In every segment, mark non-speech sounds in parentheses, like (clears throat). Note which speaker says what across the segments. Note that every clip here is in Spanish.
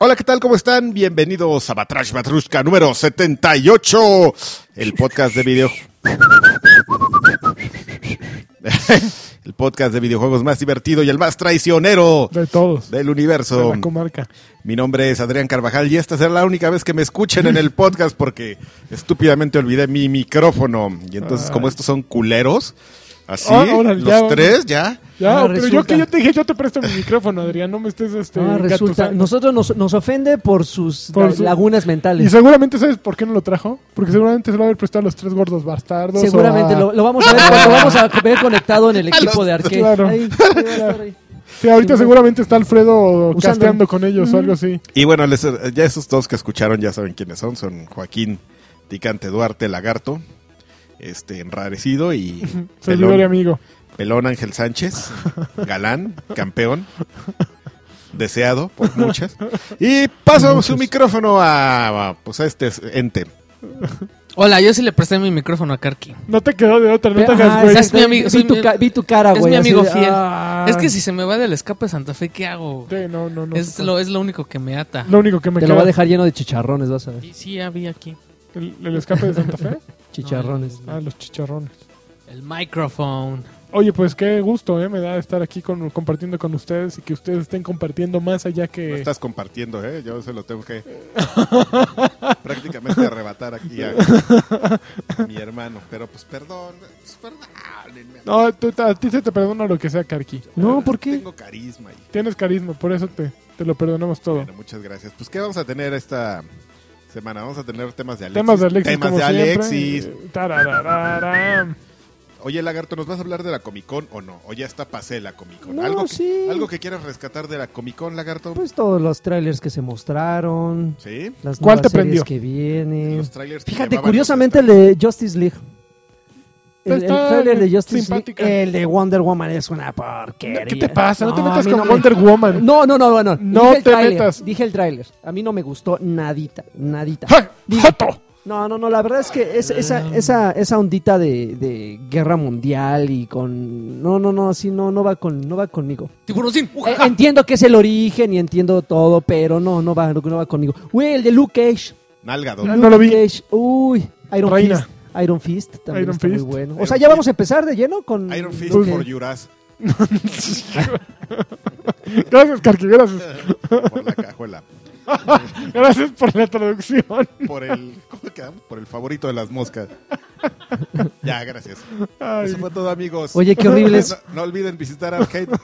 Speaker 1: Hola, ¿qué tal? ¿Cómo están? Bienvenidos a Batrash Batrushka número 78, el podcast de video. (laughs) el podcast de videojuegos más divertido y el más traicionero
Speaker 2: De todos.
Speaker 1: del
Speaker 2: De
Speaker 1: universo.
Speaker 2: la comarca.
Speaker 1: Mi nombre es Adrián Carvajal y esta será la única vez que me escuchen en el podcast porque estúpidamente olvidé mi micrófono. Y entonces, como estos son culeros, así,
Speaker 2: Ah, órale,
Speaker 1: los
Speaker 2: ya,
Speaker 1: tres, ya.
Speaker 2: Ya,
Speaker 3: Ahora
Speaker 2: pero yo
Speaker 3: resulta.
Speaker 2: que yo te dije, yo te presto mi micrófono, Adrián, no me estés este,
Speaker 3: Ah, resulta,
Speaker 2: engatusando.
Speaker 3: nosotros nos, nos ofende por sus
Speaker 2: Por
Speaker 3: la-
Speaker 2: su-
Speaker 3: lagunas
Speaker 2: Y
Speaker 3: mentales.
Speaker 2: seguramente sabes por qué no lo trajo, porque seguramente se lo va a haber prestado a los tres gordos bastardos.
Speaker 3: Seguramente
Speaker 2: o a-
Speaker 3: lo, lo vamos a ver, lo vamos a ver conectado en
Speaker 4: (laughs)
Speaker 3: el equipo de arqueo.
Speaker 2: Claro. (laughs) Sí, ahorita seguramente está Alfredo
Speaker 3: Usando.
Speaker 2: casteando con ellos o algo así.
Speaker 1: Y bueno, les- ya esos dos que escucharon ya saben quiénes son. Son Joaquín Ticante Duarte Lagarto, este enrarecido, y
Speaker 2: Servidor y
Speaker 1: Pelón,
Speaker 2: amigo.
Speaker 1: Pelón Ángel Sánchez, galán, campeón, deseado por muchas. Y paso su micrófono a, a, pues a este ente.
Speaker 4: Hola, yo sí le presté mi micrófono a Karki.
Speaker 2: No te quedó de otra, no te hagas, güey.
Speaker 4: sí, Es mi amigo,
Speaker 3: Ah, vi,
Speaker 4: soy
Speaker 3: tu
Speaker 4: mi-
Speaker 3: ca- vi tu cara,
Speaker 4: es
Speaker 3: güey.
Speaker 4: mi
Speaker 3: así
Speaker 4: amigo
Speaker 3: de,
Speaker 4: fiel.
Speaker 3: ah.
Speaker 4: Es que si se me va del escape de Santa Fe, ¿qué hago?
Speaker 2: Sí, no, no, no.
Speaker 4: es, lo, es lo único que me ata.
Speaker 2: Lo único que me
Speaker 3: Te
Speaker 2: queda.
Speaker 3: lo va a dejar lleno de chicharrones, vas a ver.
Speaker 4: Sí, sí, había aquí.
Speaker 2: El, el escape de Santa
Speaker 3: (laughs)
Speaker 2: Fe.
Speaker 3: Chicharrones.
Speaker 2: Ah, los chicharrones.
Speaker 4: El micrófono.
Speaker 2: Oye, pues qué gusto, ¿eh? Me da estar aquí con, compartiendo con ustedes y que ustedes estén compartiendo más allá
Speaker 1: Lo
Speaker 2: que...
Speaker 1: estás compartiendo, ¿eh? Yo se lo tengo
Speaker 3: (laughs)
Speaker 1: que prácticamente arrebatar aquí a, a mi hermano. Pero pues perdón, pues, perdónenme.
Speaker 2: No, tú- a ti se te perdona lo que sea, Karki.
Speaker 3: No, ¿por qué?
Speaker 1: Tengo carisma y
Speaker 2: Tienes carisma, por eso te, te lo perdonamos todo.
Speaker 1: Bueno, muchas gracias. Pues, ¿qué vamos a tener esta semana? Vamos a tener temas de Alexis.
Speaker 2: Temas de Alexis,
Speaker 1: Temas
Speaker 2: como
Speaker 1: de Alexis.
Speaker 2: siempre. Eh, tararararam.
Speaker 1: Oye, Lagarto, ¿nos vas a hablar de la Comic Con o no? O ya está pasé la Comic Con.
Speaker 3: No,
Speaker 1: ¿Algo,
Speaker 3: sí.
Speaker 1: que, ¿Algo que quieras rescatar de la Comic Con, Lagarto?
Speaker 3: Pues todos los trailers que se mostraron,
Speaker 1: sí.
Speaker 3: las
Speaker 2: ¿Cuál
Speaker 3: nuevas
Speaker 2: te prendió?
Speaker 3: series que vienen.
Speaker 1: Los trailers. que
Speaker 3: Fíjate,
Speaker 1: llevaban
Speaker 3: curiosamente el
Speaker 1: los
Speaker 3: de Justice League. El, el
Speaker 2: Está
Speaker 3: trailer de Justice
Speaker 2: simpática.
Speaker 3: League, el de Wonder Woman es una porquería.
Speaker 2: ¿Qué te pasa? No, te
Speaker 3: a
Speaker 2: metas
Speaker 3: mí
Speaker 2: con
Speaker 3: no me-
Speaker 2: Wonder Woman.
Speaker 3: No, no, no, no.
Speaker 2: No
Speaker 3: Dije el
Speaker 2: te
Speaker 3: tráiler,
Speaker 2: metas.
Speaker 3: Dije el tráiler. A mí no me gustó nadita, nadita.
Speaker 2: ¡Ja! Ah.
Speaker 3: Digo-
Speaker 2: ¡Joto!
Speaker 3: No, no, no. La verdad es que es- esa, esa, esa ondita de, de guerra mundial y con... No, no, no. Así no, no va, con, no va conmigo.
Speaker 4: Tiburoncín.
Speaker 3: Eh, entiendo que es el origen y entiendo todo, pero no, no va, no va conmigo. Güey, el de Luke Cage.
Speaker 1: de- Nalgado.
Speaker 2: Ah, no lo vi.
Speaker 3: Luke Cage, uy, Iron
Speaker 2: Reina.
Speaker 3: Fist. Iron Fist también
Speaker 2: Iron
Speaker 3: está
Speaker 2: Fist.
Speaker 3: muy bueno. O
Speaker 1: Iron
Speaker 3: sea, ya
Speaker 1: Fist.
Speaker 3: vamos a empezar de lleno con
Speaker 1: Iron Fist
Speaker 3: Luke
Speaker 1: por
Speaker 3: Cage.
Speaker 1: Yuras.
Speaker 2: Gracias, Karki, gracias.
Speaker 1: Por la cajuela.
Speaker 2: Gracias por la traducción.
Speaker 1: Por el. ¿Cómo quedamos? Por el favorito de las moscas. Ya, gracias.
Speaker 2: Ay,
Speaker 1: Eso fue todo, amigos.
Speaker 3: Oye, qué horrible es,
Speaker 1: No, no olviden visitar Arcade.
Speaker 2: eso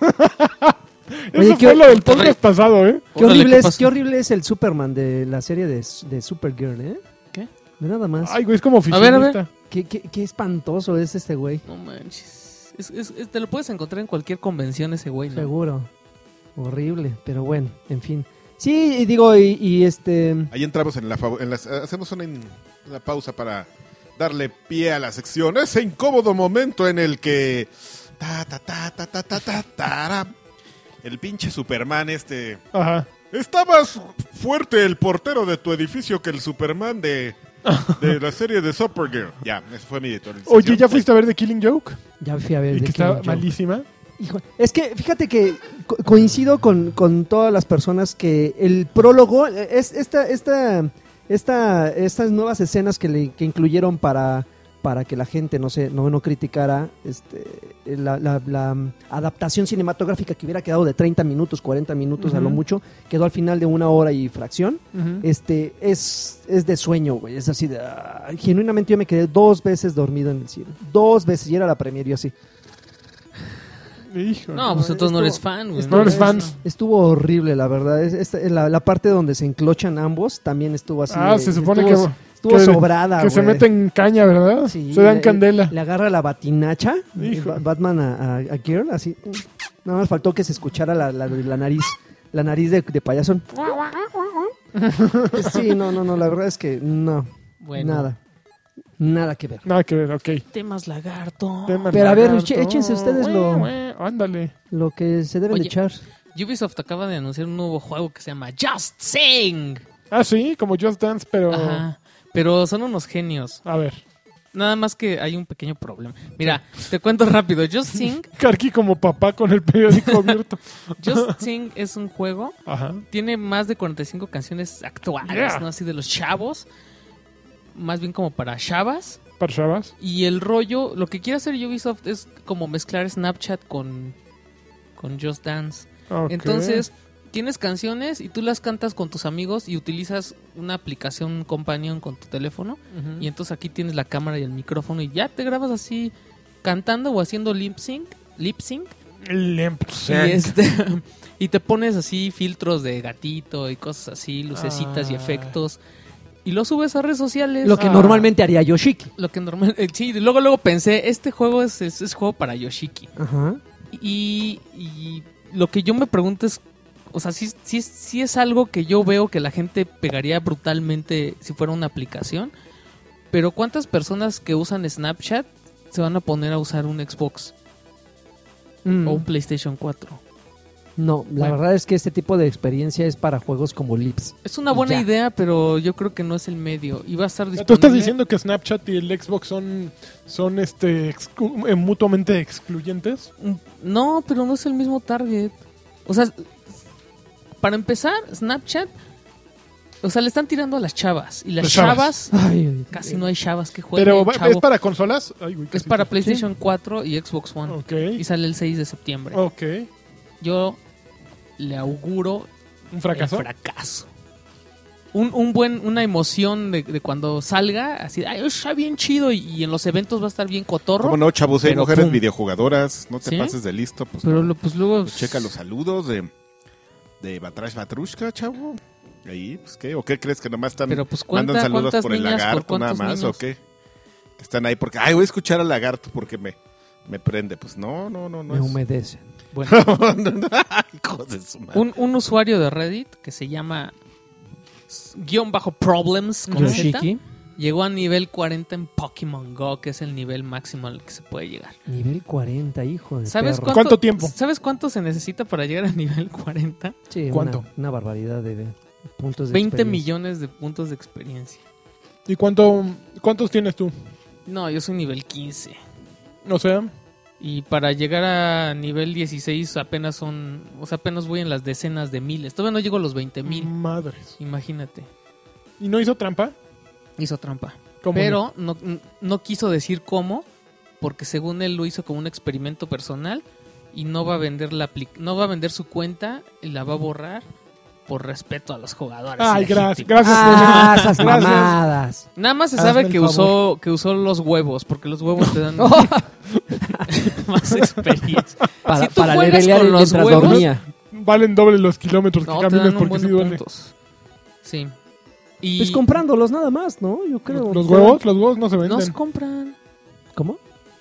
Speaker 3: oye,
Speaker 2: fue
Speaker 3: qué-
Speaker 2: lo del podcast pasado, ¿eh?
Speaker 3: qué
Speaker 4: Órale,
Speaker 3: horrible
Speaker 4: ¿qué
Speaker 3: es,
Speaker 4: pasó?
Speaker 3: qué horrible es el Superman de la serie de, de Supergirl, ¿eh?
Speaker 4: ¿Qué?
Speaker 3: Ve Nada más.
Speaker 2: Ay, güey, es como
Speaker 4: A ver,
Speaker 2: oficinista.
Speaker 4: a ver.
Speaker 3: Qué, qué- qué espantoso es este güey,
Speaker 4: No manches. Es- es- es- te lo puedes encontrar en cualquier convención ese güey. ¿no?
Speaker 3: seguro. Horrible, pero bueno, en fin. Sí, y digo, y, y este...
Speaker 1: Ahí entramos en la fav- en las- hacemos una, in- una pausa para darle pie a la sección. Ese incómodo momento en el que ta ta ta ta ta ta ta tara. el pinche Superman este
Speaker 2: Ajá.
Speaker 1: está más fuerte el portero de tu edificio que el Superman de, de (laughs) la serie de Supergirl. Ya, eso fue mi pues, editorialización.
Speaker 2: Oye, ¿ya fuiste a ver The Killing Joke?
Speaker 3: Ya fui a ver...
Speaker 2: Y
Speaker 3: The
Speaker 2: que está
Speaker 3: Killing Joke.
Speaker 2: malísima.
Speaker 3: Hijo, es que fíjate que co- coincido con, con todas las personas que el prólogo, eh, es esta, esta, esta, estas nuevas escenas que, le, que incluyeron para, para que la gente no, se, no, no criticara este, la, la- la adaptación cinematográfica que hubiera quedado de 30 minutos, 40 minutos a lo
Speaker 2: Ujú.
Speaker 3: mucho, quedó al final de una hora y fracción
Speaker 2: Ujú.
Speaker 3: este es, es de sueño, güey. Es así de. ah, genuinamente yo me quedé dos veces dormido en el cine. Dos veces. Y era la premier y yo así.
Speaker 2: Hijo.
Speaker 4: No, pues entonces
Speaker 3: esto-
Speaker 4: no eres fan, güey.
Speaker 2: No eres fan.
Speaker 3: Estuvo horrible, la verdad. Es, es- la, la parte donde se enclochan ambos también estuvo así.
Speaker 2: Ah,
Speaker 3: de-
Speaker 2: se supone
Speaker 3: estuvo,
Speaker 2: que-
Speaker 3: Estuvo
Speaker 2: que-
Speaker 3: sobrada,
Speaker 2: que se
Speaker 3: güey.
Speaker 2: meten caña, ¿verdad?
Speaker 3: Sí,
Speaker 2: se dan
Speaker 3: le-
Speaker 2: candela.
Speaker 3: Le agarra la batinacha.
Speaker 2: Hijo.
Speaker 3: Ba- Batman a, a- a Girl, así. Nada más faltó que se escuchara la, la- la nariz. La nariz de, de payaso. Sí, no, no, no. La verdad es que no.
Speaker 4: Bueno.
Speaker 3: Nada. Nada que ver.
Speaker 2: Nada que ver, ok.
Speaker 4: Temas lagarto.
Speaker 2: Tema
Speaker 3: Pero a ver,
Speaker 2: lagarto.
Speaker 3: eche- échense ustedes
Speaker 2: Güey,
Speaker 3: lo-
Speaker 2: güey, Ándale.
Speaker 3: Lo que se debe de
Speaker 4: Oye.
Speaker 3: echar.
Speaker 4: Ubisoft acaba de anunciar un nuevo juego que se llama Just Sing.
Speaker 3: Oh.
Speaker 2: Ah, sí, como Just Dance, pero...
Speaker 4: Ajá. Pero son unos genios.
Speaker 2: A ver.
Speaker 4: Nada más que hay un pequeño problema. Mira, te cuento rápido. Just
Speaker 2: (laughs)
Speaker 4: Sing,
Speaker 2: Karki como papá con el
Speaker 3: (laughs)
Speaker 2: periódico abierto.
Speaker 4: Just Sing es un juego
Speaker 2: Ajá.
Speaker 4: tiene más de 45 canciones actuales,
Speaker 2: Yeah.
Speaker 4: ¿no? Así de los chavos. Más bien como para chavas.
Speaker 2: Para Shabazz.
Speaker 4: Y el rollo, lo que quiere hacer Ubisoft es como mezclar Snapchat con, con Just Dance.
Speaker 2: Ok.
Speaker 4: Entonces, tienes canciones y tú las cantas con tus amigos y utilizas una aplicación companion con tu teléfono.
Speaker 2: Ujú.
Speaker 4: Y entonces aquí tienes la cámara y el micrófono y ya te grabas así cantando o haciendo lip sync. Lip sync.
Speaker 2: Limp
Speaker 4: Y,
Speaker 2: Sync.
Speaker 4: este, (laughs) y te pones así filtros de gatito y cosas así, lucecitas y
Speaker 2: Ah.
Speaker 4: efectos. Y lo subes a redes sociales.
Speaker 3: Lo que
Speaker 2: Ah.
Speaker 3: normalmente haría Yoshiki.
Speaker 4: Lo que normal. eh, sí, luego, luego pensé, este juego es, es, es juego para Yoshiki.
Speaker 3: Ajá.
Speaker 4: Y, y lo que yo me pregunto es. O sea, si, si, si es algo que yo veo que la gente pegaría brutalmente si fuera una aplicación. Pero ¿cuántas personas que usan Snapchat se van a poner a usar un Xbox
Speaker 3: Mm.
Speaker 4: o
Speaker 2: Oh.
Speaker 4: un PlayStation 4?
Speaker 3: No, la
Speaker 4: Bueno.
Speaker 3: verdad es que este tipo de experiencia es para juegos como Lips.
Speaker 4: Es una buena
Speaker 3: Ya.
Speaker 4: idea, pero yo creo que no es el medio. Y va a estar disponible.
Speaker 2: Tú estás diciendo que Snapchat y el Xbox son, son este, exclu- eh, mutuamente excluyentes.
Speaker 4: Mm, No, pero no es el mismo target. O sea, para empezar, Snapchat. O sea, le están tirando a las chavas. Y las
Speaker 2: Las
Speaker 4: chavas.
Speaker 2: chavas.
Speaker 3: Ay, eh,
Speaker 4: Casi no hay chavas que jueguen.
Speaker 2: Pero ¿va-
Speaker 4: chavo.
Speaker 2: es para consolas. Ay, güey,
Speaker 4: Es
Speaker 2: casi
Speaker 4: para
Speaker 2: te-
Speaker 4: PlayStation 4 y Xbox One.
Speaker 2: Ok.
Speaker 4: Y sale el 6 de septiembre.
Speaker 2: Ok.
Speaker 4: Yo le auguro
Speaker 2: Un
Speaker 4: el
Speaker 2: fracaso.
Speaker 4: fracaso. Un, un buen, una emoción de, de cuando salga, así, ay, oh, está bien chido y, y en los eventos va a estar bien cotorro.
Speaker 1: ¿Cómo no, chavos? Hay
Speaker 4: Pero
Speaker 1: mujeres
Speaker 4: pum.
Speaker 1: videojugadoras, no te
Speaker 4: ¿Sí?
Speaker 1: pases de listo. Pues,
Speaker 4: Pero
Speaker 1: no.
Speaker 4: lo- pues luego...
Speaker 1: Pues checa los saludos de, de Batrash Batrushka, chavo. Ahí, pues qué, o qué crees que nomás están
Speaker 4: Pero, pues, ¿cuánta-
Speaker 1: mandan saludos
Speaker 4: cuántas
Speaker 1: por el
Speaker 4: niñas, por
Speaker 1: lagarto nada
Speaker 4: cuántos
Speaker 1: más,
Speaker 4: niños?
Speaker 1: o qué? Que están ahí porque, ay, voy a escuchar al lagarto porque me, me prende. Pues no, no, no, no.
Speaker 3: me
Speaker 1: es-
Speaker 3: humedece.
Speaker 4: Bueno,
Speaker 1: (laughs) No, no, hijos de su madre.
Speaker 4: un, un usuario de Reddit que se llama s- guión bajo problems con Z,
Speaker 3: Yoshiki,
Speaker 4: llegó a nivel 40 en Pokémon Go, que es el nivel máximo al que se puede llegar.
Speaker 3: nivel 40, hijo de
Speaker 4: ¿Sabes
Speaker 3: perro.
Speaker 4: cuánto,
Speaker 2: ¿Cuánto tiempo?
Speaker 4: ¿Sabes cuánto se necesita para llegar a nivel (laughs) 40?
Speaker 3: Sí,
Speaker 2: ¿Cuánto?
Speaker 3: Una, una barbaridad de de puntos Pues de
Speaker 4: 20
Speaker 3: experiencia.
Speaker 4: millones de puntos de experiencia.
Speaker 2: ¿Y cuánto, cuántos tienes tú?
Speaker 4: No, yo soy nivel 15.
Speaker 2: O sea,
Speaker 4: Y para llegar a nivel 16 apenas son... O sea, apenas voy en las decenas de miles. Todavía no llego a los 20 mil.
Speaker 2: Mm. madres.
Speaker 4: Imagínate.
Speaker 2: ¿Y no hizo trampa?
Speaker 4: Hizo trampa.
Speaker 2: ¿Cómo
Speaker 4: Pero no, no quiso decir cómo, porque según él lo hizo como un experimento personal y no va a vender la apli- no va a vender su cuenta y la va a borrar por respeto a los jugadores.
Speaker 2: Ay, gracias,
Speaker 4: ilegítimos.
Speaker 2: gracias.
Speaker 3: Ah, esas
Speaker 2: Gracias.
Speaker 3: mamadas.
Speaker 4: Nada más se
Speaker 2: Hazme
Speaker 4: sabe
Speaker 2: el
Speaker 4: que
Speaker 2: favor.
Speaker 4: usó, que usó los huevos, porque los huevos
Speaker 3: (laughs)
Speaker 4: te dan (laughs) más experiencia.
Speaker 3: Para,
Speaker 4: Si tú
Speaker 3: para
Speaker 4: juegas
Speaker 3: levelear
Speaker 4: con los
Speaker 3: mientras
Speaker 4: huevos-
Speaker 3: dormía.
Speaker 2: Valen doble los kilómetros que
Speaker 4: No, te
Speaker 2: caminas
Speaker 4: dan un
Speaker 2: porque
Speaker 4: buen
Speaker 2: sí
Speaker 4: de
Speaker 2: duele.
Speaker 4: puntos. Sí. Y
Speaker 3: Pues comprándolos nada más, ¿no? Yo creo.
Speaker 2: Los huevos, los huevos no se venden.
Speaker 4: no se compran.
Speaker 3: ¿Cómo?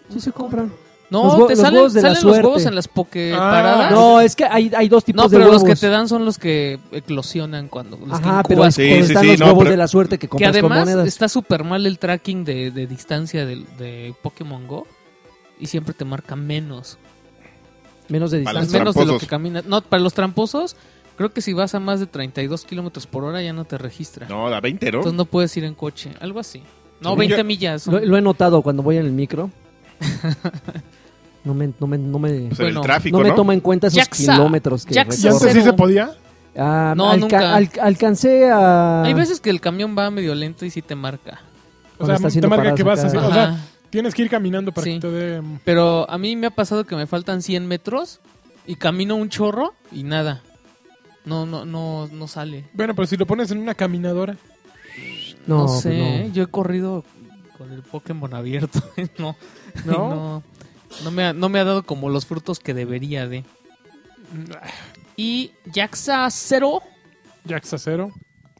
Speaker 3: Sí se compran.
Speaker 4: No,
Speaker 3: Los hue-
Speaker 4: te
Speaker 3: los
Speaker 4: salen,
Speaker 3: huevos de la
Speaker 4: salen los huevos
Speaker 3: suerte.
Speaker 4: en las poke
Speaker 2: Ah,
Speaker 4: paradas.
Speaker 3: No, es que hay, hay dos tipos
Speaker 4: No,
Speaker 3: de
Speaker 4: pero
Speaker 3: huevos.
Speaker 4: los que te dan son los que eclosionan cuando los que
Speaker 3: Ajá, pero
Speaker 4: incubas.
Speaker 1: Sí,
Speaker 3: cuando
Speaker 1: sí,
Speaker 3: están
Speaker 1: sí,
Speaker 3: los
Speaker 1: no,
Speaker 3: huevos
Speaker 1: pero-
Speaker 3: de la suerte que
Speaker 4: que
Speaker 3: compras con
Speaker 4: además
Speaker 3: monedas.
Speaker 4: está súper mal el tracking de, de distancia de, de Pokémon Go y siempre te marca menos,
Speaker 3: Menos de
Speaker 1: Para
Speaker 3: distancia.
Speaker 1: los
Speaker 4: menos de lo
Speaker 1: tramposos.
Speaker 4: que caminas. No, para los tramposos creo que si vas a más de 32 kilómetros por hora ya no te registra.
Speaker 1: No, a 20, ¿no?
Speaker 4: Entonces no puedes ir en coche, algo así. No,
Speaker 1: Yo-
Speaker 4: 20 millas. son-
Speaker 3: Lo, lo he notado cuando voy en el micro. No me, no me, no me,
Speaker 1: Pues en
Speaker 4: bueno,
Speaker 1: el tráfico,
Speaker 3: no
Speaker 1: ¿no?
Speaker 3: me toma en cuenta esos
Speaker 4: Jaxa.
Speaker 3: kilómetros que
Speaker 4: Jaxa.
Speaker 2: ¿Y antes sí
Speaker 3: recorro.
Speaker 4: Cero.
Speaker 2: se podía?
Speaker 3: Ah,
Speaker 4: No,
Speaker 3: alca-
Speaker 4: nunca.
Speaker 3: al- alcancé a...
Speaker 4: Hay veces que el camión va medio lento y sí te marca.
Speaker 2: O
Speaker 3: Cuando
Speaker 2: sea,
Speaker 3: está
Speaker 2: te
Speaker 3: haciendo
Speaker 2: marca
Speaker 3: paradas
Speaker 2: que vas
Speaker 3: acá.
Speaker 2: así. O
Speaker 4: Ajá.
Speaker 2: sea, tienes que ir caminando para
Speaker 4: Sí.
Speaker 2: que te dé... mm,
Speaker 4: Pero a mí me ha pasado que me faltan 100 metros y camino un chorro y nada. No, no, no, no sale.
Speaker 2: Bueno, pero si lo pones en una caminadora.
Speaker 3: No,
Speaker 4: No,
Speaker 3: pues
Speaker 4: sé,
Speaker 3: no.
Speaker 4: ¿eh? yo he corrido con el Pokémon abierto. (laughs) no,
Speaker 2: ¿No?
Speaker 4: no, no me ha, no me ha dado como los frutos que debería de. Y Jaxa Zero
Speaker 2: Jaxa cero.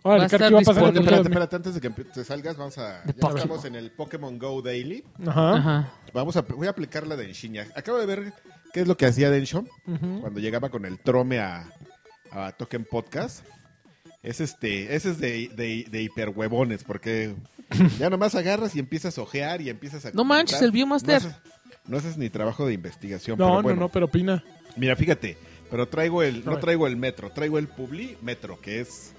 Speaker 4: Va
Speaker 2: Ahora,
Speaker 4: a
Speaker 2: el Karki
Speaker 4: estar
Speaker 2: va a pasar
Speaker 4: disponible.
Speaker 2: el
Speaker 1: Espérate,
Speaker 2: control de-
Speaker 1: espérate, antes de que empe- te salgas, vamos a. Ya
Speaker 4: De Pokémon.
Speaker 1: estamos en el Pokémon Go Daily.
Speaker 2: Ajá.
Speaker 4: Ajá.
Speaker 1: Vamos a, voy a aplicar la de Enshinya. Acabo de ver qué es lo que hacía Densho
Speaker 2: Ujú.
Speaker 1: cuando llegaba con el trome a, a Token Podcast. Es este, ese es de, de, de hiperhuevones,
Speaker 2: (laughs)
Speaker 1: porque ya nomás agarras y empiezas a ojear y empiezas a.
Speaker 4: No manches,
Speaker 1: comentar.
Speaker 4: el Viewmaster.
Speaker 1: No haces, no haces ni trabajo de investigación.
Speaker 2: No,
Speaker 1: pero
Speaker 2: no,
Speaker 1: bueno.
Speaker 2: no, pero opina.
Speaker 1: Mira, fíjate, pero traigo el,
Speaker 2: A
Speaker 1: no
Speaker 2: ver.
Speaker 1: traigo el metro, traigo el Publi Metro, que es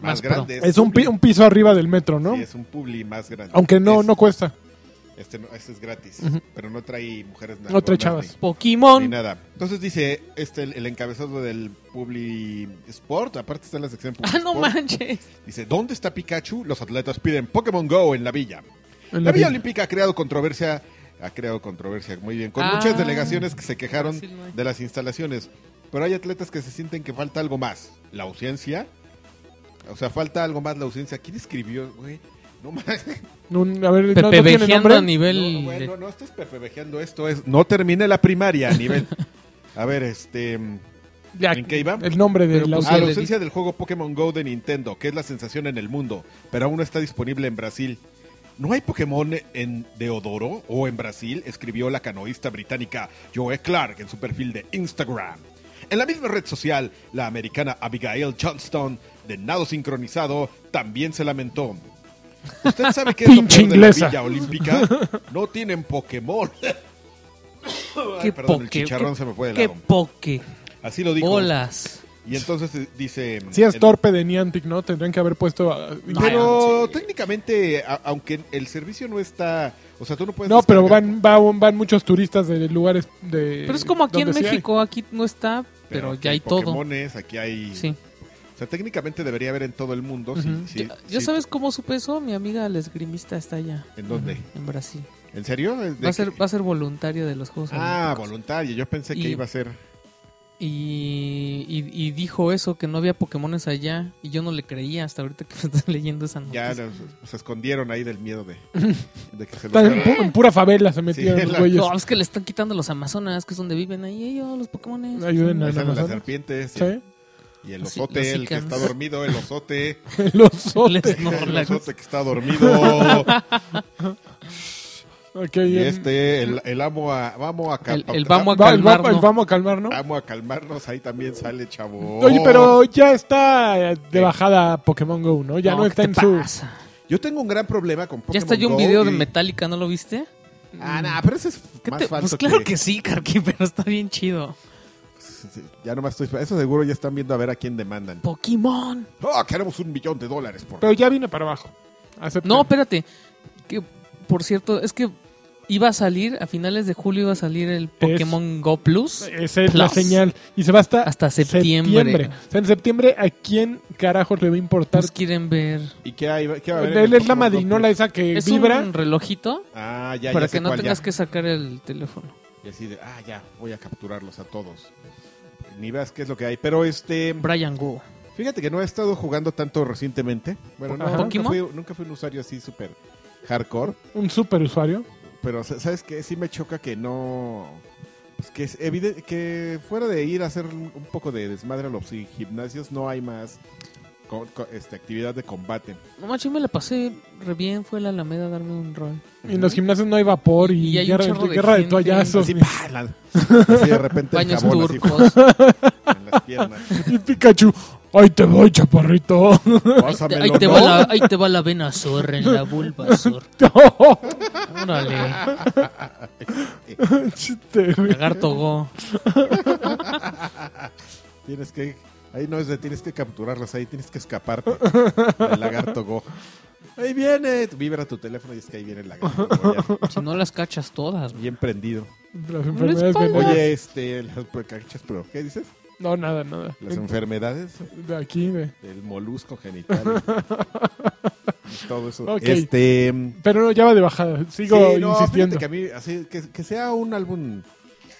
Speaker 1: más,
Speaker 4: Más pro.
Speaker 1: grande.
Speaker 2: Es un,
Speaker 1: Publi.
Speaker 2: pi- un piso arriba del metro, ¿no?
Speaker 1: Sí, es un Publi más grande.
Speaker 2: Aunque no,
Speaker 1: Es-
Speaker 2: no cuesta.
Speaker 1: Este, no- este es gratis,
Speaker 4: Ujú.
Speaker 1: pero no trae mujeres
Speaker 2: No trae
Speaker 1: nalgonas
Speaker 2: chavas.
Speaker 1: ni- Ni
Speaker 4: Pokémon.
Speaker 1: nada. Entonces dice este el, el encabezado del Publi Sport, aparte está en la sección Publi
Speaker 4: Ah, no
Speaker 1: Sport,
Speaker 4: manches.
Speaker 1: Dice, ¿dónde está Pikachu? Los atletas piden Pokémon Go en la villa.
Speaker 2: En
Speaker 1: La Villa
Speaker 2: la vida.
Speaker 1: Olímpica ha creado controversia, ha creado controversia, muy bien, con
Speaker 4: Ah.
Speaker 1: muchas delegaciones que se quejaron
Speaker 4: Fácil, no hay.
Speaker 1: de las instalaciones, pero hay atletas que se sienten que falta algo más, la ausencia, o sea, falta algo más la ausencia. ¿Quién escribió, güey? No más.
Speaker 2: Un- a ver, no- no, tiene
Speaker 4: Pepevejeando
Speaker 2: nombre.
Speaker 4: a nivel.
Speaker 1: No, güey,
Speaker 4: de-
Speaker 1: no, no estés pepevejeando esto, es no terminé la primaria a nivel. A ver, este,
Speaker 2: Ya,
Speaker 1: ¿En qué iba?
Speaker 2: El nombre de
Speaker 4: Pero
Speaker 2: la
Speaker 4: pues,
Speaker 1: ah,
Speaker 4: le
Speaker 1: la
Speaker 4: di-
Speaker 1: ausencia del juego Pokémon Go de Nintendo, que es la sensación en el mundo, pero aún no está disponible en Brasil. ¿No hay Pokémon en Deodoro o en Brasil? Escribió la canoísta británica Joe Clark en su perfil de Instagram. En la misma red social, la americana Abigail Johnston, de nado sincronizado, también se lamentó. ¿Usted sabe
Speaker 4: (laughs)
Speaker 1: qué es lo
Speaker 2: Pinche
Speaker 1: peor de la
Speaker 2: inglesa.
Speaker 1: Villa Olímpica? No tienen Pokémon. Ay,
Speaker 4: Qué
Speaker 1: perdón, el
Speaker 4: poke,
Speaker 1: chicharrón
Speaker 4: qué-
Speaker 1: se me fue de
Speaker 4: Qué
Speaker 1: lado.
Speaker 4: poke.
Speaker 1: Así lo dijo.
Speaker 4: Bolas.
Speaker 1: Y entonces eh, dice...
Speaker 2: Si es
Speaker 1: el-
Speaker 2: torpe de Niantic, ¿no? Tendrían que haber puesto. ah,
Speaker 1: Pero
Speaker 4: Ay, sí.
Speaker 1: técnicamente, a- aunque el servicio no está. O sea, tú no puedes.
Speaker 2: No, pero
Speaker 1: descargar,
Speaker 2: van, va- van muchos turistas de lugares de.
Speaker 4: Pero es como aquí en
Speaker 2: donde sí hay.
Speaker 4: México, aquí no está, pero,
Speaker 1: aquí
Speaker 4: ya hay
Speaker 1: hay
Speaker 4: todo.
Speaker 1: Pokémones, aquí hay.
Speaker 4: Sí.
Speaker 1: O sea, técnicamente debería haber en todo el mundo. sí,
Speaker 4: Ujú.
Speaker 1: sí,
Speaker 4: ya ya
Speaker 1: sí.
Speaker 4: sabes cómo supe eso, mi amiga la esgrimista está allá.
Speaker 1: ¿En dónde?
Speaker 4: En Brasil.
Speaker 1: ¿En serio? ¿De
Speaker 4: Va a
Speaker 1: qué?
Speaker 4: ser, va a ser voluntaria de los Juegos
Speaker 1: Ah,
Speaker 4: Olímpicos.
Speaker 1: voluntario. Yo pensé que
Speaker 4: Y-
Speaker 1: iba a ser.
Speaker 4: Y, y, y dijo eso, que no había Pokémones allá. Y yo no le creía hasta ahorita que (laughs) me están leyendo esa noticia.
Speaker 1: Ya nos- se escondieron ahí del miedo
Speaker 4: (laughs)
Speaker 1: de, de que se los
Speaker 2: Están en, pu-
Speaker 1: fueran-
Speaker 2: en pura favela se metieron
Speaker 1: Sí,
Speaker 2: los
Speaker 1: la-
Speaker 2: güeyes.
Speaker 4: No, es que le están quitando los Amazonas, que es donde viven ahí ellos, los Pokémones.
Speaker 2: Ayuden a
Speaker 1: Ahí salen las
Speaker 2: Amazonas.
Speaker 1: serpientes.
Speaker 2: Sí.
Speaker 1: Y el
Speaker 4: Las-
Speaker 1: osote,
Speaker 4: las
Speaker 1: el que
Speaker 4: sicanas.
Speaker 1: está dormido, el
Speaker 4: (laughs)
Speaker 1: osote.
Speaker 2: (laughs) Los
Speaker 4: Les
Speaker 2: otes.
Speaker 1: (laughs) el
Speaker 4: Snorlax.
Speaker 1: osote que está
Speaker 4: (laughs)
Speaker 1: dormido.
Speaker 2: Ok,
Speaker 1: y
Speaker 2: em,
Speaker 1: este, el, el amo a. Vamos a ca-
Speaker 4: El- el vamos a
Speaker 2: va- el va-
Speaker 4: calmar,
Speaker 2: el
Speaker 4: ¿no?
Speaker 2: vamos a calmar, ¿no?
Speaker 1: Vamos a calmarnos, ahí también sale chavo.
Speaker 2: Oye, pero ya está eh, de
Speaker 1: ¿Qué?
Speaker 2: bajada Pokémon Go, ¿no? Ya no,
Speaker 4: ¿qué
Speaker 2: está
Speaker 4: te
Speaker 2: en su.
Speaker 4: pasa?
Speaker 1: Yo tengo un gran problema con Pokémon
Speaker 4: Ya está yo un
Speaker 1: Go
Speaker 4: video de
Speaker 1: y-
Speaker 4: Metallica, ¿no lo viste?
Speaker 1: Ah, no, pero ese es
Speaker 4: ¿Qué
Speaker 1: más
Speaker 4: te-
Speaker 1: falso
Speaker 4: Pues claro que, sí, Karki, (laughs) pero está bien chido.
Speaker 1: Ya nomás estoy... Eso seguro ya están viendo a ver a quién demandan.
Speaker 4: Pokémon.
Speaker 1: ¡Oh, queremos un millón de dólares por...
Speaker 2: Pero ya viene para abajo. Acepten.
Speaker 4: No, espérate. Que, por cierto, es que iba a salir, a finales de julio iba a salir el Pokémon Go Plus.
Speaker 2: Esa es la
Speaker 4: Plus.
Speaker 2: señal. Y se va hasta,
Speaker 4: Hasta septiembre.
Speaker 2: O sea, en septiembre, ¿a quién carajos le va a importar?
Speaker 4: Pues quieren ver.
Speaker 1: ¿Y qué, hay, qué va a haber? en
Speaker 2: Él
Speaker 1: el
Speaker 2: es la
Speaker 1: Pokémon Go? pues.
Speaker 2: madrinola esa que
Speaker 4: Es
Speaker 2: vibra.
Speaker 4: un relojito
Speaker 1: Ah, ya,
Speaker 4: para
Speaker 1: ya sé
Speaker 4: que no
Speaker 1: cuál, ya.
Speaker 4: tengas que sacar el teléfono.
Speaker 1: Y así de, ah, ya, voy a capturarlos a todos. Ni veas qué es lo que hay. Pero este...
Speaker 4: Brian Go.
Speaker 1: Fíjate que no he estado jugando tanto recientemente. Bueno, no,
Speaker 2: Ajá.
Speaker 1: nunca
Speaker 4: ¿Pokémon?
Speaker 1: fui, nunca fui un usuario así súper hardcore.
Speaker 2: Un super usuario.
Speaker 1: Pero sa- sabes que sí me choca que no pues que es evidente que fuera de ir a hacer un un poco de desmadre a los gi- gimnasios no hay más co- co- este, actividad de combate.
Speaker 4: No manches, yo me la pasé re bien. Fue a la Alameda a darme un rol.
Speaker 2: En los gimnasios no hay vapor y,
Speaker 4: Y hay un
Speaker 2: guerra,
Speaker 4: chorro de
Speaker 2: guerra de,
Speaker 4: gente.
Speaker 2: toallazos.
Speaker 1: Así,
Speaker 2: ni-
Speaker 1: ¡pah! La- así de repente el
Speaker 4: Baños
Speaker 1: jabón así,
Speaker 4: turcos.
Speaker 1: (laughs) en las piernas.
Speaker 2: Y Pikachu, ¡ay te voy, chaparrito! (laughs)
Speaker 1: Pásamelo,
Speaker 4: ahí, te
Speaker 1: ¿no?
Speaker 4: va la, ahí te va la vena zorra en la
Speaker 1: (laughs)
Speaker 4: vulva zorra. Órale.
Speaker 2: Chiste, güey.
Speaker 4: Lagarto Go.
Speaker 1: Tienes que ahí no es de tienes que capturarlas, ahí tienes que escaparte. El lagarto go. Ahí viene, vibra tu teléfono y es que ahí viene el lagarto go,
Speaker 4: Si no las cachas todas.
Speaker 1: ya,
Speaker 4: güey.
Speaker 1: bien prendido.
Speaker 2: Las enfermedades
Speaker 4: espalda.
Speaker 2: venenosas.
Speaker 1: Oye, este, las cachas, pero ¿qué dices?
Speaker 2: No, nada, nada.
Speaker 1: Las enfermedades
Speaker 2: De aquí, de...
Speaker 1: del molusco
Speaker 2: (laughs)
Speaker 1: genital. y todo eso.
Speaker 2: Ok.
Speaker 1: Este.
Speaker 2: Pero no, ya va de bajada.
Speaker 1: sí,
Speaker 2: Sigo
Speaker 1: no,
Speaker 2: insistiendo.
Speaker 1: fíjate que a mí, así, que, que sea un álbum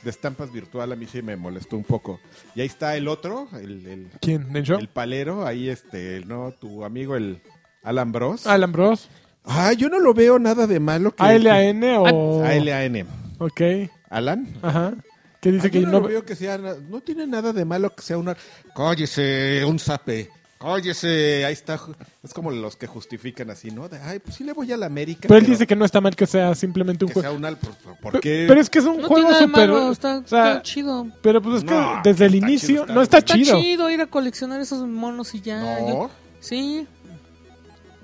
Speaker 1: de estampas virtual, a mí sí me molestó un poco. Y ahí está el otro, el, el,
Speaker 2: ¿Quién? ¿Nencho?
Speaker 1: el palero, ahí este, el, no, tu amigo el Alan Bros.
Speaker 2: Alan Bros.
Speaker 1: Ah, yo no lo veo nada de malo que.
Speaker 2: ¿ALAN
Speaker 4: Ah,
Speaker 2: o...?
Speaker 1: ALAN.
Speaker 2: Ok.
Speaker 1: Alan.
Speaker 2: Ajá. Que dice
Speaker 1: Ah,
Speaker 2: que
Speaker 1: yo no,
Speaker 2: no...
Speaker 1: lo veo que sea, na- no tiene nada de malo que sea una cállese, un sape, cállese, ahí está, ju- es como los que justifican así, ¿no? De, ay, pues sí le voy a la América.
Speaker 2: Pero él dice que no está mal que sea simplemente un
Speaker 1: que sea
Speaker 2: juego.
Speaker 1: un al, ¿por, por- por
Speaker 2: Pe-
Speaker 1: qué?
Speaker 2: Pero es que es un
Speaker 4: No tiene
Speaker 2: juego
Speaker 4: nada de
Speaker 2: súper...
Speaker 4: malo, está,
Speaker 2: o sea,
Speaker 4: está chido.
Speaker 2: pero pues es que
Speaker 1: No,
Speaker 2: desde el
Speaker 1: está
Speaker 2: inicio
Speaker 1: chido, está
Speaker 2: no está,
Speaker 4: Está
Speaker 2: chido.
Speaker 4: chido. ir a coleccionar esos monos y ya.
Speaker 1: no,
Speaker 4: Ah, Yo- sí.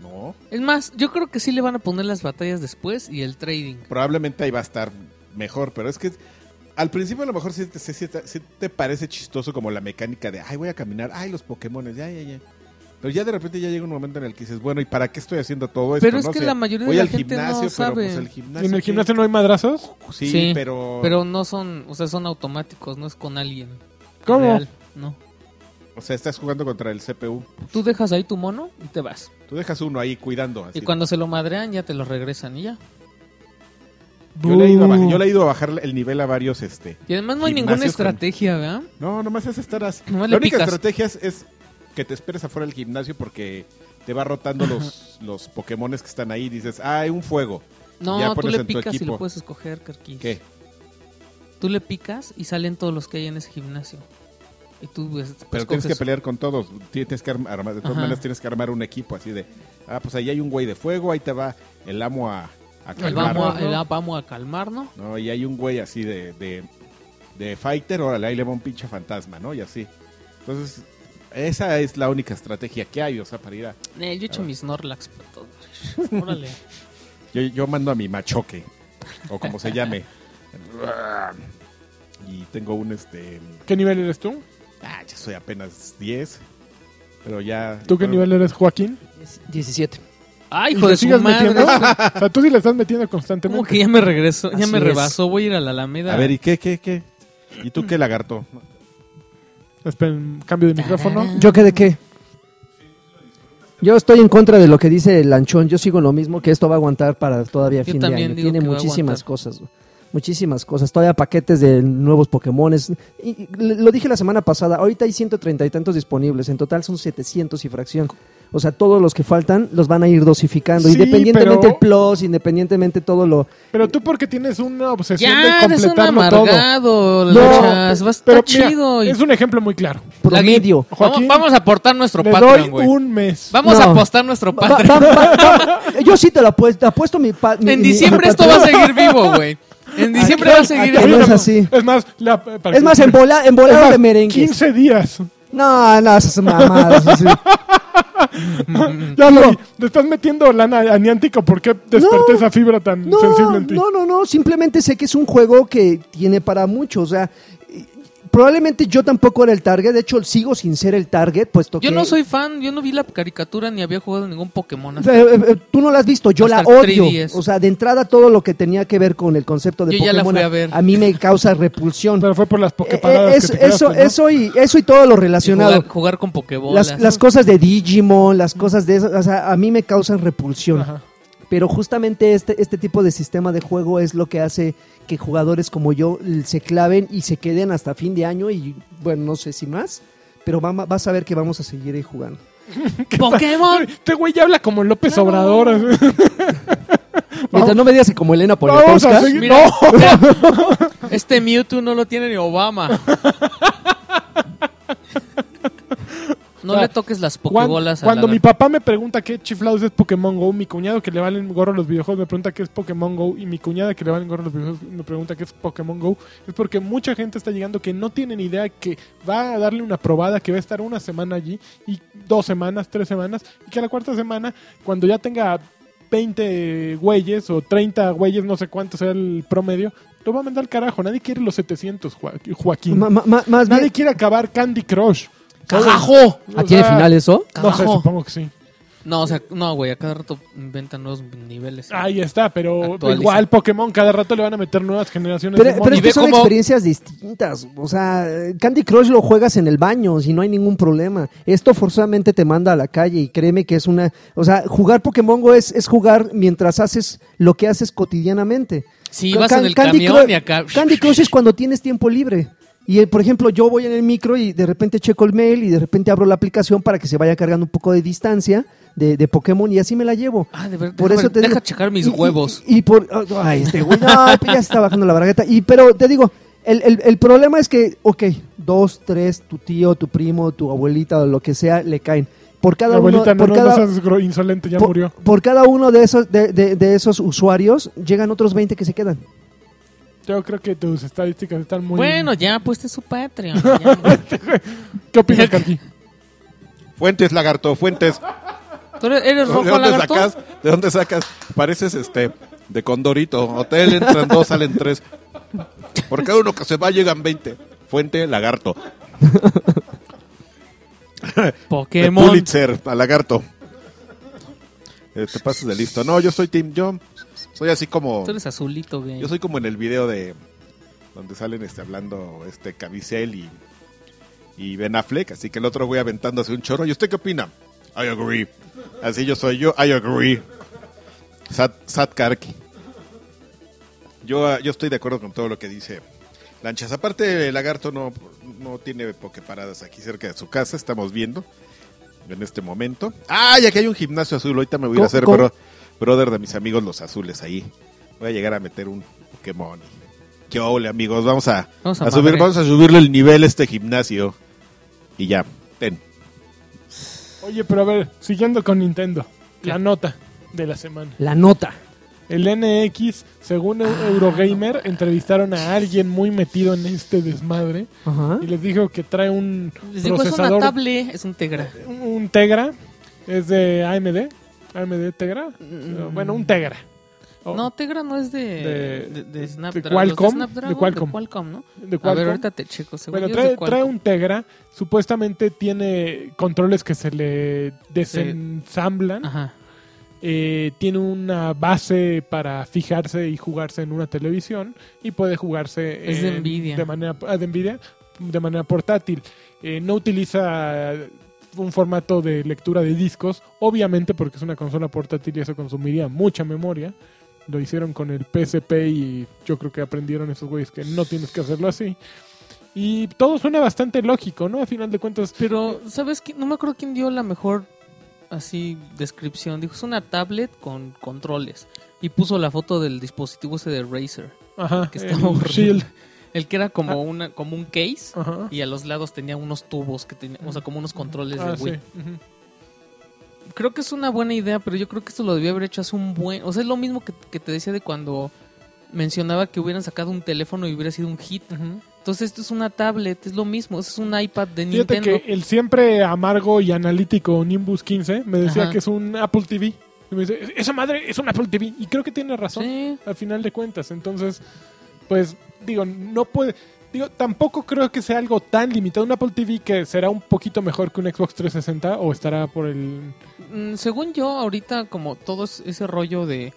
Speaker 1: no,
Speaker 4: Es más, yo creo que sí le van a poner las batallas después y el trading.
Speaker 1: probablemente ahí va a estar mejor, pero es que al principio a lo mejor sí te, sí- sí te- sí te parece chistoso como la mecánica de, ay, voy a caminar, ay, los Pokémones, ya, ya, ya. Pero ya de repente ya llega un momento en el que dices, bueno, ¿y para qué estoy haciendo todo esto?
Speaker 4: Pero es
Speaker 1: no
Speaker 4: que
Speaker 1: sé,
Speaker 4: la mayoría de
Speaker 1: voy
Speaker 4: la
Speaker 1: al
Speaker 4: gente no
Speaker 1: gimnasio, pero,
Speaker 4: sabe.
Speaker 1: pues, el gimnasio,
Speaker 2: ¿En el
Speaker 1: ¿qué?
Speaker 2: gimnasio no hay madrazos?
Speaker 1: Sí,
Speaker 4: Sí,
Speaker 1: pero,
Speaker 4: Pero no son, o sea, son automáticos, no es con alguien.
Speaker 2: ¿Cómo?
Speaker 4: real, no.
Speaker 1: O sea, estás jugando contra el CPU.
Speaker 4: Tú dejas ahí tu mono y te vas.
Speaker 1: Tú dejas uno ahí cuidando. así.
Speaker 4: y cuando se lo madrean ya te lo regresan y ya.
Speaker 1: Yo le, he ido a bajar,
Speaker 2: Buh.
Speaker 1: yo le he ido a bajar el nivel a varios, este...
Speaker 4: Y además no hay
Speaker 1: Gimnasios
Speaker 4: ninguna
Speaker 1: con-
Speaker 4: estrategia, ¿verdad?
Speaker 1: No, nomás es estar así.
Speaker 4: Nomás
Speaker 1: la
Speaker 4: le
Speaker 1: única
Speaker 4: picas.
Speaker 1: estrategia es, es que te esperes afuera del gimnasio porque te va rotando los, los Pokémones que están ahí. Dices, ah, hay un fuego. Ya
Speaker 4: No, tú
Speaker 1: pones
Speaker 4: le
Speaker 1: en tu
Speaker 4: picas y
Speaker 1: equipo.
Speaker 4: lo puedes escoger, Carquillo.
Speaker 1: ¿Qué?
Speaker 4: Tú le picas y salen todos los que hay en ese gimnasio. Y tú pues,
Speaker 1: Pero
Speaker 4: escoges.
Speaker 1: tienes que pelear con todos. Tienes que armar, de todas
Speaker 4: Ajá.
Speaker 1: maneras tienes que armar un equipo así de, ah, pues ahí hay un güey de fuego, ahí te va el amo a, a
Speaker 4: El
Speaker 1: calmar.
Speaker 4: vamos, a,
Speaker 2: ¿no?
Speaker 4: el ah, vamos a calmar, ¿no?
Speaker 1: ¿no? Y hay un güey así de, de, de fighter, órale, ahí le va un pinche fantasma, ¿no? Y así. Entonces, esa es la única estrategia que hay, o sea, para ir a...
Speaker 4: Eh, yo he hecho
Speaker 1: ver.
Speaker 4: mis Norlax para todo. (laughs) Órale.
Speaker 1: Yo, yo mando a mi machoque, o como se llame. (laughs) Y tengo un este.
Speaker 2: ¿Qué nivel eres tú?
Speaker 1: Ah, ya soy apenas 10. Pero ya.
Speaker 2: ¿Tú qué
Speaker 1: bueno,
Speaker 2: nivel eres, Joaquín?
Speaker 5: 17.
Speaker 4: ¡Ay,
Speaker 2: ¿Y
Speaker 4: Ah. hijo
Speaker 2: le
Speaker 4: de su
Speaker 2: sigues metiendo?
Speaker 4: madre! (laughs)
Speaker 2: o sea, tú sí le estás metiendo
Speaker 4: Como
Speaker 2: constantemente.
Speaker 4: que ya me regresó, ya
Speaker 5: Así
Speaker 4: me
Speaker 5: es.
Speaker 4: rebasó, voy a ir a la Alameda.
Speaker 1: A ver, ¿y qué, qué, qué? ¿Y tú qué lagarto?
Speaker 2: Esperen, cambio de micrófono.
Speaker 3: ¿Yo qué de qué? Yo estoy en contra de lo que dice el lanchón. Yo sigo lo mismo que esto va a aguantar para todavía
Speaker 4: Yo
Speaker 3: fin de
Speaker 4: también
Speaker 3: año.
Speaker 4: digo
Speaker 3: Tiene
Speaker 4: que va a
Speaker 3: muchísimas
Speaker 4: aguantar.
Speaker 3: cosas. güey. Muchísimas cosas. Todavía paquetes de nuevos Pokémones. Y- y l- lo dije la semana pasada. Ahorita hay 130 y tantos disponibles. En total son 700 y fracción. O sea, todos los que faltan los van a ir dosificando.
Speaker 2: Sí,
Speaker 3: independientemente el
Speaker 2: pero-
Speaker 3: plus, independientemente todo lo.
Speaker 2: Pero tú porque tienes una obsesión
Speaker 4: Ya,
Speaker 2: de
Speaker 4: eres un
Speaker 2: completarlo todo.
Speaker 4: amargado,
Speaker 2: No,
Speaker 4: Lanchas. Va a estar
Speaker 2: pero mira,
Speaker 4: chido. y-
Speaker 2: es un ejemplo muy claro.
Speaker 4: La gui-
Speaker 3: Promedio.
Speaker 4: Vamos-
Speaker 2: Joaquín,
Speaker 4: vamos, a aportar nuestro
Speaker 2: Le
Speaker 4: Patreon,
Speaker 2: doy
Speaker 4: güey.
Speaker 2: un mes.
Speaker 4: Vamos
Speaker 3: No.
Speaker 4: a apostar nuestro
Speaker 3: Va-
Speaker 4: Patreon.
Speaker 3: va- va- va- yo sí te lo apuesto. Apuesto mi, pa- mi-
Speaker 4: en
Speaker 3: mi-
Speaker 4: diciembre
Speaker 3: mi
Speaker 4: esto va a seguir vivo, güey. En diciembre va a seguir
Speaker 3: que
Speaker 2: Ahorita
Speaker 3: no
Speaker 4: vivo.
Speaker 3: es así.
Speaker 2: Es más, la- para
Speaker 3: Es
Speaker 2: que-
Speaker 3: más, en bola, en
Speaker 2: es
Speaker 3: volado
Speaker 2: más,
Speaker 3: de merengues.
Speaker 2: 15 días.
Speaker 3: No, no, esas mamadas. así.
Speaker 2: Ya lo
Speaker 3: No.
Speaker 2: vi. Mm. Le estás metiendo lana a Niantico. ¿Por qué desperté
Speaker 3: No.
Speaker 2: esa fibra tan
Speaker 3: (laughs) No,
Speaker 2: sensible en ti?
Speaker 3: no, no, no. Simplemente sé que es un juego que tiene para muchos. O sea, y- probablemente yo tampoco era el target. De hecho, sigo sin ser el target, puesto que.
Speaker 4: Yo no soy fan, yo no vi la caricatura ni había jugado ningún Pokémon.
Speaker 3: Eh,
Speaker 4: hasta-
Speaker 3: eh, eh, Tú no la has visto, yo la
Speaker 4: Hasta el
Speaker 3: odio.
Speaker 4: 3DS.
Speaker 3: O sea, de entrada todo lo que tenía que ver con el concepto de
Speaker 4: Yo ya la
Speaker 3: Pokémon
Speaker 4: fui a ver.
Speaker 3: mí me causa repulsión.
Speaker 2: Pero fue por las
Speaker 3: Eh,
Speaker 2: pokeparadas
Speaker 3: eh, eso,
Speaker 2: que te quedaste,
Speaker 3: eso,
Speaker 2: ¿no?
Speaker 3: eso y eso y todo lo
Speaker 4: y
Speaker 3: relacionado.
Speaker 4: jugar, jugar con Pokébolas.
Speaker 3: las, las cosas de Digimon, las cosas de esas, o sea, a mí me causan repulsión.
Speaker 2: Ajá.
Speaker 3: Pero justamente este, este tipo de sistema de juego es lo que hace que jugadores como yo l- se claven y se queden hasta fin de año y, bueno, no sé si más, pero vama- vas a ver que vamos a seguir ahí jugando.
Speaker 4: Pokémon.
Speaker 2: Este güey ya habla como López
Speaker 4: Claro.
Speaker 2: Obrador. así.
Speaker 3: Mientras no me digas que como Elena
Speaker 2: Vamos a
Speaker 3: Poniatowska,
Speaker 2: seguir.
Speaker 4: Mira,
Speaker 2: No.
Speaker 4: mira, este Mewtwo no lo tiene
Speaker 2: (laughs)
Speaker 4: ni Obama. No le toques las
Speaker 2: Cuan-
Speaker 4: Pokébolas a
Speaker 2: cuando
Speaker 4: la-
Speaker 2: mi papá me pregunta qué chiflados es Pokémon Go, mi cuñado que le valen gorro los videojuegos me pregunta qué es Pokémon Go y mi cuñada que le valen gorro los videojuegos me pregunta qué es Pokémon Go, es porque mucha gente está llegando que no tiene ni idea que va a darle una probada, que va a estar una semana allí y dos semanas, tres semanas y que a la cuarta semana, cuando ya tenga 20 güeyes o 30 güeyes, no sé cuánto sea el promedio, lo va a mandar al carajo. Nadie quiere los 700, Joa- Joaquín.
Speaker 3: ma- ma- ma- más
Speaker 2: Nadie
Speaker 3: bien-
Speaker 2: quiere acabar Candy Crush.
Speaker 4: ¡Carajo!
Speaker 2: O
Speaker 3: ¿Ah, ¿tiene
Speaker 2: sea,
Speaker 3: final eso?
Speaker 2: No sé,
Speaker 4: Carajo.
Speaker 2: supongo que sí.
Speaker 4: No, o sea, no, güey, a cada rato inventan nuevos niveles.
Speaker 2: Ahí está, pero
Speaker 4: Actualiza.
Speaker 2: igual Pokémon cada rato le van a meter nuevas generaciones
Speaker 3: Pero,
Speaker 2: de
Speaker 3: pero
Speaker 2: monos.
Speaker 3: es
Speaker 4: Y ve
Speaker 3: que son
Speaker 4: cómo-
Speaker 3: experiencias distintas. O sea, Candy Crush lo juegas en el baño, si no hay ningún problema. Esto forzosamente te manda a la calle y créeme que es una... O sea, jugar Pokémon Go es, es jugar mientras haces lo que haces cotidianamente.
Speaker 4: Sí,
Speaker 3: Ca-
Speaker 4: vas
Speaker 3: Can-
Speaker 4: en el
Speaker 3: Candy
Speaker 4: camión
Speaker 3: Cru-
Speaker 4: y acá.
Speaker 3: Candy Crush es cuando tienes tiempo libre. Y eh, por ejemplo, yo voy en el micro y de repente checo el mail y de repente abro la aplicación para que se vaya cargando un poco de distancia de, de Pokémon y así me la llevo.
Speaker 4: Ah, de verdad.
Speaker 3: Por
Speaker 4: déjame-
Speaker 3: eso te
Speaker 4: deja
Speaker 3: digo-
Speaker 4: checar mis
Speaker 3: y- y-
Speaker 4: huevos.
Speaker 3: Y, por. Ay, este güey. No, pues ya se está bajando la barragueta. Y, pero te digo, el, el- el problema es que, ok, dos, tres, tu tío, tu primo, tu abuelita o lo que sea, le caen. Por cada
Speaker 2: Mi abuelita,
Speaker 3: uno. por
Speaker 2: no, no,
Speaker 3: cada,
Speaker 2: no seas gro- insolente, ya
Speaker 3: por,
Speaker 2: murió.
Speaker 3: por cada uno de esos, de, de- de esos usuarios, llegan otros 20 que se quedan.
Speaker 2: Yo creo que tus estadísticas están (laughs) muy...
Speaker 4: Bueno, ya, pues este es su
Speaker 2: (laughs)
Speaker 4: Patreon. ya.
Speaker 2: ¿Qué
Speaker 4: (laughs)
Speaker 2: opinas, Kanki?
Speaker 1: Fuentes, lagarto, fuentes.
Speaker 4: ¿Tú eres- (laughs) eres
Speaker 1: ¿De
Speaker 4: rojo
Speaker 1: dónde
Speaker 4: lagarto?
Speaker 1: sacas? ¿De dónde sacas? Pareces este de Condorito. Hotel entran dos, salen tres. Por cada uno que se va llegan 20. Fuente, lagarto. de
Speaker 4: Pokémon.
Speaker 1: Pulitzer a lagarto. Eh, te pasas de listo. No, yo soy Tim John. Soy así como.
Speaker 4: Tú eres azulito, güey.
Speaker 1: Yo soy como en el video de donde salen este hablando este Cavicel y, y Ben Affleck, así que el otro voy aventando hacia un chorro. ¿Y usted qué opina? I agree. Así yo soy yo, I agree. Sat, Sat Karki. Yo, ah, yo estoy de acuerdo con todo lo que dice Lanchas. Aparte, el lagarto no, no tiene pokeparadas aquí cerca de su casa, estamos viendo en este momento. ¡Ah! Y aquí hay un gimnasio azul. Ahorita me voy a ir a hacer
Speaker 3: ¿Cómo-
Speaker 1: bro- brother de mis amigos los azules ahí. Voy a llegar a meter un Pokémon. ¡Qué ole, amigos! Vamos a,
Speaker 4: Vamos a
Speaker 1: a subir,
Speaker 4: madrear.
Speaker 1: vamos a subirle el nivel a este gimnasio. Y ya, ten.
Speaker 2: Oye, pero a ver, siguiendo con Nintendo, la nota de la semana.
Speaker 3: La nota.
Speaker 2: El NX, según Eu- Eurogamer, entrevistaron a alguien muy metido en este desmadre
Speaker 3: Ajá.
Speaker 2: y les dijo que trae un
Speaker 4: Les digo, es una
Speaker 2: procesador,
Speaker 4: tablet, es un Tegra.
Speaker 2: un, un Tegra, es de AMD, AMD Tegra, Eh, bueno, un Tegra. O-
Speaker 4: Mm. No, Tegra no es de,
Speaker 2: Oh. De-
Speaker 4: de, de Snapdragon.
Speaker 2: Qualcomm,
Speaker 4: ¿Los
Speaker 2: de
Speaker 4: Snapdragon?
Speaker 2: Qualcomm.
Speaker 4: ¿no?
Speaker 2: de
Speaker 4: A ver,
Speaker 2: Qualcomm.
Speaker 4: ahorita te checo. según
Speaker 2: Bueno,
Speaker 4: yo es
Speaker 2: trae,
Speaker 4: de
Speaker 2: trae
Speaker 4: Qualcomm.
Speaker 2: un Tegra, supuestamente tiene controles que se le desensamblan.
Speaker 4: Ajá.
Speaker 2: eh, tiene una base para fijarse y jugarse en una televisión y puede jugarse
Speaker 4: Es de
Speaker 2: en-
Speaker 4: Nvidia.
Speaker 2: de manera ah, de Nvidia, de manera portátil. Eh, no utiliza un formato de lectura de discos, obviamente porque es una consola portátil y eso consumiría mucha memoria. Lo hicieron con el PSP y yo creo que aprendieron esos güeyes que no tienes que hacerlo así. Y todo suena bastante lógico, ¿no? A final de cuentas,
Speaker 4: Pero, ¿sabes qué? No me acuerdo quién dio la mejor así descripción. Dijo, es una tablet con controles. Y puso la foto del dispositivo ese de Razer.
Speaker 2: ajá,
Speaker 4: que está
Speaker 2: el
Speaker 4: horrible.
Speaker 2: Shield,
Speaker 4: El que era como,
Speaker 2: Ah.
Speaker 4: una, como un case.
Speaker 2: ajá.
Speaker 4: Y a los lados tenía unos tubos que tenía, o sea, como unos controles
Speaker 2: Ah,
Speaker 4: de Wii.
Speaker 2: sí, ujú.
Speaker 4: Creo que es una buena idea, pero yo creo que esto lo debía haber hecho hace un buen... O sea, es lo mismo que, que te decía de cuando mencionaba que hubieran sacado un teléfono y hubiera sido un hit.
Speaker 2: Ujú.
Speaker 4: Entonces esto es una tablet, es lo mismo, es un iPad de
Speaker 2: Fíjate
Speaker 4: Nintendo.
Speaker 2: que el siempre amargo y analítico Nimbus 15 me decía
Speaker 4: Ajá.
Speaker 2: que es un Apple TV. Y me dice, esa madre es un Apple TV. Y creo que tiene razón,
Speaker 4: Sí,
Speaker 2: al final de cuentas. Entonces, pues, digo, no puede... Digo, tampoco creo que sea algo tan limitado. Un Apple TV que será un poquito mejor que un Xbox 360 o estará por el...
Speaker 4: mm, según yo, ahorita como todo es- ese rollo de...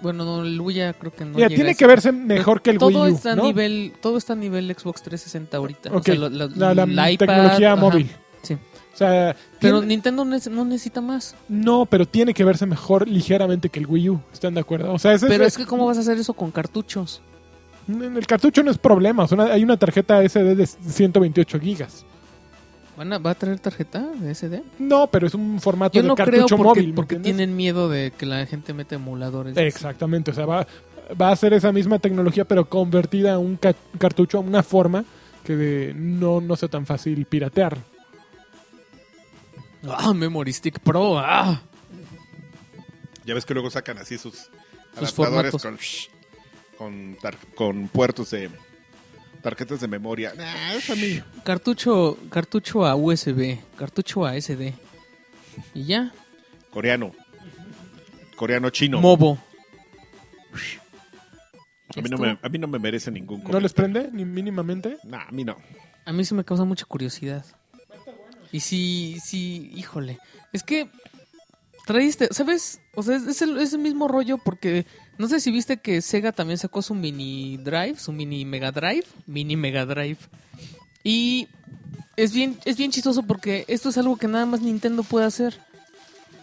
Speaker 4: Bueno, no, el Luya creo que no...
Speaker 2: Mira,
Speaker 4: llega a
Speaker 2: tiene
Speaker 4: ese-
Speaker 2: que verse mejor que el
Speaker 4: todo
Speaker 2: Wii U,
Speaker 4: está a
Speaker 2: ¿no?
Speaker 4: nivel Todo está a nivel Xbox 360 ahorita.
Speaker 2: Ok,
Speaker 4: O sea, lo- lo-
Speaker 2: la, la
Speaker 4: el iPad,
Speaker 2: tecnología
Speaker 4: ajá.
Speaker 2: móvil.
Speaker 4: sí.
Speaker 2: O sea,
Speaker 4: Pero
Speaker 2: tiene-
Speaker 4: Nintendo no neces- no necesita más.
Speaker 2: no, pero tiene que verse mejor ligeramente que el Wii U. ¿Están de acuerdo? O sea, ese
Speaker 4: Pero
Speaker 2: es,
Speaker 4: es que ¿cómo vas a hacer eso con cartuchos?
Speaker 2: En El cartucho no es problema. o sea, una- hay una tarjeta SD de 128 gigas.
Speaker 4: ¿Van a- ¿Va a traer tarjeta de SD?
Speaker 2: No, pero es un formato
Speaker 4: Yo
Speaker 2: de
Speaker 4: no creo
Speaker 2: cartucho
Speaker 4: porque,
Speaker 2: móvil. ¿me
Speaker 4: porque
Speaker 2: entiendes?
Speaker 4: tienen miedo de que la gente meta emuladores.
Speaker 2: Exactamente. O sea, va, va a ser esa misma tecnología, pero convertida a un ca- cartucho, a una forma que de- no, no sea tan fácil piratear.
Speaker 4: Ah, Memory Stick Pro. Ah.
Speaker 1: Ya ves que luego sacan así sus,
Speaker 4: Sus
Speaker 1: adaptadores
Speaker 4: formatos.
Speaker 1: con, con, tar- con puertos de tarjetas de memoria. Nah, es a mí.
Speaker 4: Cartucho, cartucho a USB, cartucho a SD. Y ya.
Speaker 1: Coreano. Coreano chino.
Speaker 4: Mobo.
Speaker 1: a, mí no me, a mí no me merece ningún
Speaker 2: ¿No
Speaker 1: comentario.
Speaker 2: les prende ni mínimamente?
Speaker 1: Nah, a mí no.
Speaker 4: A mí sí me causa mucha curiosidad. Y sí, sí, híjole. Es que traíste, ¿sabes? O sea, es, es el, es el mismo rollo porque no sé si viste que Sega también sacó su mini drive, su mini Mega Drive, mini Mega Drive. Y es bien, es bien chistoso porque esto es algo que nada más Nintendo puede hacer.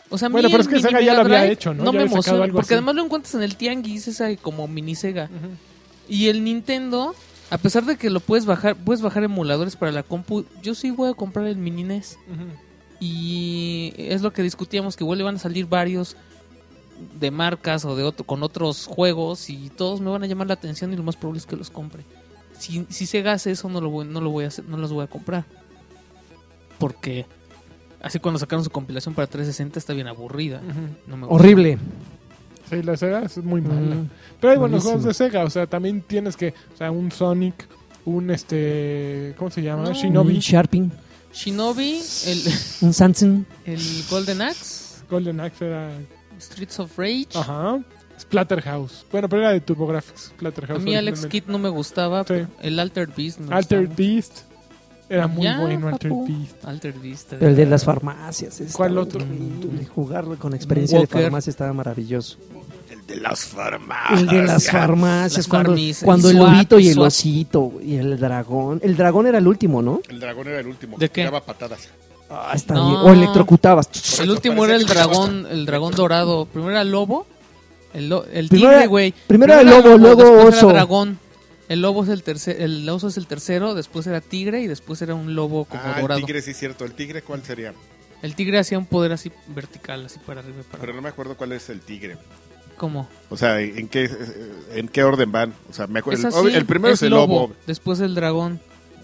Speaker 4: O sea, a mí
Speaker 2: Bueno, pero
Speaker 4: el
Speaker 2: es que
Speaker 4: mini
Speaker 2: Sega ya
Speaker 4: Mega
Speaker 2: lo había
Speaker 4: Drive
Speaker 2: hecho, ¿no?
Speaker 4: No
Speaker 2: Ya
Speaker 4: me
Speaker 2: había sacado
Speaker 4: emociona,
Speaker 2: algo
Speaker 4: porque
Speaker 2: así.
Speaker 4: además lo encuentras en el Tianguis, esa como mini Sega. Y el Nintendo, a pesar de que lo puedes bajar, puedes bajar emuladores para la compu, yo sí voy a comprar el mini NES. Y es lo que discutíamos, que igual le van a salir varios de marcas o de otro, con otros juegos y todos me van a llamar la atención y lo más probable es que los compre. Si, si Sega hace eso, no lo, voy, no lo voy a hacer, no los voy a comprar. Porque así cuando sacaron su compilación para 360 está bien aburrida. No me gusta.
Speaker 3: Horrible.
Speaker 2: Sí, la Sega es muy mala.
Speaker 3: Mm.
Speaker 2: Pero hay buenos
Speaker 3: Malísimo.
Speaker 2: juegos de Sega, o sea, también tienes que, o sea, un Sonic, un este, ¿cómo se llama?
Speaker 4: No.
Speaker 3: Un
Speaker 2: Shinobi,
Speaker 3: Sharping.
Speaker 4: Shinobi, el,
Speaker 3: Un Sansen.
Speaker 4: el Golden Axe,
Speaker 2: Golden Axe era
Speaker 4: Streets of Rage.
Speaker 2: Ajá. Splatterhouse. Bueno, pero era de TurboGrafx.
Speaker 4: A
Speaker 2: Splatterhouse.
Speaker 4: mí Alex Kidd no me gustaba.
Speaker 2: Sí.
Speaker 4: El Altered Beast. me
Speaker 2: Alter
Speaker 4: gustaba.
Speaker 2: Beast. Era muy
Speaker 4: Ya,
Speaker 2: bueno Altered
Speaker 4: papu.
Speaker 2: Beast.
Speaker 4: Altered Beast.
Speaker 3: El de las farmacias. estaba
Speaker 2: ¿Cuál otro?
Speaker 3: increíble. Jugarlo con experiencia de
Speaker 4: Walker.
Speaker 3: farmacia estaba maravilloso.
Speaker 1: El de las farmacias.
Speaker 3: El de las farmacias,
Speaker 4: Las
Speaker 3: cuando,
Speaker 4: farmis, el
Speaker 3: cuando el
Speaker 4: SWAT,
Speaker 3: lobito y el
Speaker 4: SWAT.
Speaker 3: osito y el dragón. El dragón era el último, ¿no?
Speaker 1: El dragón era el último.
Speaker 4: ¿De
Speaker 1: que
Speaker 4: qué?
Speaker 1: Daba patadas.
Speaker 3: Ah, está
Speaker 4: No.
Speaker 3: bien. O electrocutabas.
Speaker 4: El último era el dragón, el dragón dorado. Primero era lobo, el, lo- el
Speaker 3: Primero
Speaker 4: tigre,
Speaker 3: era-
Speaker 4: güey.
Speaker 3: primero era lobo, luego
Speaker 4: después
Speaker 3: oso.
Speaker 4: Era dragón. El lobo es el tercer, el oso es el tercero, después era tigre y después era un lobo como
Speaker 1: Ah, el
Speaker 4: dorado.
Speaker 1: tigre, sí, cierto. ¿El tigre cuál sería?
Speaker 4: El tigre hacía un poder así vertical, así para arriba, y para
Speaker 1: Pero no me acuerdo cuál es el tigre.
Speaker 4: ¿Cómo?
Speaker 1: O sea, ¿en qué, en qué orden van? O sea, me
Speaker 4: Es
Speaker 1: acuerdo.
Speaker 4: así,
Speaker 1: El, el primero es, el lobo.
Speaker 4: Después el dragón.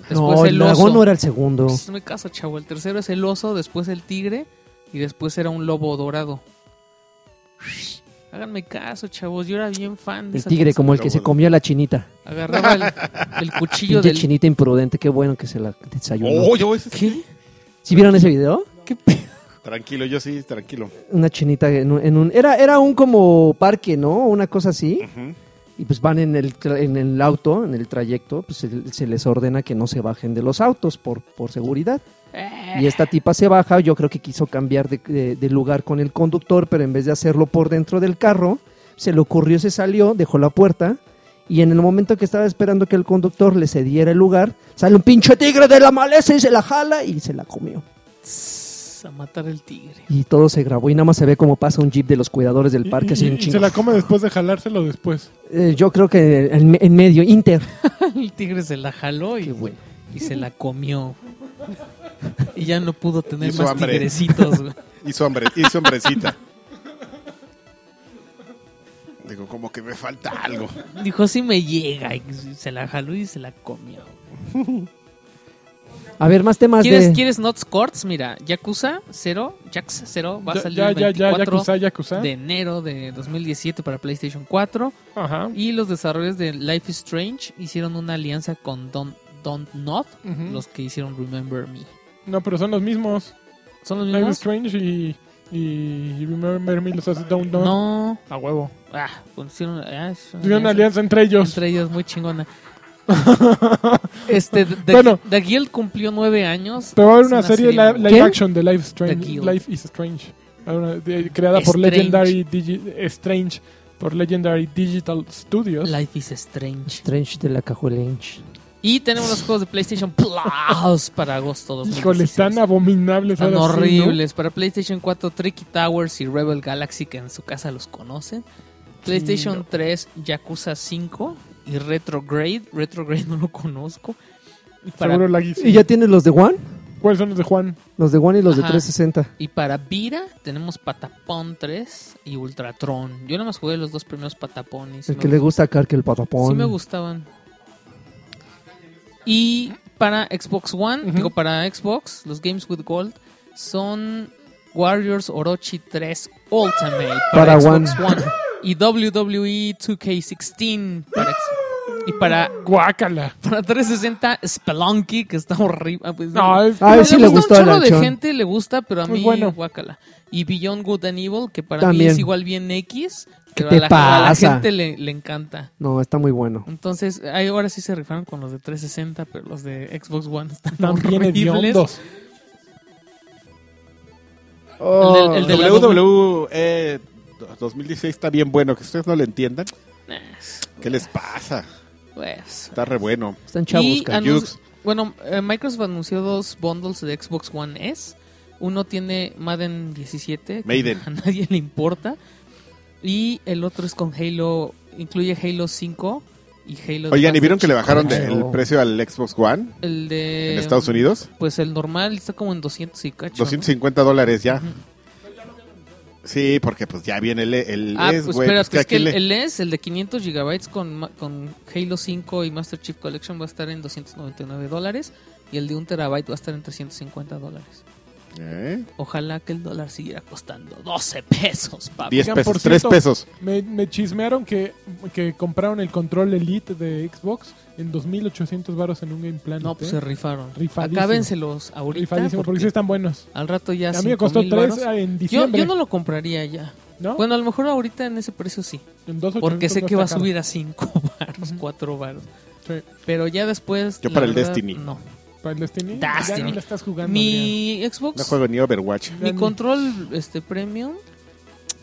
Speaker 4: Después
Speaker 3: No,
Speaker 4: el
Speaker 3: el
Speaker 4: oso.
Speaker 3: dragón no era el segundo.
Speaker 4: Pues, no me caso, chavo. El tercero es el oso, después el tigre y después era un lobo dorado. Háganme caso, chavos. Yo era bien fan de
Speaker 3: El
Speaker 4: esa
Speaker 3: tigre,
Speaker 4: cosa.
Speaker 3: como el que se comió a la chinita.
Speaker 4: Agarraba el, el cuchillo
Speaker 3: Pinche
Speaker 4: del...
Speaker 3: chinita imprudente, qué bueno que se la desayunó.
Speaker 1: Oh, yo, ese-
Speaker 4: ¿Qué?
Speaker 3: ¿Sí vieron ese video?
Speaker 4: ¿Qué pe-
Speaker 1: Tranquilo, yo sí, tranquilo.
Speaker 3: Una chinita en un... en un- era, era un como parque, ¿no? Una cosa así.
Speaker 1: Ujú.
Speaker 3: Y pues van en el, tra- en el auto, en el trayecto, pues se, se les ordena que no se bajen de los autos por, por seguridad. Y esta tipa se baja, yo creo que quiso cambiar de, de- de lugar con el conductor, pero en vez de hacerlo por dentro del carro, se le ocurrió, se salió, dejó la puerta. Y en el momento que estaba esperando que el conductor le cediera el lugar, sale un pinche tigre de la maleza y se la jala y se la comió.
Speaker 4: Tss, A matar el tigre. (laughs)
Speaker 3: Y todo se grabó y nada más se ve cómo pasa un jeep de los cuidadores del
Speaker 2: Y-
Speaker 3: parque
Speaker 2: y-
Speaker 3: así en
Speaker 2: y se
Speaker 3: chingo.
Speaker 2: la come después de jalárselo después.
Speaker 3: Eh, yo creo que en, en medio, Inter.
Speaker 4: El tigre se la jaló y,
Speaker 3: Qué bueno.
Speaker 4: y se la comió. Y ya no pudo tener
Speaker 1: Hizo
Speaker 4: más
Speaker 1: hambre.
Speaker 4: tigrecitos. güey.
Speaker 1: Hizo hombre, hizo hombrecita. Digo, como que me falta algo.
Speaker 4: Dijo, sí me llega. Y se la jaló y se la comió.
Speaker 3: A ver, más temas
Speaker 4: ¿Quieres,
Speaker 3: de...
Speaker 4: ¿Quieres Not Scores? Mira, Yakuza 0, Jax 0, va a
Speaker 2: Ya,
Speaker 4: salir
Speaker 2: ya,
Speaker 4: el
Speaker 2: ya, ya,
Speaker 4: 24
Speaker 2: Yakuza, Yakuza.
Speaker 4: de enero de 2017 para PlayStation 4.
Speaker 2: Ajá.
Speaker 4: Y los desarrolladores de Life is Strange hicieron una alianza con Don, Don't Not,
Speaker 2: Ujú.
Speaker 4: los que hicieron Remember Me.
Speaker 2: No, pero son los mismos.
Speaker 4: ¿Son los
Speaker 2: Life is
Speaker 4: mismos?
Speaker 2: Strange y, y, y Remember Me los hace Down Down.
Speaker 4: No.
Speaker 2: A huevo.
Speaker 4: Ah, pues hicieron ah, es
Speaker 2: Tuvieron una alianza entre ellos.
Speaker 4: entre ellos
Speaker 2: (laughs)
Speaker 4: muy chingona. este, The,
Speaker 2: Bueno.
Speaker 4: The Guild cumplió nueve años.
Speaker 2: Pero va a haber
Speaker 4: Es
Speaker 2: una serie li- live
Speaker 3: ¿Qué?
Speaker 2: action de Life is
Speaker 4: The
Speaker 2: Strange.
Speaker 4: Guild.
Speaker 2: Life is Strange. Va a haber una- de- creada por
Speaker 4: Strange.
Speaker 2: Legendary Digi- Strange. Por Legendary Digital Studios.
Speaker 4: Life is Strange.
Speaker 3: Strange de la Cajuelench.
Speaker 4: Y tenemos los juegos de PlayStation Plus para agosto 2016.
Speaker 2: Híjole, están abominables.
Speaker 4: Están
Speaker 2: ahora sí, ¿no?
Speaker 4: horribles. Para PlayStation 4, Tricky Towers y Rebel Galaxy, que en su casa los conocen. PlayStation 3, Yakuza 5 y Retrograde. Retrograde (laughs) no lo conozco. Y
Speaker 2: Seguro
Speaker 4: para,
Speaker 2: laguísimo.
Speaker 3: ¿Y ya tienes los de One?
Speaker 2: ¿Cuáles son los de Juan?
Speaker 3: Los de One y los
Speaker 4: Ajá.
Speaker 3: de 360.
Speaker 4: y para Vira tenemos Patapón 3 y Ultratron. Yo nada más jugué los dos primeros Patapones.
Speaker 3: El que le gusta a Kark, el patapón.
Speaker 4: Sí me gustaban. Y para Xbox One,
Speaker 2: Ujú.
Speaker 4: digo para Xbox, los Games with Gold son Warriors Orochi 3 Ultimate para,
Speaker 3: Para
Speaker 4: Xbox One. y E WWE 2K16 para X- y para
Speaker 2: Guácala.
Speaker 4: para 360 Spelunky que está horrible. Ah, pues,
Speaker 2: No, es
Speaker 3: Ah,
Speaker 4: le
Speaker 3: sí le
Speaker 4: gusta
Speaker 3: gustó
Speaker 4: un
Speaker 3: al
Speaker 4: chorro de
Speaker 3: Lanchón.
Speaker 4: gente, le gusta, pero a
Speaker 2: Muy
Speaker 4: mí
Speaker 2: bueno.
Speaker 4: guácala. Y Beyond Good and Evil, que para mí
Speaker 3: También.
Speaker 4: es igual bien X, pero
Speaker 3: te
Speaker 4: a, la, a la
Speaker 3: pasa?
Speaker 4: gente le- le encanta.
Speaker 3: No, está muy bueno.
Speaker 4: Entonces, ahí ahora sí se rifaron con los de 360, pero los de Xbox One están,
Speaker 2: están bien
Speaker 4: horribles.
Speaker 2: hediondos.
Speaker 4: Oh. El de la
Speaker 1: WWE 2016 está bien bueno. Que ustedes no lo entiendan.
Speaker 4: Eh,
Speaker 1: ¿Qué les pasa?
Speaker 4: Pues.
Speaker 1: Está re bueno.
Speaker 3: Están chavos,
Speaker 4: Y
Speaker 3: Kark.
Speaker 4: anun-
Speaker 1: Yux.
Speaker 4: Bueno, eh, Microsoft anunció dos bundles de Xbox One S. Uno tiene Madden 17, que
Speaker 1: Maiden.
Speaker 4: a nadie le importa. Y el otro es con Halo, incluye Halo 5 y Halo...
Speaker 1: Oigan, ¿y
Speaker 4: Advanced
Speaker 1: vieron que le bajaron de-
Speaker 3: Claro.
Speaker 1: el precio al Xbox One
Speaker 4: El de...
Speaker 1: en Estados Unidos?
Speaker 4: Pues el normal está como en 200 y cacho. ¿no?
Speaker 1: 250 dólares ya. Sí, porque pues ya viene el, el
Speaker 4: Ah,
Speaker 1: S,
Speaker 4: pues
Speaker 1: güey,
Speaker 4: espera,
Speaker 1: pues, que
Speaker 4: es
Speaker 1: aquí
Speaker 4: que el,
Speaker 1: le-
Speaker 4: el E S, el de 500 gigabytes con, ma- con Halo 5 y Master Chief Collection va a estar en 299 dólares y el de 1 terabyte va a estar en 350 dólares.
Speaker 1: ¿Eh?
Speaker 4: Ojalá que el dólar siguiera costando 12 pesos, papi.
Speaker 1: 10
Speaker 2: Oigan, por
Speaker 1: pesos, 3
Speaker 2: cierto,
Speaker 1: pesos.
Speaker 2: Me, me chismearon que, que compraron el control Elite de Xbox en 2.800 varos en un Game Planet.
Speaker 4: No, pues
Speaker 2: ¿eh?
Speaker 4: se rifaron.
Speaker 2: Rifadísimo.
Speaker 4: Acábenselos ahorita
Speaker 2: Rifadísimo, porque
Speaker 4: porque
Speaker 2: sí están buenos.
Speaker 4: al rato ya
Speaker 2: A mí me
Speaker 4: 5,000
Speaker 2: costó 3
Speaker 4: varos.
Speaker 2: en
Speaker 4: Yo,
Speaker 2: diciembre.
Speaker 4: yo no lo compraría ya.
Speaker 2: ¿no?
Speaker 4: Bueno, a lo mejor ahorita en ese precio sí.
Speaker 2: En 2,800
Speaker 4: Porque sé
Speaker 2: no
Speaker 4: que va a
Speaker 2: está caro.
Speaker 4: subir a 5 baros, 4 baros.
Speaker 2: Sí.
Speaker 4: Pero ya después.
Speaker 1: Yo
Speaker 4: la
Speaker 1: para el
Speaker 4: verdad,
Speaker 1: Destiny.
Speaker 4: No.
Speaker 2: para el Destiny.
Speaker 4: Destiny.
Speaker 2: Ya ni la estás jugando. Adrián.
Speaker 4: Mi
Speaker 1: No
Speaker 4: Xbox,
Speaker 1: juego ni Overwatch.
Speaker 4: mi
Speaker 2: Dani.
Speaker 4: control este premium,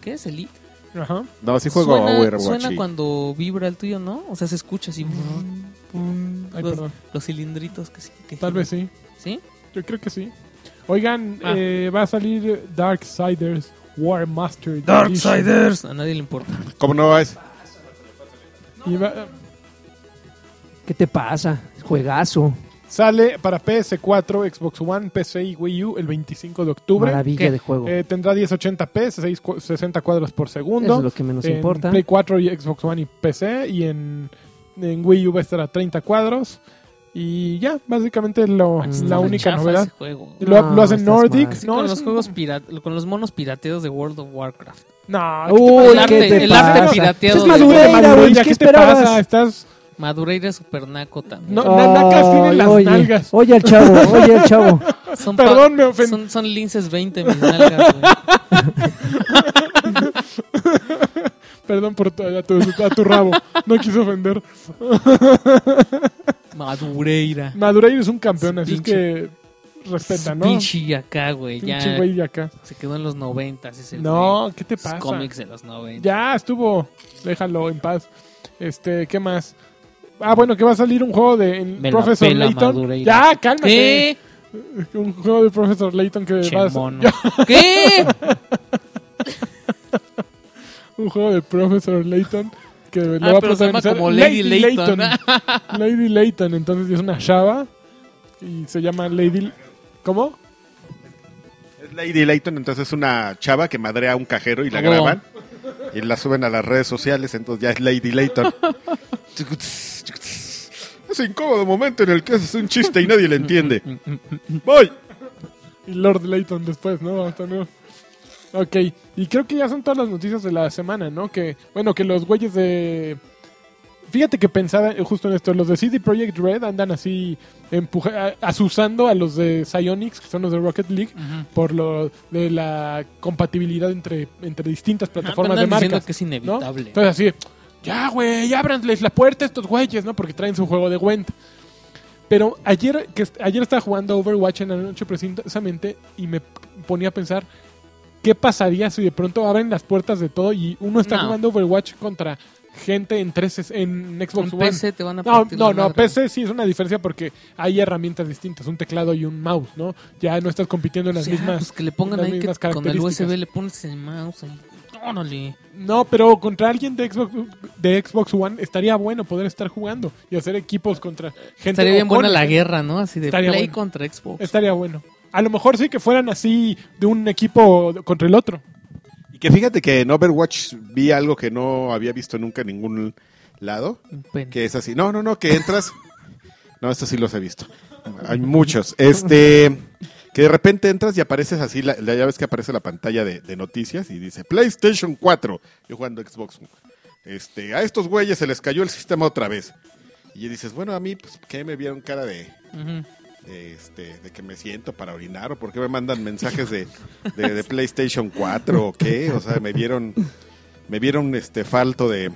Speaker 4: ¿qué es? Elite.
Speaker 2: Ajá.
Speaker 1: No, sí juego
Speaker 4: suena,
Speaker 1: Overwatch.
Speaker 4: suena
Speaker 1: sí.
Speaker 4: cuando vibra el tuyo, ¿no? O sea, se escucha así.
Speaker 2: Ay,
Speaker 4: los,
Speaker 2: perdón.
Speaker 4: los cilindritos que sí. que
Speaker 2: Tal
Speaker 4: giran.
Speaker 2: vez sí.
Speaker 4: ¿Sí?
Speaker 2: Yo creo que sí. Oigan,
Speaker 4: Ah.
Speaker 2: eh, va a salir Darksiders War Master. Edition.
Speaker 4: Darksiders. A nadie le importa.
Speaker 1: ¿Cómo no es?
Speaker 2: Y va-
Speaker 3: ¿Qué te pasa? Juegazo.
Speaker 2: sale para PS4, Xbox One, PC y Wii U el 25 de octubre.
Speaker 3: Maravilla
Speaker 4: ¿Qué?
Speaker 3: de juego.
Speaker 2: Eh, tendrá 1080p, 6 cu- 60 cuadros por
Speaker 3: Eso es
Speaker 2: segundo.
Speaker 3: lo que menos
Speaker 2: en
Speaker 3: importa.
Speaker 2: Play 4 y Xbox One y PC. Y en, en Wii U va a estar a 30 cuadros. Y ya, básicamente lo,
Speaker 3: Max,
Speaker 4: Está
Speaker 2: la
Speaker 4: muy
Speaker 2: única
Speaker 4: chafa
Speaker 2: novedad.
Speaker 4: ese juego.
Speaker 2: Lo,
Speaker 3: No,
Speaker 2: lo hacen
Speaker 3: estás
Speaker 2: Nordic.
Speaker 3: mal.
Speaker 4: Así
Speaker 2: No,
Speaker 4: con
Speaker 2: es
Speaker 4: los
Speaker 2: un-
Speaker 4: juegos pirata- con los monos pirateados de World of Warcraft.
Speaker 2: No, ¿qué te
Speaker 3: Uy,
Speaker 4: el
Speaker 2: pasa?
Speaker 4: arte-
Speaker 3: ¿qué te
Speaker 4: el arte
Speaker 3: pasa?
Speaker 4: pirateado
Speaker 2: Pues
Speaker 3: Pues Es
Speaker 4: de-
Speaker 3: madureira, güey.
Speaker 2: Madureira,
Speaker 3: ¿Qué
Speaker 2: ¿Qué te
Speaker 3: esperabas?
Speaker 2: pasa? Estás
Speaker 4: Madureira Supernaco también.
Speaker 2: No, na- nacas tienen las
Speaker 3: oye,
Speaker 2: nalgas.
Speaker 3: Oye al chavo, oye al chavo.
Speaker 4: Son pa-
Speaker 2: Perdón, me ofendí.
Speaker 4: Son, son linces 20 mis nalgas,
Speaker 2: (laughs)
Speaker 4: güey.
Speaker 2: Perdón por tu, a, tu, a tu rabo. No quise ofender.
Speaker 4: Madureira.
Speaker 2: Madureira es un campeón,
Speaker 4: Sí,
Speaker 2: así es que respeta, ¿no?
Speaker 4: Pinche acá, güey. Ya
Speaker 2: Pinche güey de acá.
Speaker 4: se quedó en los 90. Ese güey.
Speaker 2: No, ¿qué te
Speaker 4: Los
Speaker 2: pasa?
Speaker 4: cómics de los 90.
Speaker 2: Ya estuvo. Déjalo en paz. Este, ¿qué más? Ah, bueno, que va a salir un juego de en
Speaker 4: Me la
Speaker 2: Professor
Speaker 4: pela
Speaker 2: Layton.
Speaker 4: Madureira.
Speaker 2: Ya, cálmate.
Speaker 4: ¿Qué?
Speaker 2: Un juego de Professor Layton que
Speaker 4: Che
Speaker 2: va a
Speaker 4: mono.
Speaker 2: (laughs)
Speaker 4: ¿Qué?
Speaker 2: un juego de Professor Layton que lo
Speaker 4: Ah,
Speaker 2: va a
Speaker 4: pero se llama
Speaker 2: protagonizar
Speaker 4: como Lady Layton. (laughs)
Speaker 2: Lady Layton, entonces es una chava y se llama Lady ¿Cómo?
Speaker 1: Es Lady Layton, entonces es una chava que madrea a un cajero y la
Speaker 4: Ah, bueno.
Speaker 1: graban y la suben a las redes sociales, entonces ya es Lady
Speaker 4: (laughs)
Speaker 1: Layton. Ese incómodo momento en el que haces un chiste y nadie le
Speaker 4: (laughs)
Speaker 1: entiende. Voy.
Speaker 2: Y Lord Layton después, ¿no? Hasta luego. Ok, y creo que ya son todas las noticias de la semana, ¿no? Que, bueno, que los güeyes de... Fíjate que pensaba eh, justo en esto, los de CD Projekt Red andan así empuja, a- asusando a los de Psyonix, que son los de Rocket League, por lo de la compatibilidad entre, entre distintas plataformas
Speaker 4: Andan
Speaker 2: de marcas.
Speaker 4: diciendo que es
Speaker 2: ¿no?
Speaker 4: inevitable.
Speaker 2: Entonces así, ya, güey, ya ábranles la puerta a estos güeyes, ¿no? Porque traen su juego de Gwent. Pero ayer, que, est- ayer estaba jugando Overwatch en la noche precisamente y me p- ponía a pensar qué pasaría si de pronto abren las puertas de todo y uno está
Speaker 4: No.
Speaker 2: jugando Overwatch contra gente en, tres, ses- en Xbox
Speaker 4: Con
Speaker 2: One.
Speaker 4: PC te van a
Speaker 2: No,
Speaker 4: partir
Speaker 2: no,
Speaker 4: la
Speaker 2: no,
Speaker 4: madre.
Speaker 2: PC sí es una diferencia porque hay herramientas distintas, un teclado y un mouse, ¿no? Ya no estás compitiendo en las
Speaker 4: O sea,
Speaker 2: mismas.
Speaker 4: pues que le pongan
Speaker 2: las
Speaker 4: ahí que
Speaker 2: mismas
Speaker 4: con el
Speaker 2: características.
Speaker 4: USB le pones el mouse ahí. Órale.
Speaker 2: No, pero contra alguien de Xbox, de Xbox One estaría bueno poder estar jugando y hacer equipos contra gente.
Speaker 4: Estaría
Speaker 2: o
Speaker 4: bien
Speaker 2: con-
Speaker 4: buena la guerra, ¿no? Así de
Speaker 2: Estaría
Speaker 4: Play
Speaker 2: bueno.
Speaker 4: contra Xbox.
Speaker 2: Estaría bueno. A lo mejor sí que fueran así de un equipo contra el otro.
Speaker 1: Y que fíjate que en Overwatch vi algo que no había visto nunca en ningún lado,
Speaker 4: Pen-
Speaker 1: que es así. No, no, no, que entras. (laughs) No, esto sí los he visto. Hay muchos. Este, que de repente entras y apareces así, la, la- ya ves que aparece la pantalla de, de noticias y dice PlayStation 4. Yo jugando Xbox. Este, a estos güeyes se les cayó el sistema otra vez. Y dices, bueno, a mí, pues, ¿qué me vieron cara de,
Speaker 4: Ujú.
Speaker 1: de, este, de que me siento para orinar o por qué me mandan mensajes de, de- de PlayStation 4 o qué? O sea, me vieron, me vieron este falto de,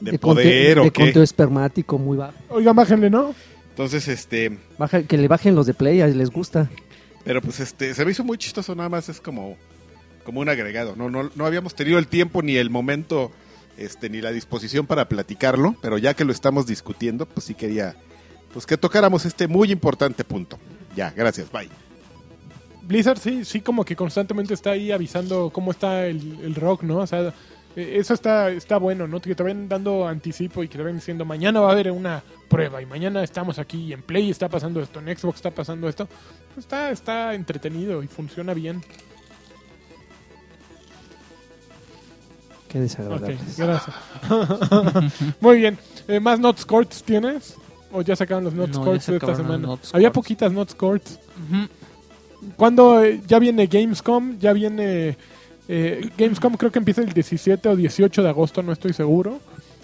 Speaker 1: de,
Speaker 3: conte-
Speaker 1: poder
Speaker 3: de
Speaker 1: o qué.
Speaker 3: conteo espermático muy bajo.
Speaker 2: Oigan, bájenle, ¿no?
Speaker 1: Entonces, este,
Speaker 3: Baja- que le bajen los de Play, ahí les gusta.
Speaker 1: pero pues este, se me hizo muy chistoso, nada más es como, como un agregado. No, no, no habíamos tenido el tiempo ni el momento, este, ni la disposición para platicarlo, pero ya que lo estamos discutiendo, pues sí quería, pues que tocáramos este muy importante punto. Ya, gracias, bye.
Speaker 2: Blizzard sí, sí como que constantemente está ahí avisando cómo está el, el rock, ¿no? O sea, eh, eso está, está bueno, ¿no? Que te ven dando anticipo y que te ven diciendo, mañana va a haber una prueba y mañana estamos aquí y en Play está pasando esto, en Xbox está pasando esto. Pues Está, está entretenido y funciona bien.
Speaker 3: Qué
Speaker 2: Ok,
Speaker 3: desagradable.
Speaker 2: gracias. (laughs) Muy bien. Eh, ¿Más Not Courts tienes? ¿O ya sacaron los Not
Speaker 4: No, ya
Speaker 2: Courts
Speaker 4: se
Speaker 2: de esta
Speaker 4: acabaron los
Speaker 2: semana?
Speaker 4: Not
Speaker 2: Había
Speaker 4: Courts.
Speaker 2: poquitas Not Courts.
Speaker 4: Ujú.
Speaker 2: ¿Cuándo eh, ya viene Gamescom? Ya viene. eh, Gamescom creo que empieza el 17 o 18 de agosto, no estoy seguro.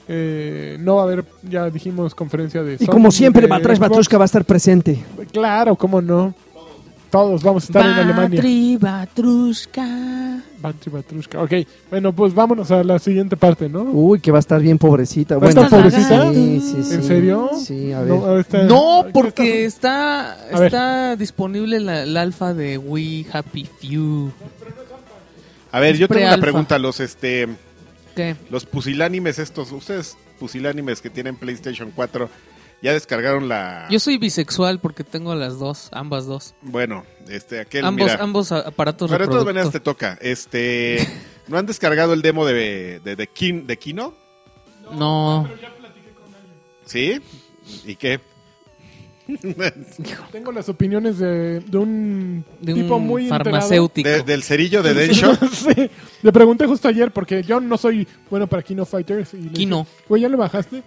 Speaker 2: Eh, no va a haber, ya dijimos, conferencia de.
Speaker 3: Y
Speaker 2: Sony,
Speaker 3: como siempre,
Speaker 2: de
Speaker 3: Batrash
Speaker 2: Xbox.
Speaker 3: Batrushka va a estar presente.
Speaker 2: Claro, cómo no. Todos vamos a estar en Alemania.
Speaker 4: Batri, Batrushka.
Speaker 2: Bantry Batrushka. Ok, bueno, pues vámonos a la siguiente parte, ¿no?
Speaker 3: Uy, que va a estar bien pobrecita.
Speaker 2: ¿Va a estar
Speaker 3: Bueno,
Speaker 2: pobrecita?
Speaker 3: Sí, sí, sí.
Speaker 2: ¿En serio?
Speaker 3: Sí, a ver.
Speaker 2: No, ahorita-
Speaker 4: No, porque está,
Speaker 2: A ver.
Speaker 4: está disponible la, la alfa de Wii Happy Few.
Speaker 1: A ver, yo tengo una
Speaker 4: Pre-alfa.
Speaker 1: pregunta. Los este
Speaker 4: ¿Qué?
Speaker 1: los pusilánimes estos, ustedes pusilánimes que tienen PlayStation 4, ¿ya descargaron la...?
Speaker 4: Yo soy bisexual porque tengo las dos, ambas dos.
Speaker 1: Bueno, este, aquel,
Speaker 4: Ambos,
Speaker 1: mira.
Speaker 4: ambos a- aparatos
Speaker 1: Pero de todas maneras te
Speaker 4: reproductores.
Speaker 1: toca. Este, ¿No han descargado el demo de, de, de, Kin- de Kino?
Speaker 4: No,
Speaker 1: ¿Sí? ¿Y qué?
Speaker 2: Tengo las opiniones de, de un
Speaker 4: de
Speaker 2: tipo
Speaker 4: un
Speaker 2: muy enterado. (laughs)
Speaker 4: farmacéutico.
Speaker 1: De-
Speaker 4: (laughs)
Speaker 1: ¿Del cerillo de Densho?
Speaker 2: Sí, le pregunté justo ayer porque yo no soy bueno para Kino Fighters. Y le
Speaker 4: Kino.
Speaker 2: dije, Güey, ¿ya lo bajaste?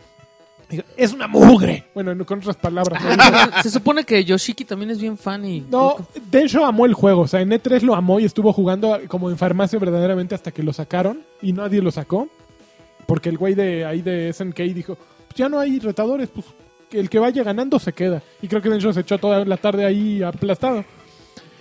Speaker 2: Dijo, es una mugre. Bueno, no- con otras
Speaker 4: (laughs)
Speaker 2: palabras. ¿no?
Speaker 4: Se supone que Yoshiki también es bien fan y...
Speaker 2: No, Densho amó el juego. O sea, en E3 lo amó y estuvo jugando como en farmacia verdaderamente hasta que lo sacaron y nadie lo sacó. Porque el güey de ahí de SNK dijo: "Pues Ya no hay retadores, pues que el que vaya ganando se queda. Y creo que Densho se echó toda la tarde ahí aplastado.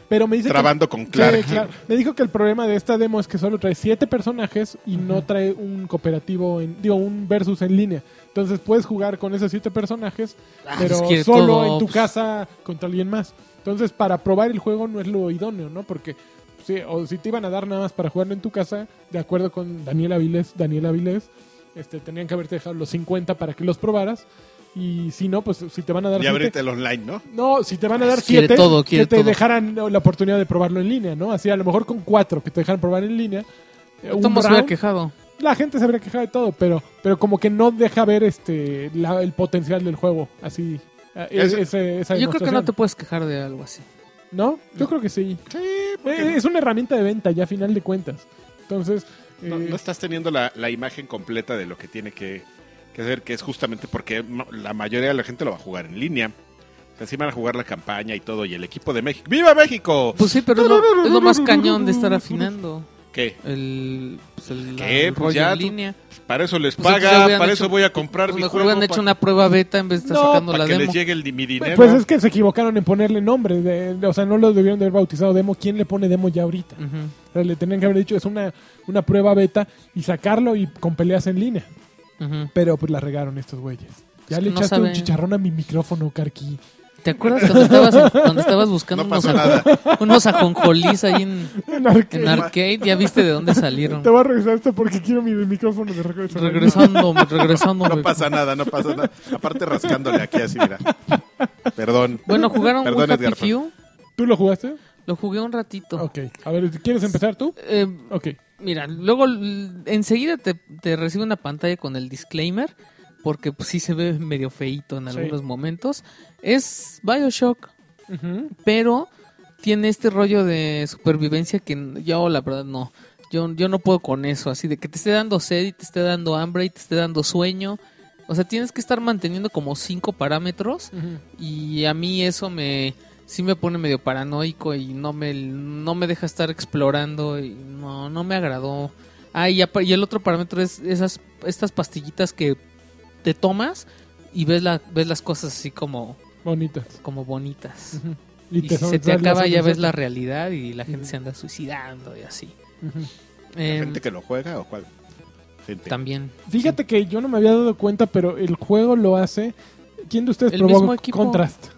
Speaker 2: Pero me dice. que-
Speaker 1: Trabando con
Speaker 2: Sí,
Speaker 1: Clark.
Speaker 2: claro. Me dijo que el problema de esta demo es que solo trae siete personajes y no trae un cooperativo, en, digo, un versus en línea. Entonces puedes jugar con esos siete personajes,
Speaker 4: Ah,
Speaker 2: pero
Speaker 4: pues quiere
Speaker 2: solo
Speaker 4: todo,
Speaker 2: en tu
Speaker 4: pues.
Speaker 2: casa contra alguien más. Entonces, para probar el juego no es lo idóneo, ¿no? Porque sí, o si te iban a dar nada más para jugarlo en tu casa, de acuerdo con Daniel Avilés, Daniel Avilés, este, tenían que haberte dejado los 50 para que los probaras. Y si no, pues si te van a dar
Speaker 1: Y
Speaker 2: siete,
Speaker 1: abrirte el online, ¿no?
Speaker 2: no, si te van a dar
Speaker 4: Quiere
Speaker 2: siete,
Speaker 4: todo, quiere
Speaker 2: que te
Speaker 4: todo.
Speaker 2: dejaran la oportunidad de probarlo en línea, ¿no? Así a lo mejor con cuatro que te dejaran probar en línea. eh, un
Speaker 4: Tomo se había
Speaker 2: round,
Speaker 4: quejado.
Speaker 2: La gente se habría quejado de todo, pero, pero como que no deja ver este la- el potencial del juego, así. eh,
Speaker 1: Es-
Speaker 2: ese- esa
Speaker 4: Yo creo que no te
Speaker 2: demostración.
Speaker 4: puedes quejar de algo así.
Speaker 2: ¿No? Yo creo que sí. Eh, Es una herramienta de venta ya a final de cuentas. Entonces...
Speaker 1: No,
Speaker 4: Mm.
Speaker 2: eh,
Speaker 1: no estás teniendo la, la imagen completa de lo que tiene que, que hacer, que es justamente porque no- la mayoría de la gente lo va a jugar en línea. O sea, sí van a jugar la campaña y todo, y el equipo de México. ¡Viva México!
Speaker 4: Pues sí, pero es lo, es lo más cañón de estar afinando
Speaker 1: ¿Qué?
Speaker 4: el, pues el,
Speaker 1: ¿Qué?
Speaker 4: el
Speaker 1: Pues
Speaker 4: rollo
Speaker 1: ya
Speaker 4: en
Speaker 1: tú-
Speaker 4: línea.
Speaker 1: Para eso les
Speaker 4: Pues entonces
Speaker 1: paga,
Speaker 4: hubieran
Speaker 1: para
Speaker 4: hecho-
Speaker 1: eso
Speaker 4: pues,
Speaker 1: voy a comprar mi
Speaker 4: Mejor
Speaker 1: juego.
Speaker 4: hubieran hecho
Speaker 1: pa-
Speaker 4: una prueba beta en vez de estar
Speaker 2: No,
Speaker 4: sacando
Speaker 1: para
Speaker 4: la
Speaker 1: que
Speaker 4: demo.
Speaker 1: les llegue el, di- mi dinero.
Speaker 2: Pues es que se equivocaron en ponerle nombre. de- de- o sea, no lo debieron de haber bautizado demo. ¿Quién le pone demo ya ahorita?
Speaker 4: Ujú.
Speaker 2: O sea, le tenían que haber dicho es una, una prueba beta y sacarlo y con peleas en línea.
Speaker 4: Ujú.
Speaker 2: Pero pues la regaron estos güeyes. Ya
Speaker 4: Es
Speaker 2: le
Speaker 4: que no
Speaker 2: echaste un
Speaker 4: saben.
Speaker 2: chicharrón a mi micrófono, Carqui.
Speaker 4: ¿Te acuerdas cuando estabas, en- cuando estabas buscando
Speaker 1: No
Speaker 4: unos,
Speaker 1: pasó
Speaker 4: ajo- unos ajonjolís ahí
Speaker 2: (laughs)
Speaker 4: en,
Speaker 2: En arcade.
Speaker 4: en arcade? Ya viste de dónde salieron.
Speaker 2: Te voy a regresar esto porque quiero mi micrófono de regreso.
Speaker 4: Regresando, regresando.
Speaker 1: (laughs) No
Speaker 4: güey.
Speaker 1: pasa nada, no pasa nada. Aparte rascándole aquí así, mira. Perdón.
Speaker 4: Bueno, jugaron
Speaker 1: Perdón,
Speaker 4: Wii Happy
Speaker 1: Edgar,
Speaker 4: Few.
Speaker 2: ¿Tú lo jugaste?
Speaker 4: Lo jugué un ratito.
Speaker 2: Ok. A ver, ¿quieres empezar tú?
Speaker 4: Eh,
Speaker 2: Ok.
Speaker 4: Mira, luego l- enseguida te, te recibe una pantalla con el disclaimer, porque pues, sí se ve medio feíto en
Speaker 2: Sí.
Speaker 4: algunos momentos. Es Bioshock,
Speaker 2: Ujú.
Speaker 4: pero tiene este rollo de supervivencia que n- yo la verdad no. Yo, yo no puedo con eso, así de que te esté dando sed y te esté dando hambre y te esté dando sueño. O sea, tienes que estar manteniendo como cinco parámetros
Speaker 2: Ujú.
Speaker 4: y a mí eso me sí me pone medio paranoico y no me no me deja estar explorando y no no me agradó. Ah, y, apa- y el otro parámetro es esas estas pastillitas que te tomas y ves la ves las cosas así como
Speaker 2: Bonitas.
Speaker 4: como bonitas.
Speaker 2: Ujú.
Speaker 4: Y, si
Speaker 2: son-
Speaker 4: se te
Speaker 2: las
Speaker 4: acaba
Speaker 2: hacen
Speaker 4: ya ves
Speaker 2: besar.
Speaker 4: la realidad y la gente
Speaker 2: Ujú.
Speaker 4: se anda suicidando y así.
Speaker 2: Ujú.
Speaker 4: Em,
Speaker 1: ¿Gente que lo juega o cuál? Gente.
Speaker 4: también.
Speaker 2: Fíjate que yo no me había dado cuenta, pero el juego lo hace. ¿Quién de ustedes
Speaker 4: El
Speaker 2: probó
Speaker 4: mismo equipo.
Speaker 2: Contrast?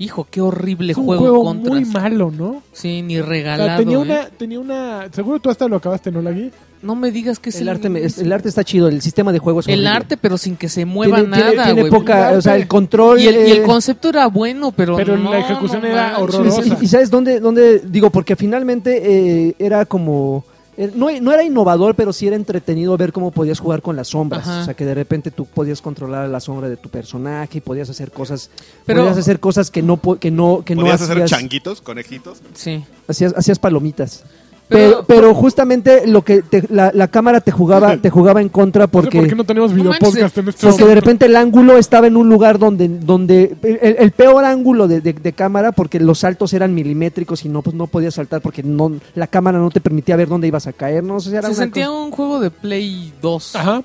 Speaker 4: Hijo, qué horrible
Speaker 2: Es un
Speaker 4: juego,
Speaker 2: juego
Speaker 4: contra.
Speaker 2: muy malo, ¿no?
Speaker 4: Sí, ni
Speaker 2: O sea,
Speaker 4: regalado.
Speaker 2: Ah, tenía
Speaker 4: ¿eh?
Speaker 2: una, tenía una. Seguro tú hasta lo acabaste, ¿no, Lagui?
Speaker 4: No me digas que es
Speaker 3: El arte, me- es- el arte está chido, el sistema de juego es
Speaker 4: El
Speaker 3: horrible.
Speaker 4: arte, pero sin que se mueva
Speaker 3: tiene, tiene-
Speaker 4: nada,
Speaker 3: tiene
Speaker 4: güey.
Speaker 2: El
Speaker 3: poca, o sea,
Speaker 2: arte.
Speaker 3: el control
Speaker 4: Y el, y el
Speaker 3: eh,
Speaker 4: concepto era bueno, pero
Speaker 2: Pero la
Speaker 4: no,
Speaker 2: ejecución
Speaker 4: no
Speaker 2: era
Speaker 3: Sí,
Speaker 4: manches.
Speaker 3: sí,
Speaker 2: horrorosa.
Speaker 3: Y, sabes dónde, dónde digo, porque finalmente eh, era como. eh, No, no era innovador, pero sí era entretenido ver cómo podías jugar con las sombras.
Speaker 4: Ajá.
Speaker 3: O sea, que de repente tú podías controlar la sombra de tu personaje y podías hacer cosas,
Speaker 4: Pero-
Speaker 3: podías hacer cosas que no, po- que no, que no
Speaker 1: ¿Podías hacer
Speaker 3: hacías,
Speaker 1: changuitos, conejitos?
Speaker 4: Sí.
Speaker 3: hacías, hacías palomitas.
Speaker 4: Pero-
Speaker 3: Pero, pero justamente lo que te- la, la cámara
Speaker 1: (laughs)
Speaker 3: te jugaba, te jugaba en contra
Speaker 2: No sé
Speaker 3: porque
Speaker 2: ¿Por qué no tenemos
Speaker 4: No
Speaker 2: videopodcast
Speaker 4: manches,
Speaker 2: en este
Speaker 3: porque de
Speaker 2: momento?
Speaker 3: repente el ángulo estaba en un lugar donde, donde el, el peor ángulo de, de- de cámara, porque los saltos eran milimétricos y no, pues no podías saltar porque no, la cámara no te permitía ver dónde ibas a caer. No sé, era
Speaker 4: Se
Speaker 3: una
Speaker 4: sentía
Speaker 3: cosa-
Speaker 4: un juego de Play 2.
Speaker 2: Ajá.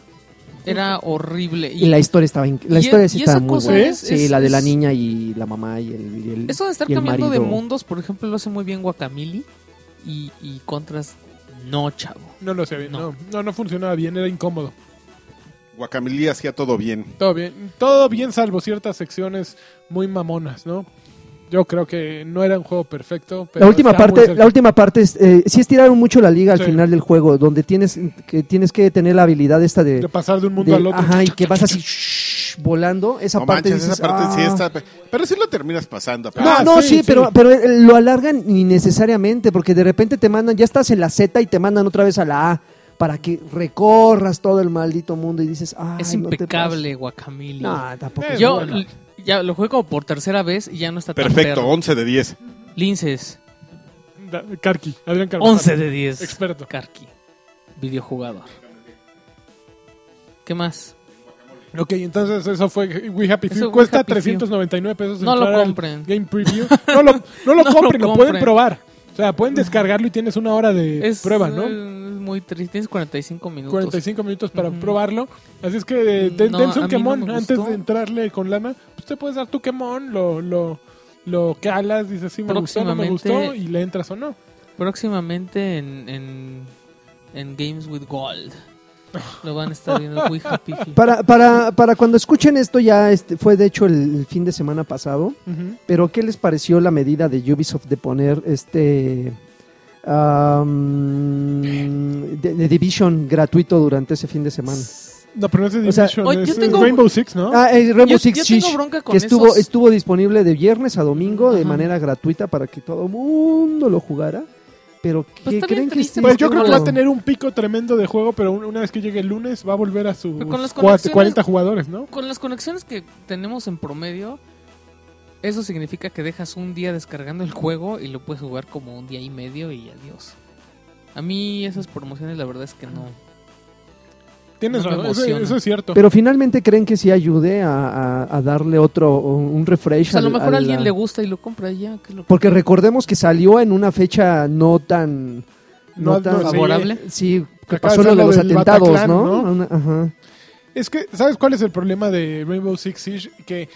Speaker 4: Era horrible.
Speaker 3: Y la historia estaba inc- la
Speaker 4: y-
Speaker 3: historia sí
Speaker 4: y
Speaker 3: estaba
Speaker 4: esa
Speaker 3: muy
Speaker 4: cosa
Speaker 3: buena.
Speaker 4: es-
Speaker 3: sí,
Speaker 4: es-
Speaker 3: la de la
Speaker 4: es-
Speaker 3: niña y la mamá y el, y el-
Speaker 4: Eso de estar
Speaker 3: y el
Speaker 4: cambiando de
Speaker 3: marido.
Speaker 4: mundos, por ejemplo, lo hace muy bien Guacamili y, y Contras No, chavo.
Speaker 2: No lo sé bien,
Speaker 4: No.
Speaker 2: no. no, no funcionaba bien, era incómodo.
Speaker 1: Guacamilí hacía todo bien.
Speaker 2: Todo bien, todo bien salvo ciertas secciones muy mamonas, ¿no? Yo creo que no era un juego perfecto. Pero
Speaker 3: la última
Speaker 2: estaba muy
Speaker 3: parte,
Speaker 2: cerca.
Speaker 3: la última parte es, eh, sí estiraron mucho la liga al
Speaker 2: Sí.
Speaker 3: final del juego, donde tienes que tienes que tener la habilidad esta de,
Speaker 2: de pasar de un mundo
Speaker 3: de-
Speaker 2: al otro.
Speaker 3: ajá, y que vas así shh, volando, esa
Speaker 1: no
Speaker 3: parte
Speaker 1: manches,
Speaker 3: dices,
Speaker 1: esa parte sí
Speaker 3: "Ah".
Speaker 1: está. Pero sí lo terminas pasando. pero-
Speaker 3: No,
Speaker 2: Ah,
Speaker 3: no,
Speaker 2: sí,
Speaker 3: sí,
Speaker 2: sí.
Speaker 3: pero pero eh, lo alargan innecesariamente porque de repente te mandan, ya estás en la Z y te mandan otra vez a la A para que recorras todo el maldito mundo y dices, ah,
Speaker 4: es impecable, Guacamili.
Speaker 3: No, tampoco.
Speaker 2: Eh,
Speaker 3: es
Speaker 4: Yo
Speaker 2: bueno.
Speaker 4: l- ya lo jugué como por tercera vez y ya no está tan
Speaker 1: Perfecto,
Speaker 4: perro.
Speaker 1: 11 de 10.
Speaker 4: Linces,
Speaker 2: Da- Karki, Adrián Carvajal.
Speaker 4: 11 de 10.
Speaker 2: Experto.
Speaker 4: Karki, videojugador. ¿Qué más?
Speaker 2: Ok, entonces eso fue We Happy
Speaker 4: Eso
Speaker 2: Few.
Speaker 4: fue
Speaker 2: Cuesta
Speaker 4: Happy Few.
Speaker 2: 399 pesos.
Speaker 4: No lo
Speaker 2: entrar al
Speaker 4: compren.
Speaker 2: Game
Speaker 4: (laughs)
Speaker 2: Preview. No lo, no lo
Speaker 4: No lo
Speaker 2: compren, lo pueden
Speaker 4: compren.
Speaker 2: probar. O sea, pueden descargarlo y tienes una hora de
Speaker 4: Es
Speaker 2: prueba, ¿no?
Speaker 4: eh, es muy triste. Tienes 45 minutos.
Speaker 2: 45 minutos para
Speaker 4: Ujú. Mm,
Speaker 2: probarlo. Así es que eh, de-
Speaker 4: No,
Speaker 2: dense
Speaker 4: a
Speaker 2: un
Speaker 4: mí no
Speaker 2: quemón
Speaker 4: me
Speaker 2: antes
Speaker 4: gustó.
Speaker 2: de entrarle con lana. Pues te puedes dar tu quemón, lo, lo, lo calas, dices, sí, me gustó, no me gustó,
Speaker 4: Próximamente-
Speaker 2: y le entras o no.
Speaker 4: Próximamente en, en, en Games with
Speaker 2: (laughs)
Speaker 4: Gold. Lo van a estar viendo muy happy. Few.
Speaker 3: Para, para, para cuando escuchen esto ya este, fue de hecho el, el fin de semana pasado, pero ¿qué les pareció la medida de Ubisoft de poner este am, de, de Division gratuito durante ese fin de semana?
Speaker 2: No, pero no es de
Speaker 3: O sea,
Speaker 2: Division,
Speaker 4: oye, yo
Speaker 2: es,
Speaker 4: tengo-
Speaker 2: eh, Rainbow Six, ¿no?
Speaker 3: Ah, eh, Rainbow
Speaker 4: Yo-
Speaker 3: Six
Speaker 4: yo tengo
Speaker 3: Siege,
Speaker 4: bronca con
Speaker 3: que estuvo
Speaker 4: esos-
Speaker 3: estuvo disponible de viernes a domingo de
Speaker 4: Ajá.
Speaker 3: manera gratuita para que todo mundo lo jugara. Pero ¿qué
Speaker 4: Pues está bien
Speaker 3: creen que este
Speaker 4: triste,
Speaker 3: sí
Speaker 2: Pues
Speaker 4: es
Speaker 2: yo creo que va
Speaker 3: estuvo-
Speaker 2: a tener un pico tremendo de juego, pero un- una vez que llegue el lunes va a volver a sus
Speaker 4: Pero con las
Speaker 2: cua-
Speaker 4: conexiones-
Speaker 2: 40 jugadores, ¿no?
Speaker 4: Con las conexiones que tenemos en promedio, eso significa que dejas un día descargando el juego y lo puedes jugar como un día y medio y adiós. A mí esas promociones la verdad es que no.
Speaker 2: Tienes
Speaker 4: No me
Speaker 2: razón, eso,
Speaker 4: emociona.
Speaker 2: eso es cierto.
Speaker 3: Pero finalmente creen que sí ayude a, a- a darle otro un refresh.
Speaker 4: O sea, Pues a lo
Speaker 3: al-
Speaker 4: mejor a
Speaker 3: al-
Speaker 4: alguien le gusta y lo compra y ya. Que lo...
Speaker 3: Porque recordemos que salió en una fecha no tan
Speaker 2: No,
Speaker 3: no,
Speaker 2: no,
Speaker 3: tan
Speaker 2: sí.
Speaker 4: Favorable.
Speaker 3: Sí,
Speaker 2: Acaba
Speaker 3: que
Speaker 2: de
Speaker 3: pasó lo
Speaker 2: ser
Speaker 3: de
Speaker 2: lo
Speaker 3: los
Speaker 2: del
Speaker 3: atentados,
Speaker 2: Bataclan,
Speaker 3: ¿no?
Speaker 2: ¿no?
Speaker 3: Una- ajá.
Speaker 2: Es que, ¿sabes cuál es el problema de Rainbow Six Siege? Que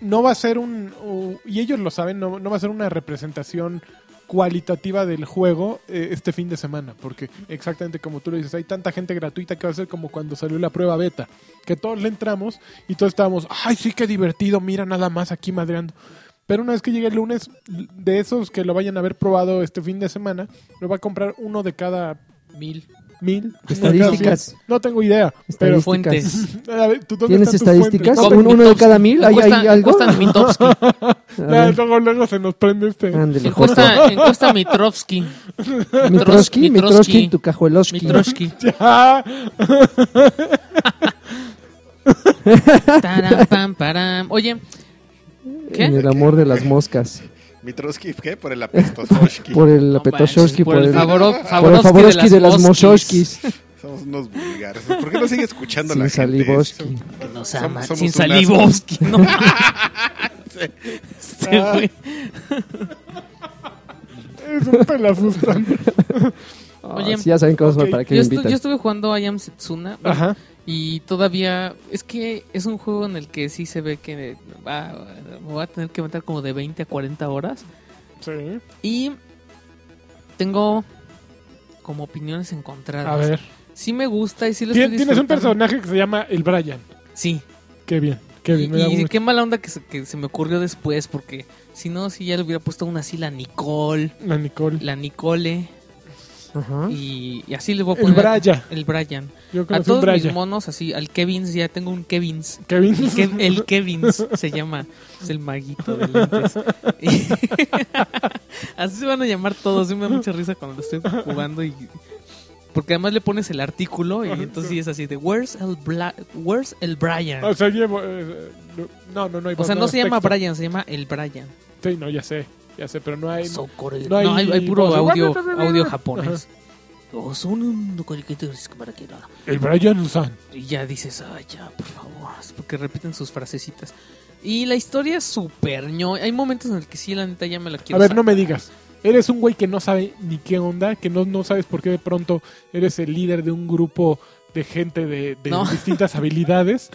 Speaker 2: no va a ser un... o- y ellos lo saben, no, no va a ser una representación cualitativa del juego eh, este fin de semana. Porque exactamente como tú lo dices, hay tanta gente gratuita que va a ser como cuando salió la prueba beta. Que todos le entramos y todos estábamos, ay, sí, qué divertido, mira nada más aquí madreando. Pero una vez que llegue el lunes, de esos que lo vayan a haber probado este fin de semana, lo va a comprar uno de cada
Speaker 4: Mil.
Speaker 2: mil. uno de cada
Speaker 3: Estadísticas.
Speaker 2: cien. No tengo idea. Pero
Speaker 4: Fuentes.
Speaker 2: a ver, ¿tú dónde
Speaker 3: ¿Tienes
Speaker 2: están tus
Speaker 3: estadísticas?
Speaker 2: fuentes?
Speaker 4: Cobre
Speaker 3: ¿Un- ¿Uno de
Speaker 4: Mitofsky.
Speaker 3: cada mil? ¿Hay, hay
Speaker 4: Encuesta-
Speaker 3: algo? (laughs)
Speaker 4: encuesta Mitofsky.
Speaker 3: A
Speaker 2: Ya,
Speaker 3: ver,
Speaker 2: luego, luego se nos prende este.
Speaker 4: (laughs)
Speaker 3: ándele.
Speaker 4: Encuesta,
Speaker 3: (laughs)
Speaker 4: encuesta Mitrovsky.
Speaker 3: Mitroski,
Speaker 4: Mitroski.
Speaker 3: Mitroski, tu cajueloski.
Speaker 4: Mitrovsky.
Speaker 3: Ah,
Speaker 2: Ya.
Speaker 4: Taram, pam, param. Oye, ¿qué?
Speaker 3: En el amor de las moscas.
Speaker 1: Mitroski, ¿qué? Por el apestososhki.
Speaker 3: (laughs) Por el
Speaker 4: No
Speaker 3: Petoshovsky,
Speaker 4: manches,
Speaker 3: por el, por
Speaker 4: favoro-
Speaker 3: el Favorowski de las
Speaker 4: Mososhkis.
Speaker 3: Moshoshkis.
Speaker 1: Somos unos vulgares. ¿Por qué no sigue escuchando la
Speaker 3: Sin
Speaker 1: gente?
Speaker 3: Salivoski.
Speaker 4: Que nos
Speaker 1: Som-
Speaker 4: ama.
Speaker 1: somos
Speaker 4: Sin
Speaker 1: un asco.
Speaker 4: Salivovsky.
Speaker 3: (laughs)
Speaker 4: No. Este
Speaker 3: Ah,
Speaker 4: güey.
Speaker 2: Es un pelafustán.
Speaker 4: Oye,
Speaker 3: Ah, sí, ya saben cómo
Speaker 2: ok,
Speaker 3: para que
Speaker 4: Yo,
Speaker 3: me
Speaker 4: estu-
Speaker 3: invitan.
Speaker 4: yo estuve jugando I Am Setsuna bueno,
Speaker 2: Ajá.
Speaker 4: y todavía es que es un juego en el que sí se ve que va, me voy a tener que meter como de 20 a 40 horas
Speaker 2: Sí.
Speaker 4: y tengo como opiniones encontradas.
Speaker 2: A ver.
Speaker 4: Ah, Sí me gusta y sí lo
Speaker 2: Tien-
Speaker 4: estoy
Speaker 2: Tienes un
Speaker 4: disfrutando.
Speaker 2: personaje que se llama el Brian.
Speaker 4: Sí.
Speaker 2: Qué bien. Qué bien. me da
Speaker 4: y
Speaker 2: gusto.
Speaker 4: qué mala onda que se, que se me ocurrió después porque si no, si ya le hubiera puesto una así la Nicole,
Speaker 2: La Nicole.
Speaker 4: la Nicole
Speaker 3: Ajá.
Speaker 4: y, y así le voy a
Speaker 2: ¿Ah? El
Speaker 4: poner
Speaker 2: Brian.
Speaker 4: el Brian.
Speaker 2: Yo
Speaker 4: A
Speaker 2: conocí un
Speaker 4: todos mis
Speaker 2: Brian.
Speaker 4: monos así, al Kevins, ya tengo un Kevins.
Speaker 2: Kevin.
Speaker 4: El, Kev- el Kevins se llama. Es el maguito de lentes. Y- (laughs) Así se van a llamar todos. Sí me da mucha risa cuando lo estoy jugando. Y... Porque además le pones el artículo y entonces sí es así de Where's el, Bla- Where's el Brian?
Speaker 2: (laughs) O sea, llevo, eh, no, no, no hay
Speaker 4: O sea,
Speaker 2: voz,
Speaker 4: no
Speaker 2: nada,
Speaker 4: se llama
Speaker 2: texto.
Speaker 4: Brian, se llama el Brian.
Speaker 2: Sí, no, ya sé. Ya sé, pero no hay.
Speaker 4: So Korean.
Speaker 2: no hay-
Speaker 4: No, hay, hay puro
Speaker 2: voz.
Speaker 4: audio, audio japonés. O Oh, son un caricaturas para que nada.
Speaker 2: El Brian San.
Speaker 4: Y ya dices, ay, ya, por favor. Es Porque repiten sus frasecitas. Y la historia es súper ño. Hay momentos en el que sí, la neta, ya me la quiero
Speaker 2: A ver,
Speaker 4: sacar.
Speaker 2: no me digas. Eres un güey que no sabe ni qué onda, que no, no sabes por qué de pronto eres el líder de un grupo de gente de, de
Speaker 4: No. (laughs)
Speaker 2: distintas habilidades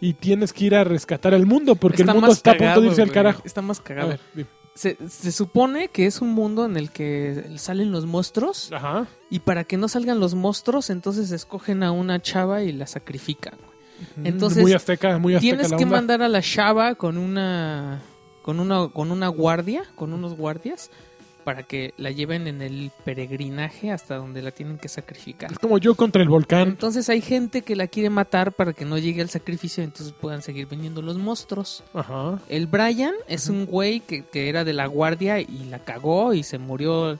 Speaker 2: y tienes que ir a rescatar al mundo porque
Speaker 4: Está
Speaker 2: el mundo
Speaker 4: más
Speaker 2: está a punto
Speaker 4: cagado,
Speaker 2: de irse al
Speaker 4: güey.
Speaker 2: carajo.
Speaker 4: Está más
Speaker 2: A
Speaker 4: cagado.
Speaker 2: ver, dime.
Speaker 4: se, se supone que es un mundo en el que salen los monstruos
Speaker 2: Ajá.
Speaker 4: y para que no salgan los monstruos, entonces escogen a una chava y la sacrifican. güey. Entonces,
Speaker 2: Mm, muy azteca, muy azteca
Speaker 4: Tienes
Speaker 2: la
Speaker 4: que
Speaker 2: onda.
Speaker 4: mandar a la chava con una con una con una guardia, con unos guardias para que la lleven en el peregrinaje hasta donde la tienen que sacrificar.
Speaker 2: Es como yo contra el volcán.
Speaker 4: Entonces hay gente que la quiere matar para que no llegue al sacrificio, entonces puedan seguir viniendo los monstruos.
Speaker 2: Ajá.
Speaker 4: El Brian es un güey que, que era de la guardia y la cagó y se murió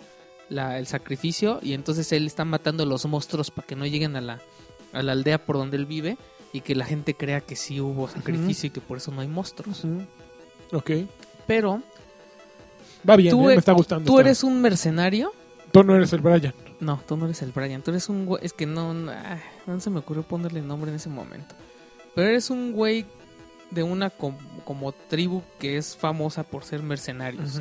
Speaker 4: la- el sacrificio y entonces él está matando a los monstruos para que no lleguen a la, a la aldea por donde él vive y que la gente crea que sí hubo sacrificio y que por eso no hay monstruos.
Speaker 2: Ujú. Ok.
Speaker 4: Pero
Speaker 2: Va bien,
Speaker 4: tú,
Speaker 2: eh,
Speaker 4: e-
Speaker 2: me está gustando.
Speaker 4: tú
Speaker 2: está-
Speaker 4: eres un mercenario.
Speaker 2: Tú no eres el Brian.
Speaker 4: No, tú no eres el Brian, tú eres un güey... Es que no, no ah, no se me ocurrió ponerle nombre en ese momento. Pero eres un güey de una com- como tribu que es famosa por ser mercenarios.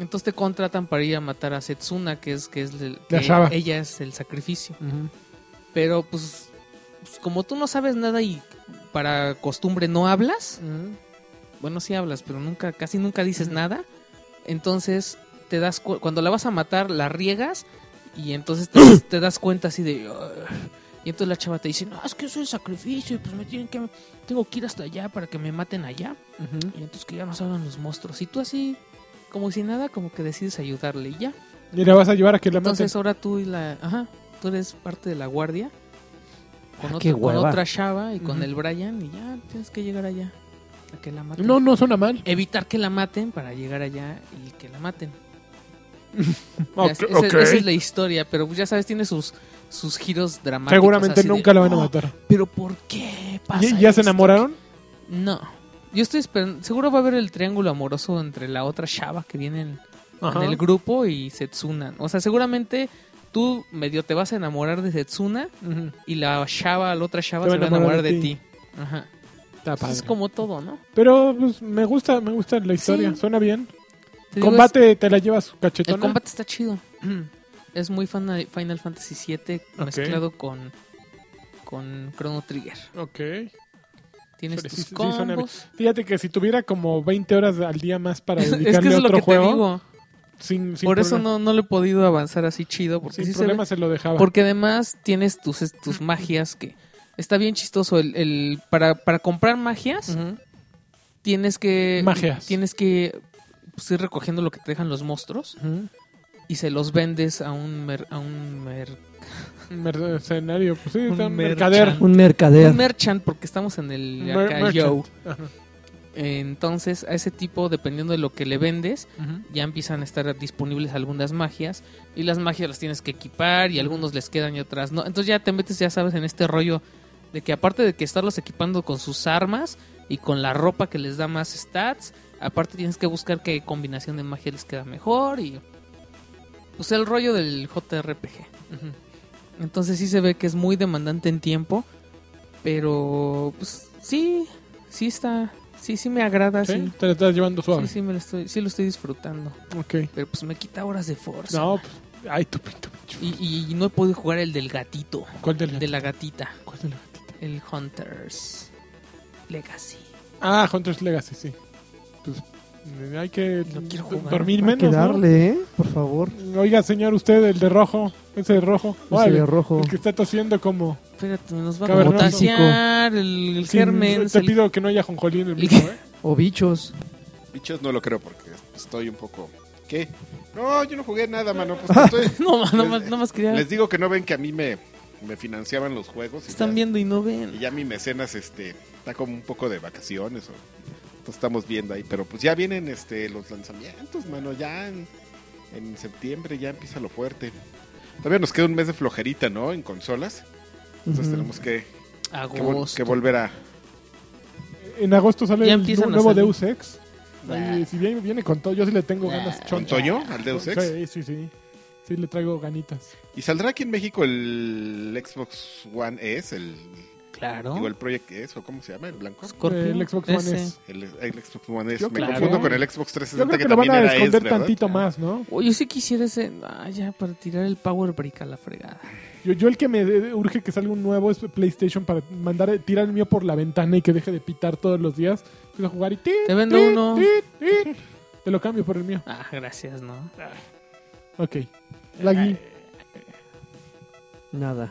Speaker 4: Entonces te contratan para ir a matar a Setsuna, que es que es el-
Speaker 2: La
Speaker 4: que
Speaker 2: chava.
Speaker 4: ella es el sacrificio.
Speaker 2: Ujú.
Speaker 4: Pero pues, pues, como tú no sabes nada y para costumbre no hablas, bueno sí hablas, pero nunca casi nunca dices nada. Entonces te das cu- cuando la vas a matar la riegas y entonces te, das- te das cuenta así de "Ugh". y entonces la chava te dice no es que eso es sacrificio y pues me tienen que tengo que ir hasta allá para que me maten allá.
Speaker 2: Ujú.
Speaker 4: Y entonces que ya no salgan los monstruos. Y tú así, como si nada, como que decides ayudarle y ya.
Speaker 2: Y la vas a llevar a que la maten.
Speaker 4: Entonces ahora tú y la... Ajá, tú eres parte de la guardia. Con,
Speaker 3: Ah,
Speaker 4: otro-
Speaker 3: qué
Speaker 4: con
Speaker 3: hueva.
Speaker 4: otra chava y con
Speaker 2: Ujú.
Speaker 4: el Brian y ya tienes que llegar allá. A que la maten.
Speaker 2: No, no suena mal.
Speaker 4: Evitar que la maten para llegar allá y que la maten. Ya,
Speaker 2: Ok,
Speaker 4: esa,
Speaker 2: ok.
Speaker 4: esa es la historia, pero pues ya sabes, tiene sus, sus giros dramáticos.
Speaker 2: Seguramente
Speaker 4: así de,
Speaker 2: nunca la van a
Speaker 4: "Oh,
Speaker 2: matar.
Speaker 4: Pero ¿por qué pasa
Speaker 2: ¿Y- ¿Ya se
Speaker 4: esto?"
Speaker 2: enamoraron?
Speaker 4: No. Yo estoy esperando. Seguro va a haber el triángulo amoroso entre la otra chava que viene en,
Speaker 2: Ajá.
Speaker 4: en el grupo y Setsuna. O sea, seguramente tú medio te vas a enamorar de Setsuna
Speaker 2: Ujú.
Speaker 4: y la chava, la otra chava
Speaker 2: Te
Speaker 4: se va a enamorar de ti. Ajá.
Speaker 2: Está
Speaker 4: Pues es
Speaker 2: padre.
Speaker 4: como todo, ¿no?
Speaker 2: Pero pues, me gusta, me gusta la historia.
Speaker 4: Sí.
Speaker 2: Suena bien.
Speaker 4: Te digo,
Speaker 2: combate te la llevas
Speaker 4: es- el
Speaker 2: cachetona.
Speaker 4: combate está chido. (clears throat) Es muy fan- Final Fantasy VII mezclado con, con Chrono Trigger.
Speaker 2: Ok.
Speaker 4: Tienes
Speaker 2: Sí,
Speaker 4: tus
Speaker 2: sí, sí, suena bien.
Speaker 4: combos.
Speaker 2: Fíjate que si tuviera como 20 horas al día más para
Speaker 4: (laughs) es
Speaker 2: dedicarle
Speaker 4: que eso
Speaker 2: a
Speaker 4: es lo
Speaker 2: otro
Speaker 4: que
Speaker 2: juego,
Speaker 4: te digo.
Speaker 2: sin, sin
Speaker 4: Por eso
Speaker 2: problema-
Speaker 4: no, no le he podido avanzar así chido. Porque
Speaker 2: sin
Speaker 4: sí se ve-
Speaker 2: problema se lo dejaba.
Speaker 4: Porque además tienes tus, tus magias que... Está bien chistoso. El, el- para, para comprar magias
Speaker 2: Ujú.
Speaker 4: tienes que...
Speaker 2: Magias.
Speaker 4: Tienes que pues, ir recogiendo lo que te dejan los monstruos
Speaker 2: Ujú.
Speaker 4: y se los vendes a un... mer- a un, mer-
Speaker 2: Un Mercenario, pues sí,
Speaker 4: Un
Speaker 2: está un
Speaker 4: merchan-
Speaker 2: mercader.
Speaker 3: Un
Speaker 4: un
Speaker 3: mercader.
Speaker 4: merchant porque estamos en el...
Speaker 2: Mer-
Speaker 4: acá,
Speaker 2: merchant.
Speaker 4: yo.
Speaker 2: Ajá.
Speaker 4: Entonces a ese tipo, dependiendo de lo que le vendes,
Speaker 2: Ujú.
Speaker 4: ya empiezan a estar disponibles algunas magias y las magias las tienes que equipar y algunos les quedan y otras no. Entonces ya te metes, ya sabes, en este rollo de que aparte de que estarlos equipando con sus armas y con la ropa que les da más stats, aparte tienes que buscar qué combinación de magia les queda mejor y pues el rollo del JRPG. Ujú. Entonces sí se ve que es muy demandante en tiempo, pero pues sí, sí está, sí sí me agrada,
Speaker 2: Sí,
Speaker 4: Ah, sí.
Speaker 2: Te la estás llevando
Speaker 4: Sí,
Speaker 2: suave.
Speaker 4: sí, me lo estoy, sí lo estoy disfrutando.
Speaker 2: Ok.
Speaker 4: Pero pues me quita horas de Forza.
Speaker 2: No, pues, ay, tu pinto.
Speaker 4: Y, y no he podido jugar el del gatito.
Speaker 2: ¿Cuál de la-
Speaker 4: De la gatita.
Speaker 2: cuál de la gatita?
Speaker 4: El Hunters Legacy.
Speaker 2: Ah, Hunter's Legacy, sí. Pues eh, hay que
Speaker 4: Lo quiero
Speaker 2: d-
Speaker 4: jugar.
Speaker 2: dormir
Speaker 3: Hay
Speaker 2: menos.
Speaker 3: que
Speaker 2: ¿no?
Speaker 3: darle, ¿eh? Por favor.
Speaker 2: Oiga, señor, usted, el de rojo. Ese de rojo.
Speaker 3: Ese
Speaker 2: Órale,
Speaker 3: de rojo.
Speaker 2: El que está tosiendo como.
Speaker 4: Espérate, nos va a
Speaker 2: Cavernoso.
Speaker 4: contagiar el, el
Speaker 2: Sí,
Speaker 4: germen.
Speaker 2: Te
Speaker 4: el-
Speaker 2: pido que no haya jonjolín en el
Speaker 4: el-
Speaker 2: mismo, ¿eh?
Speaker 3: O bichos.
Speaker 1: Bichos no lo creo porque estoy un poco. ¿Qué? No, yo no jugué nada, mano. Pues te
Speaker 3: (laughs)
Speaker 1: estoy-
Speaker 4: (laughs) No, ma- no, más, no más quería.
Speaker 1: Les digo que no ven que a mí me, me financiaban los juegos. Y
Speaker 4: Están
Speaker 1: ya,
Speaker 4: viendo y no
Speaker 1: Y
Speaker 4: ven.
Speaker 1: ya mi mecenas este, está como un poco de vacaciones. O, entonces estamos viendo ahí. Pero pues ya vienen este, los lanzamientos, mano. Ya en, en septiembre ya empieza lo fuerte. Todavía nos queda un mes de flojerita, ¿no? En consolas. Entonces
Speaker 3: Ujú.
Speaker 1: tenemos que, que, vol-
Speaker 4: Agosto.
Speaker 1: que volver a.
Speaker 2: En agosto sale
Speaker 4: Ya
Speaker 2: el
Speaker 4: empiezan
Speaker 2: nu-
Speaker 4: a
Speaker 2: nuevo
Speaker 4: salir.
Speaker 2: Deus Ex. Ay, si bien viene con todo, yo sí le tengo ganas.
Speaker 1: ¿Con
Speaker 2: chonchas.
Speaker 1: Toño? ¿Al Deus Ex?
Speaker 2: Sí, sí, sí. Sí le traigo ganitas.
Speaker 1: ¿Y saldrá aquí en México el Xbox One S? El,
Speaker 4: Claro.
Speaker 1: Digo, el Project S, ¿o cómo se llama? ¿El blanco?
Speaker 4: Scorpio,
Speaker 2: El Xbox One
Speaker 4: ese.
Speaker 2: S.
Speaker 1: El, el Xbox One S.
Speaker 2: Pues Yo
Speaker 1: Me
Speaker 2: claro.
Speaker 1: confundo con el Xbox 360
Speaker 2: Yo creo que, lo van
Speaker 1: Pues también
Speaker 2: a
Speaker 1: era S,
Speaker 2: esconder
Speaker 1: ¿verdad?
Speaker 2: tantito más, ¿no?
Speaker 4: Oye, yo sí quisiera ese. Ah, ya, para tirar el power brick a la fregada.
Speaker 2: Yo, yo el que me eh, urge que salga un nuevo es PlayStation para mandar eh, tirar el mío por la ventana y que deje de pitar todos los días. Empiezo a jugar y tit,
Speaker 4: Te vendo
Speaker 2: tit,
Speaker 4: uno.
Speaker 2: tit, tit. Te lo cambio por el mío.
Speaker 4: Ah, gracias, ¿no?
Speaker 2: Ok. Lagui.
Speaker 3: Nada.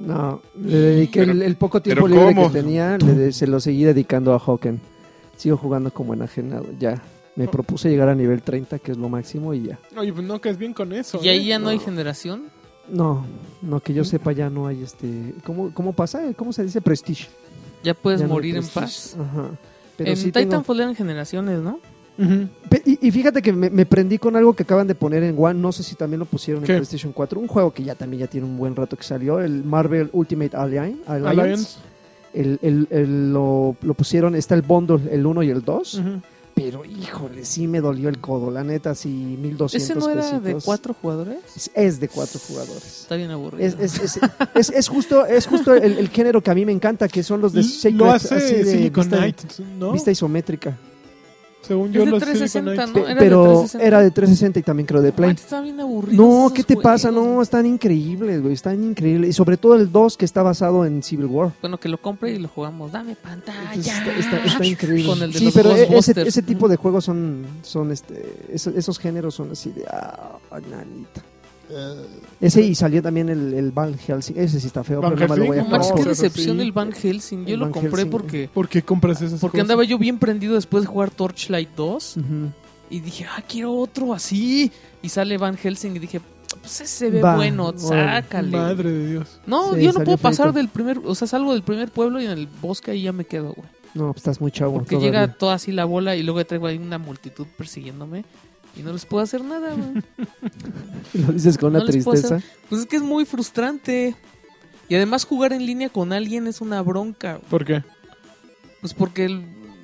Speaker 3: No, le dediqué el,
Speaker 1: Pero-
Speaker 3: el poco tiempo
Speaker 1: pero
Speaker 3: libre
Speaker 1: ¿cómo?
Speaker 3: que tenía, le de- se lo seguí dedicando a Hawken. Sigo jugando como enajenado, ya. Me propuse llegar a nivel 30, que es lo máximo, y ya.
Speaker 2: Oye, pues no caes bien con eso.
Speaker 4: Y ahí
Speaker 2: ¿eh?
Speaker 4: ya no, hay generación.
Speaker 3: No, no, que yo sepa, ya no hay este... ¿Cómo, cómo pasa? ¿Cómo se dice? Prestige.
Speaker 4: Ya puedes
Speaker 3: Ya no hay
Speaker 4: morir en
Speaker 3: prestige.
Speaker 4: paz.
Speaker 3: Ajá. Pero
Speaker 4: en
Speaker 3: sí tengo-
Speaker 4: Titanfall eran generaciones, ¿no?
Speaker 2: Ujú.
Speaker 3: Pe- Y, y fíjate que me, me prendí con algo que acaban de poner en One, no sé si también lo pusieron
Speaker 2: ¿Qué?
Speaker 3: en PlayStation 4, un juego que ya también ya tiene un buen rato que salió, el Marvel Ultimate Alliance. Alliance.
Speaker 2: Alliance.
Speaker 3: El, el- el- lo, lo pusieron, está el bundle, el 1 y el 2,
Speaker 2: Ujú.
Speaker 3: pero híjole, sí me dolió el codo, la neta, sí, 1200
Speaker 4: ¿Ese no era de
Speaker 3: pesitos.
Speaker 4: cuatro jugadores?
Speaker 3: Es- Es de cuatro jugadores.
Speaker 4: Está bien aburrido.
Speaker 3: Es, es- es- es- es justo, es justo el, el género que a mí me encanta, que son los de Sacred,
Speaker 2: Lo
Speaker 3: así de
Speaker 2: hace Silicon
Speaker 3: vista-
Speaker 2: Knight, ¿no?
Speaker 3: vista isométrica.
Speaker 2: Según
Speaker 4: Es
Speaker 2: yo,
Speaker 4: de
Speaker 2: los
Speaker 4: 360,
Speaker 2: Silicon
Speaker 4: ¿no?
Speaker 2: Knight.
Speaker 3: Pe-
Speaker 4: era de
Speaker 3: pero
Speaker 4: 360.
Speaker 3: era de 360 y también creo de Play.
Speaker 4: Manches, Ah, está bien aburrido.
Speaker 3: No, ¿qué te pasa? No, están increíbles, güey. Están increíbles. Y sobre todo el 2 que está basado en Civil War.
Speaker 4: Bueno, que lo compre y lo jugamos. Dame pantalla.
Speaker 3: Entonces, está, está- está increíble.
Speaker 4: Ah, Con el de
Speaker 3: sí,
Speaker 4: los
Speaker 3: pero e- ese,
Speaker 4: Ghostbusters.
Speaker 3: ese tipo de juegos son, son este, eso- esos, géneros son así de ah, nanita.
Speaker 2: Eh,
Speaker 3: Ese y salió también el, el Van Helsing. Ese sí está feo,
Speaker 2: Van
Speaker 3: pero no me lo voy a
Speaker 4: No
Speaker 2: Helsing,
Speaker 3: comprar
Speaker 4: manches,
Speaker 2: no,
Speaker 3: por-
Speaker 4: qué
Speaker 2: pero
Speaker 4: decepción
Speaker 2: sí.
Speaker 4: el Van Helsing. Yo
Speaker 3: El
Speaker 4: lo
Speaker 3: Van
Speaker 4: compré
Speaker 3: Helsing.
Speaker 4: porque
Speaker 2: ¿Por qué compras esas
Speaker 4: porque
Speaker 2: cosas?
Speaker 4: andaba yo bien prendido después de jugar Torchlight 2
Speaker 3: Ujú.
Speaker 4: y dije, "Ah, quiero otro así." Y sale Van Helsing y dije, "Pues ese se ve
Speaker 3: Va,
Speaker 4: bueno,
Speaker 3: órale.
Speaker 4: sácale."
Speaker 2: Madre de Dios.
Speaker 4: No,
Speaker 3: Sí,
Speaker 4: yo no
Speaker 3: salió
Speaker 4: puedo pasar
Speaker 3: feito.
Speaker 4: del primer, o sea, salgo del primer pueblo y en el bosque ahí ya me quedo, güey.
Speaker 3: No, pues estás muy chavo.
Speaker 4: Porque
Speaker 3: todavía.
Speaker 4: llega toda así la bola y luego traigo ahí una multitud persiguiéndome y no les puedo hacer
Speaker 3: (laughs)
Speaker 4: nada, güey.
Speaker 3: (laughs) Lo dices con una
Speaker 4: no les puedo hacer-
Speaker 3: tristeza.
Speaker 4: Pues es que es muy frustrante. Y además jugar en línea con alguien es una bronca. güey.
Speaker 2: ¿Por qué?
Speaker 4: Pues porque el-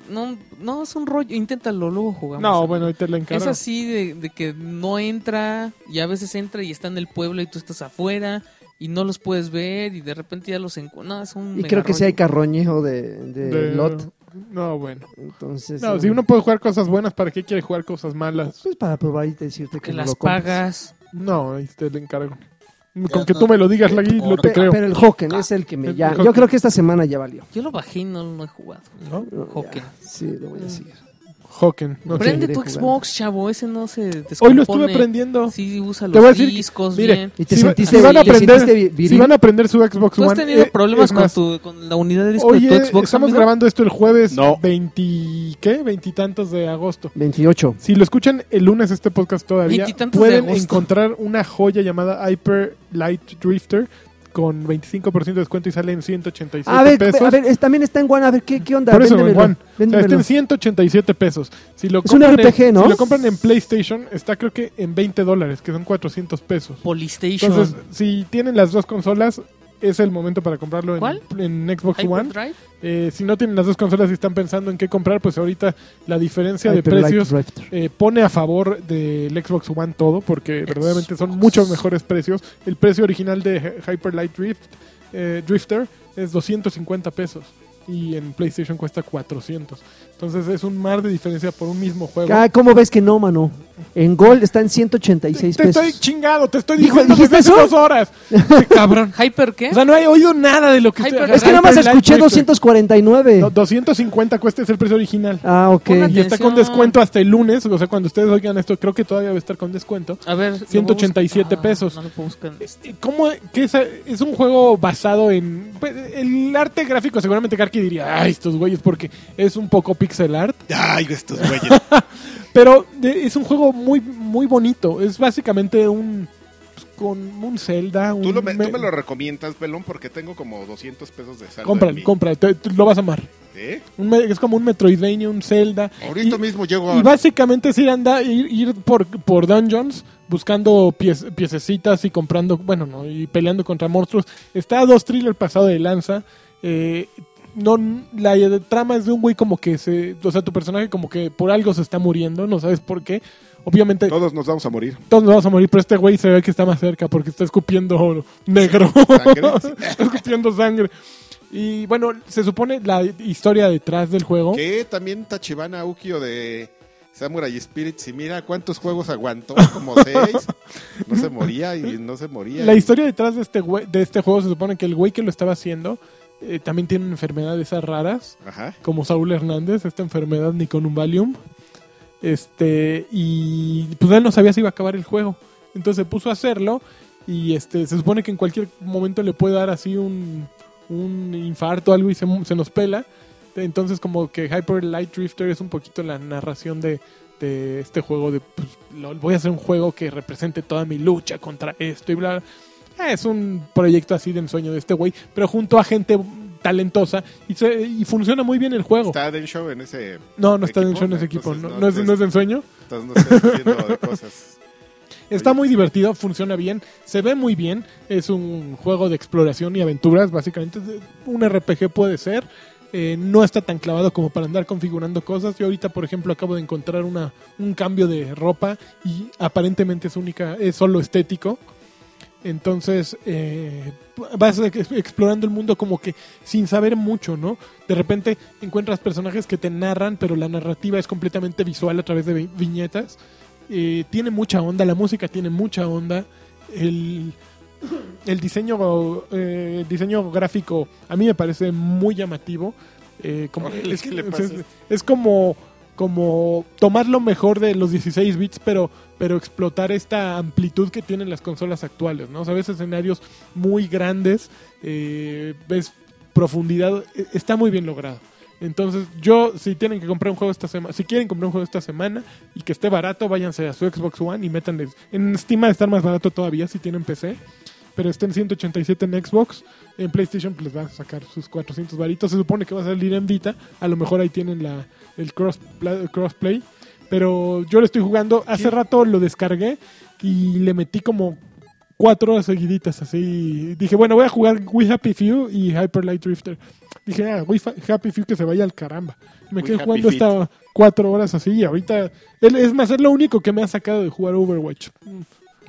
Speaker 4: no, no es un rollo. Inténtalo, luego jugamos.
Speaker 2: No, bueno, ahí te la
Speaker 4: Es
Speaker 2: encargo.
Speaker 4: así de, de que no entra y a veces entra y está en el pueblo y tú estás afuera y no los puedes ver y de repente ya los encuentras. No, es
Speaker 3: Y
Speaker 4: un
Speaker 3: creo que
Speaker 4: megarrollo.
Speaker 3: sí hay carroñejo de, de
Speaker 2: De-
Speaker 3: Lot.
Speaker 2: No, bueno.
Speaker 3: Entonces.
Speaker 2: No,
Speaker 3: eh,
Speaker 2: si uno puede jugar cosas buenas, ¿para qué quiere jugar cosas malas?
Speaker 3: Pues para probar y decirte que,
Speaker 4: que
Speaker 3: no
Speaker 4: las
Speaker 3: lo compres.
Speaker 4: pagas.
Speaker 2: No, ahí te la encargo. Con
Speaker 5: Ya
Speaker 2: que
Speaker 5: no.
Speaker 2: tú me lo digas, Lagui, lo te
Speaker 3: Pero,
Speaker 2: creo.
Speaker 3: pero el Hocken es el que me
Speaker 2: El
Speaker 3: ya.
Speaker 2: Hocken.
Speaker 3: Yo creo que esta semana ya valió.
Speaker 4: Yo lo bajé y no lo he jugado.
Speaker 2: ¿No?
Speaker 3: No,
Speaker 4: Hocken.
Speaker 3: ya, Sí, lo
Speaker 4: Mm.
Speaker 3: voy a seguir.
Speaker 2: Hocken. ok.
Speaker 4: Prende
Speaker 3: seguiré
Speaker 4: tu
Speaker 3: jugando.
Speaker 4: Xbox, chavo. Ese no se descompone.
Speaker 2: Hoy lo estuve aprendiendo.
Speaker 4: Sí, usa
Speaker 2: voy a
Speaker 4: los
Speaker 2: decir que-
Speaker 4: discos
Speaker 2: mire,
Speaker 4: bien.
Speaker 3: Y te
Speaker 2: si, va-
Speaker 3: sentiste,
Speaker 2: si van a
Speaker 4: ¿te
Speaker 3: aprender
Speaker 2: aprender, si van a aprender su Xbox
Speaker 4: ¿Tú
Speaker 2: One.
Speaker 4: has tenido
Speaker 2: eh,
Speaker 4: problemas
Speaker 2: es
Speaker 4: con,
Speaker 2: más,
Speaker 4: tu, con la unidad de disco
Speaker 2: Oye,
Speaker 4: de tu Xbox?
Speaker 2: estamos
Speaker 4: amigo?
Speaker 2: grabando esto el jueves
Speaker 1: No.
Speaker 2: 20, ¿qué? Veintitantos de agosto.
Speaker 3: 28.
Speaker 2: Si lo escuchan el lunes este podcast todavía,
Speaker 4: Veintitantos de
Speaker 2: pueden
Speaker 4: agosto.
Speaker 2: encontrar una joya llamada Hyper Light Drifter con 25% de descuento y sale en 187
Speaker 3: A ver,
Speaker 2: pesos.
Speaker 3: a ver, es- también está en One. A ver, ¿qué, qué onda?
Speaker 2: Por eso, en
Speaker 3: Véndemelo,
Speaker 2: One. O sea, este
Speaker 3: véndemelo.
Speaker 2: está en 187 pesos. Si lo
Speaker 3: Es un
Speaker 2: compran en-
Speaker 3: RPG, ¿no?
Speaker 2: Si lo compran en PlayStation, está creo que en 20 dólares, que son 400 pesos.
Speaker 4: Polystation.
Speaker 2: Entonces, si tienen las dos consolas, es el momento para comprarlo en,
Speaker 4: ¿Cuál?
Speaker 2: en Xbox One.
Speaker 4: Hyperdrive.
Speaker 2: Eh, si no tienen las dos consolas y están pensando en qué comprar, pues ahorita la diferencia de
Speaker 3: Hyper Light
Speaker 2: precios
Speaker 3: Drifter.
Speaker 2: eh, pone a favor del Xbox One todo, porque verdaderamente son
Speaker 4: Xbox.
Speaker 2: muchos mejores precios. El precio original de Hy- Hyper Light Drift, eh, Drifter es 250 pesos y en PlayStation cuesta 400. Entonces es un mar de diferencia por un mismo juego.
Speaker 3: Ah, ¿cómo ves que no, mano? En Gold está en 186
Speaker 2: te
Speaker 3: pesos.
Speaker 2: estoy chingado, te estoy
Speaker 3: Dijo-
Speaker 2: diciendo
Speaker 3: ¿dijiste
Speaker 2: desde hace
Speaker 3: eso?
Speaker 2: dos
Speaker 3: (laughs)
Speaker 2: horas. Este cabrón.
Speaker 4: ¿Hyper qué?
Speaker 2: O sea, no he oído nada de lo que
Speaker 4: Hyper-
Speaker 2: estoy-
Speaker 3: Es que nada más
Speaker 2: Hyper Light
Speaker 3: escuché
Speaker 2: Drifter.
Speaker 3: 249.
Speaker 2: No, 250 cuesta es el precio original.
Speaker 3: Ah, ok.
Speaker 4: Una
Speaker 2: Y está con
Speaker 4: Atención.
Speaker 2: descuento hasta el lunes. O sea, cuando ustedes oigan esto, creo que todavía va a estar con descuento.
Speaker 4: A ver. lo voy a
Speaker 2: 187
Speaker 4: buscar. Ah,
Speaker 2: pesos. Este,
Speaker 4: No lo puedo buscar.
Speaker 2: Eh, ¿Cómo e-, que es, es un juego basado en pues, el arte gráfico? Seguramente Karki diría, ay, estos güeyes, porque es un poco pixel art.
Speaker 1: Ay,
Speaker 2: (laughs)
Speaker 1: estos güeyes.
Speaker 2: Pero de- es un juego muy, muy bonito. Es básicamente un pues, con un Zelda.
Speaker 1: Tú,
Speaker 2: un
Speaker 1: lo me, tú
Speaker 2: me-
Speaker 1: me lo recomiendas, pelón, porque tengo como 200 pesos de saldo. en
Speaker 2: compra,
Speaker 1: mí.
Speaker 2: compra, te- te- lo vas a amar.
Speaker 1: ¿Eh?
Speaker 2: Un me- es como un Metroidvania, un Zelda.
Speaker 1: Ahorita
Speaker 2: Y-
Speaker 1: mismo llego
Speaker 2: Y
Speaker 1: a...
Speaker 2: básicamente es ir, anda, ir, ir por, por dungeons buscando piec- piececitas y comprando, bueno, no, y peleando contra monstruos. Está a dos thriller pasado de lanza. Eh, no, la trama es de un güey como que se. O sea, tu personaje como que por algo se está muriendo, no sabes por qué. Obviamente,
Speaker 1: Todos nos vamos a morir.
Speaker 2: todos nos vamos a morir, pero este güey se ve que está más cerca porque está escupiendo negro. (laughs)
Speaker 1: ¿Sangre?
Speaker 2: está escupiendo sangre. Y bueno, se supone la historia detrás del juego.
Speaker 1: Que también Tachibana Ukio de Samurai Spirits. Y mira cuántos juegos aguantó, como seis. No se moría y no se moría.
Speaker 2: La
Speaker 1: y-
Speaker 2: historia detrás de este, güey- de este juego se supone que el güey que lo estaba haciendo eh, también tiene una enfermedad de esas raras,
Speaker 1: Ajá.
Speaker 2: como Saúl Hernández, esta enfermedad Niconumbalium. Este, y pues él no sabía si iba a acabar el juego. Entonces se puso a hacerlo y este, se supone que en cualquier momento le puede dar así un, un infarto o algo y se, mu- se nos pela. Entonces como que Hyper Light Drifter es un poquito la narración de, de este juego de pues, LOL, voy a hacer un juego que represente toda mi lucha contra esto y bla. bla. Ah, Es un proyecto así de ensueño de este güey, pero junto a gente talentosa y, se- y funciona muy bien el juego.
Speaker 1: Está Den Show en ese.
Speaker 2: no, no está
Speaker 1: equipo,
Speaker 2: en ese
Speaker 1: entonces
Speaker 2: equipo, no,
Speaker 1: no,
Speaker 2: no es,
Speaker 1: entonces-
Speaker 2: no es de ensueño.
Speaker 1: Estás no sé, diciendo de cosas.
Speaker 2: Está
Speaker 1: Oye.
Speaker 2: muy divertido, funciona bien, se ve muy bien. Es un juego de exploración y aventuras, básicamente. de- Un RPG puede ser. eh, no está tan clavado como para andar configurando cosas. Yo ahorita, por ejemplo, acabo de encontrar una, un cambio de ropa y aparentemente es única, es solo estético. Entonces eh, vas ex- explorando el mundo como que sin saber mucho, ¿no? De repente encuentras personajes que te narran, pero la narrativa es completamente visual a través de vi- viñetas. Eh, tiene mucha onda, la música tiene mucha onda. El, el diseño, eh, el diseño gráfico a mí me parece muy llamativo. Eh, como,
Speaker 1: Órale,
Speaker 2: es,
Speaker 1: ¿qué le
Speaker 2: es-
Speaker 1: pasa a
Speaker 2: es-
Speaker 1: este?
Speaker 2: es como, como tomar lo mejor de los 16 bits, pero, pero explotar esta amplitud que tienen las consolas actuales, ¿no? O sea, ves escenarios muy grandes, eh, ves profundidad, eh, está muy bien logrado. Entonces, yo, si tienen que comprar un juego esta semana, si quieren comprar un juego esta semana y que esté barato, váyanse a su Xbox One y métanle. En Steam ha de estar más barato todavía si tienen PC, pero está en 187 en Xbox. En PlayStation pues, les van a sacar sus 400 varitos. Se supone que va a salir en Vita. A lo mejor ahí tienen la, el cross, pla- crossplay. Pero yo lo estoy jugando. Hace rato lo descargué y le metí como cuatro horas seguiditas así. Dije, bueno, voy a jugar We Happy Few y Hyper Light Drifter. Dije, ah, We Fa- Happy Few que se vaya al caramba. Me
Speaker 1: We
Speaker 2: quedé
Speaker 1: Happy
Speaker 2: jugando
Speaker 1: Feet.
Speaker 2: hasta cuatro horas así y ahorita... él- Es más, es lo único que me ha sacado de jugar Overwatch.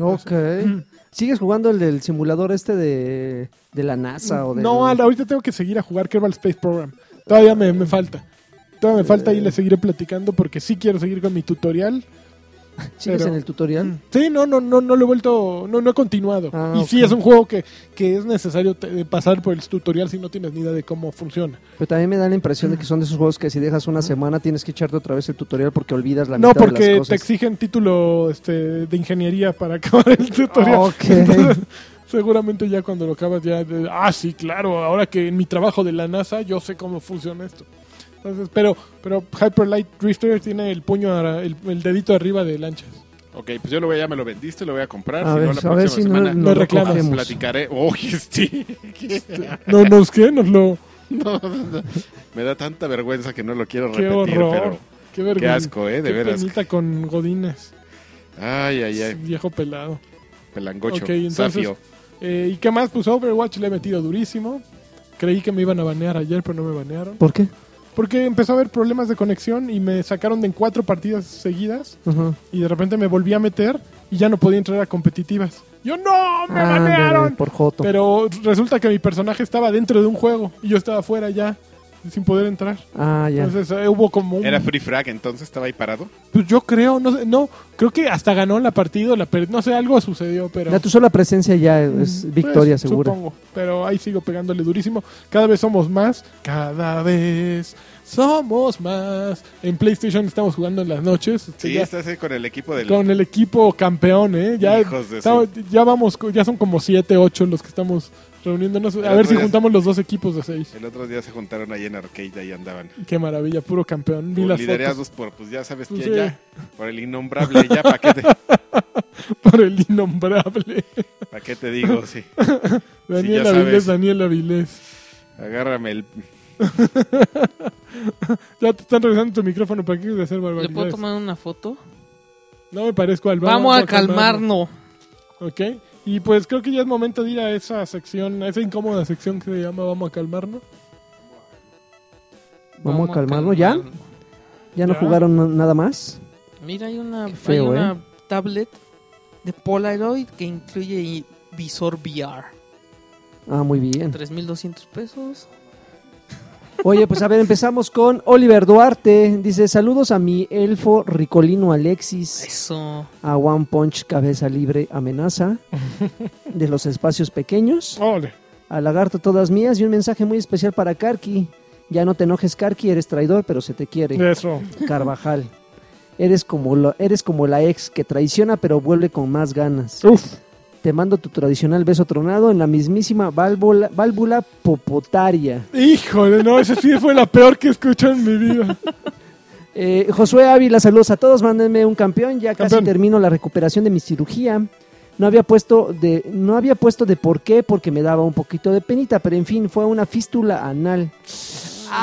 Speaker 3: Ok.
Speaker 2: Mm.
Speaker 3: ¿Sigues jugando el del simulador este de, de la NASA o de
Speaker 2: No, Al, ahorita tengo que seguir a jugar Kerbal Space Program. Todavía me, me falta. Todavía me falta y le seguiré platicando porque sí quiero seguir con mi tutorial.
Speaker 3: ¿Sigues
Speaker 2: pero- Mm.
Speaker 3: en el tutorial?
Speaker 2: Sí, no, no, no, no lo he vuelto, no, no he continuado.
Speaker 3: Ah,
Speaker 2: y sí
Speaker 3: ok.
Speaker 2: es un juego que, que es necesario te- pasar por el tutorial si no tienes ni idea de cómo funciona.
Speaker 3: Pero también me da la impresión de que son de esos juegos que si dejas una semana tienes que echarte otra vez el tutorial porque olvidas la
Speaker 2: Mm. no,
Speaker 3: mitad de
Speaker 2: porque
Speaker 3: las
Speaker 2: te
Speaker 3: cosas.
Speaker 2: exigen título este, de ingeniería para (laughs) acabar el tutorial.
Speaker 3: Ah, Ok.
Speaker 2: (laughs) Entonces, seguramente ya cuando lo acabas ya, de- ah, sí, claro, ahora que en mi trabajo de la NASA yo sé cómo funciona esto. Entonces, pero, pero Hyper Light Drifter tiene el puño, ara- el, el dedito arriba de lanchas.
Speaker 1: Ok, pues yo lo voy, ya me lo vendiste, lo voy a comprar.
Speaker 3: A
Speaker 1: si
Speaker 3: ver,
Speaker 1: no,
Speaker 3: a
Speaker 1: la próxima
Speaker 3: ver si no-
Speaker 1: semana
Speaker 3: no
Speaker 2: lo
Speaker 1: las
Speaker 2: reclamas.
Speaker 1: platicaré. Oye, sí. (laughs)
Speaker 2: No, nos que nos lo,
Speaker 1: No, no, no. (laughs) Me da tanta vergüenza que no lo quiero
Speaker 2: qué
Speaker 1: repetir,
Speaker 2: horror, qué
Speaker 1: pero qué
Speaker 2: vergüenza.
Speaker 1: asco, ¿eh? De
Speaker 2: Qué
Speaker 1: veras.
Speaker 2: penita con Godines,
Speaker 1: Ay, ay, ay.
Speaker 2: viejo pelado.
Speaker 1: Pelangocho.
Speaker 2: Ok, entonces-
Speaker 1: Zafio.
Speaker 2: Eh, ¿Y qué más? Pues Overwatch le he metido durísimo. Creí que me iban a banear ayer, pero no me banearon.
Speaker 3: ¿Por qué?
Speaker 2: Porque empezó a haber problemas de conexión y me sacaron de en cuatro partidas seguidas.
Speaker 3: Ajá.
Speaker 2: y de repente me volví a meter y ya no podía entrar a competitivas. Yo no, me
Speaker 3: Ándale,
Speaker 2: banearon.
Speaker 3: Ah, por Joto.
Speaker 2: Pero resulta que mi personaje estaba dentro de un juego y yo estaba fuera ya sin poder entrar.
Speaker 3: Ah, ya.
Speaker 2: Entonces eh, hubo como un...
Speaker 1: Era Free Frag, entonces estaba ahí parado.
Speaker 2: Pues yo creo, no sé, no, creo que hasta ganó la partida, o la per- no sé, algo sucedió, pero...
Speaker 3: Ya tu sola presencia ya es
Speaker 2: Mm,
Speaker 3: victoria
Speaker 2: pues,
Speaker 3: segura.
Speaker 2: Supongo, pero ahí sigo pegándole durísimo. Cada vez somos más, cada vez somos más. En PlayStation estamos jugando en las noches. este,
Speaker 1: Sí,
Speaker 2: ya-
Speaker 1: estás ahí con el equipo del.
Speaker 2: con el equipo campeón, ¿eh? Ya,
Speaker 1: Hijos de
Speaker 2: está- ya vamos, co- ya son como 7, 8 los que estamos reuniéndonos. A
Speaker 1: El
Speaker 2: ver
Speaker 1: otro
Speaker 2: si
Speaker 1: día-
Speaker 2: juntamos los dos equipos de 6.
Speaker 1: El otro día se juntaron ahí en Arcade, ahí andaban.
Speaker 2: Qué maravilla, puro campeón. Vi las fotos
Speaker 1: Liderados por, pues ya sabes
Speaker 2: Pues
Speaker 1: quién,
Speaker 2: sí.
Speaker 1: ya. Por el innombrable, ya, ¿para qué, te, (laughs)
Speaker 2: por el innombrable.
Speaker 1: pa' qué te digo? Sí.
Speaker 2: Daniel
Speaker 1: ya
Speaker 2: Avilés,
Speaker 1: sabes.
Speaker 2: Daniel Avilés.
Speaker 1: Agárrame el.
Speaker 2: Ya te están revisando tu micrófono para que de hacer
Speaker 4: ¿Le puedo
Speaker 2: barbaridades.
Speaker 4: tomar una foto?
Speaker 2: No me parezco al
Speaker 4: Vamos a calmarnos.
Speaker 2: Ok. Y pues creo que ya es momento de ir a esa sección, a esa incómoda sección que se llama Vamos a calmarnos.
Speaker 3: Vamos a calmarnos, ¿ya? ¿Ya no
Speaker 2: Ya.
Speaker 3: jugaron na- nada más?
Speaker 4: Mira, hay una,
Speaker 3: Qué feo,
Speaker 4: hay
Speaker 2: ¿eh?
Speaker 4: una tablet de Polaroid que incluye i- visor VR.
Speaker 3: Ah, muy
Speaker 2: Mm.
Speaker 3: bien.
Speaker 4: 3.200 pesos.
Speaker 3: Oye, pues a ver, empezamos con Oliver Duarte. Dice, saludos a mi elfo ricolino Alexis,
Speaker 4: Eso.
Speaker 3: a One Punch Cabeza Libre Amenaza, de los espacios pequeños,
Speaker 2: Ole.
Speaker 3: a Lagarto Todas Mías y un mensaje muy especial
Speaker 2: (laughs)
Speaker 3: para Karki. Ya no te enojes, Karki, eres traidor, pero se te quiere.
Speaker 2: Eso.
Speaker 3: Carvajal. Eres como, la- eres como la ex que traiciona pero vuelve con más ganas.
Speaker 2: Uf.
Speaker 3: Te mando tu tradicional beso tronado en la mismísima válvula, válvula popotaria.
Speaker 2: Híjole, no, esa sí fue la peor que he escuchado en mi vida.
Speaker 3: Eh, Josué Ávila, saludos a todos, mándenme un campeón, ya
Speaker 2: Campeón.
Speaker 3: casi termino la recuperación de mi cirugía. No había puesto de no había puesto de por qué porque me daba un poquito de penita, pero en fin, fue una fístula anal.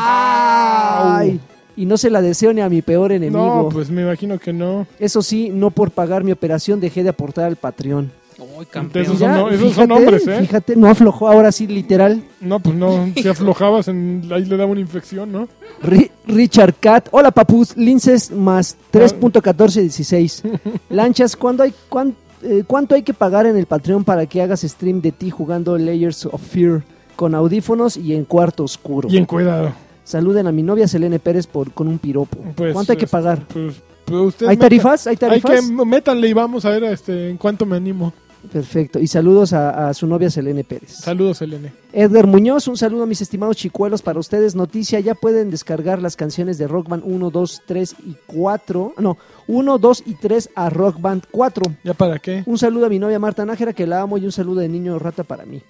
Speaker 3: Ay, y no se la deseo ni a mi peor enemigo.
Speaker 2: No, pues me imagino que no.
Speaker 3: Eso sí, no por pagar mi operación dejé de aportar al Patreon.
Speaker 4: Ay,
Speaker 2: Esos
Speaker 4: campeón.
Speaker 2: son no- esos son hombres, ¿eh?
Speaker 3: Fíjate, no aflojó ahora sí literal.
Speaker 2: No, pues
Speaker 3: (laughs)
Speaker 2: no, si aflojabas, en, ahí le daba una infección, ¿no?
Speaker 3: Ri- Richard Cat, hola papus, linces más
Speaker 2: Ah.
Speaker 3: 3.1416. Lanchas, ¿cuándo hay, cuán- eh, ¿cuánto hay que pagar en el Patreon para que hagas stream de ti jugando Layers of Fear con audífonos y en cuarto oscuro?
Speaker 2: Y en cuidado.
Speaker 3: Saluden a mi novia Selene Pérez por, con un piropo.
Speaker 2: Pues,
Speaker 3: ¿Cuánto hay que
Speaker 2: este,
Speaker 3: pagar?
Speaker 2: Pues, pues ustedes
Speaker 3: ¿Hay
Speaker 2: metan-
Speaker 3: tarifas? ¿Hay
Speaker 2: Hay
Speaker 3: tarifas?
Speaker 2: que métanle y vamos a ver este, en cuánto me animo.
Speaker 3: Perfecto. Y saludos a, a su novia Selene Pérez.
Speaker 2: Saludos, Elene.
Speaker 3: Edgar Muñoz, un saludo a mis estimados chicuelos para ustedes. Noticia, ya pueden descargar las canciones de Rock Band 1, 2, 3 y 4. No, 1, 2 y 3 a Rock Band 4.
Speaker 2: ¿Ya para qué?
Speaker 3: Un saludo a mi novia Marta Nájera, que la amo, y un saludo de niño rata para mí.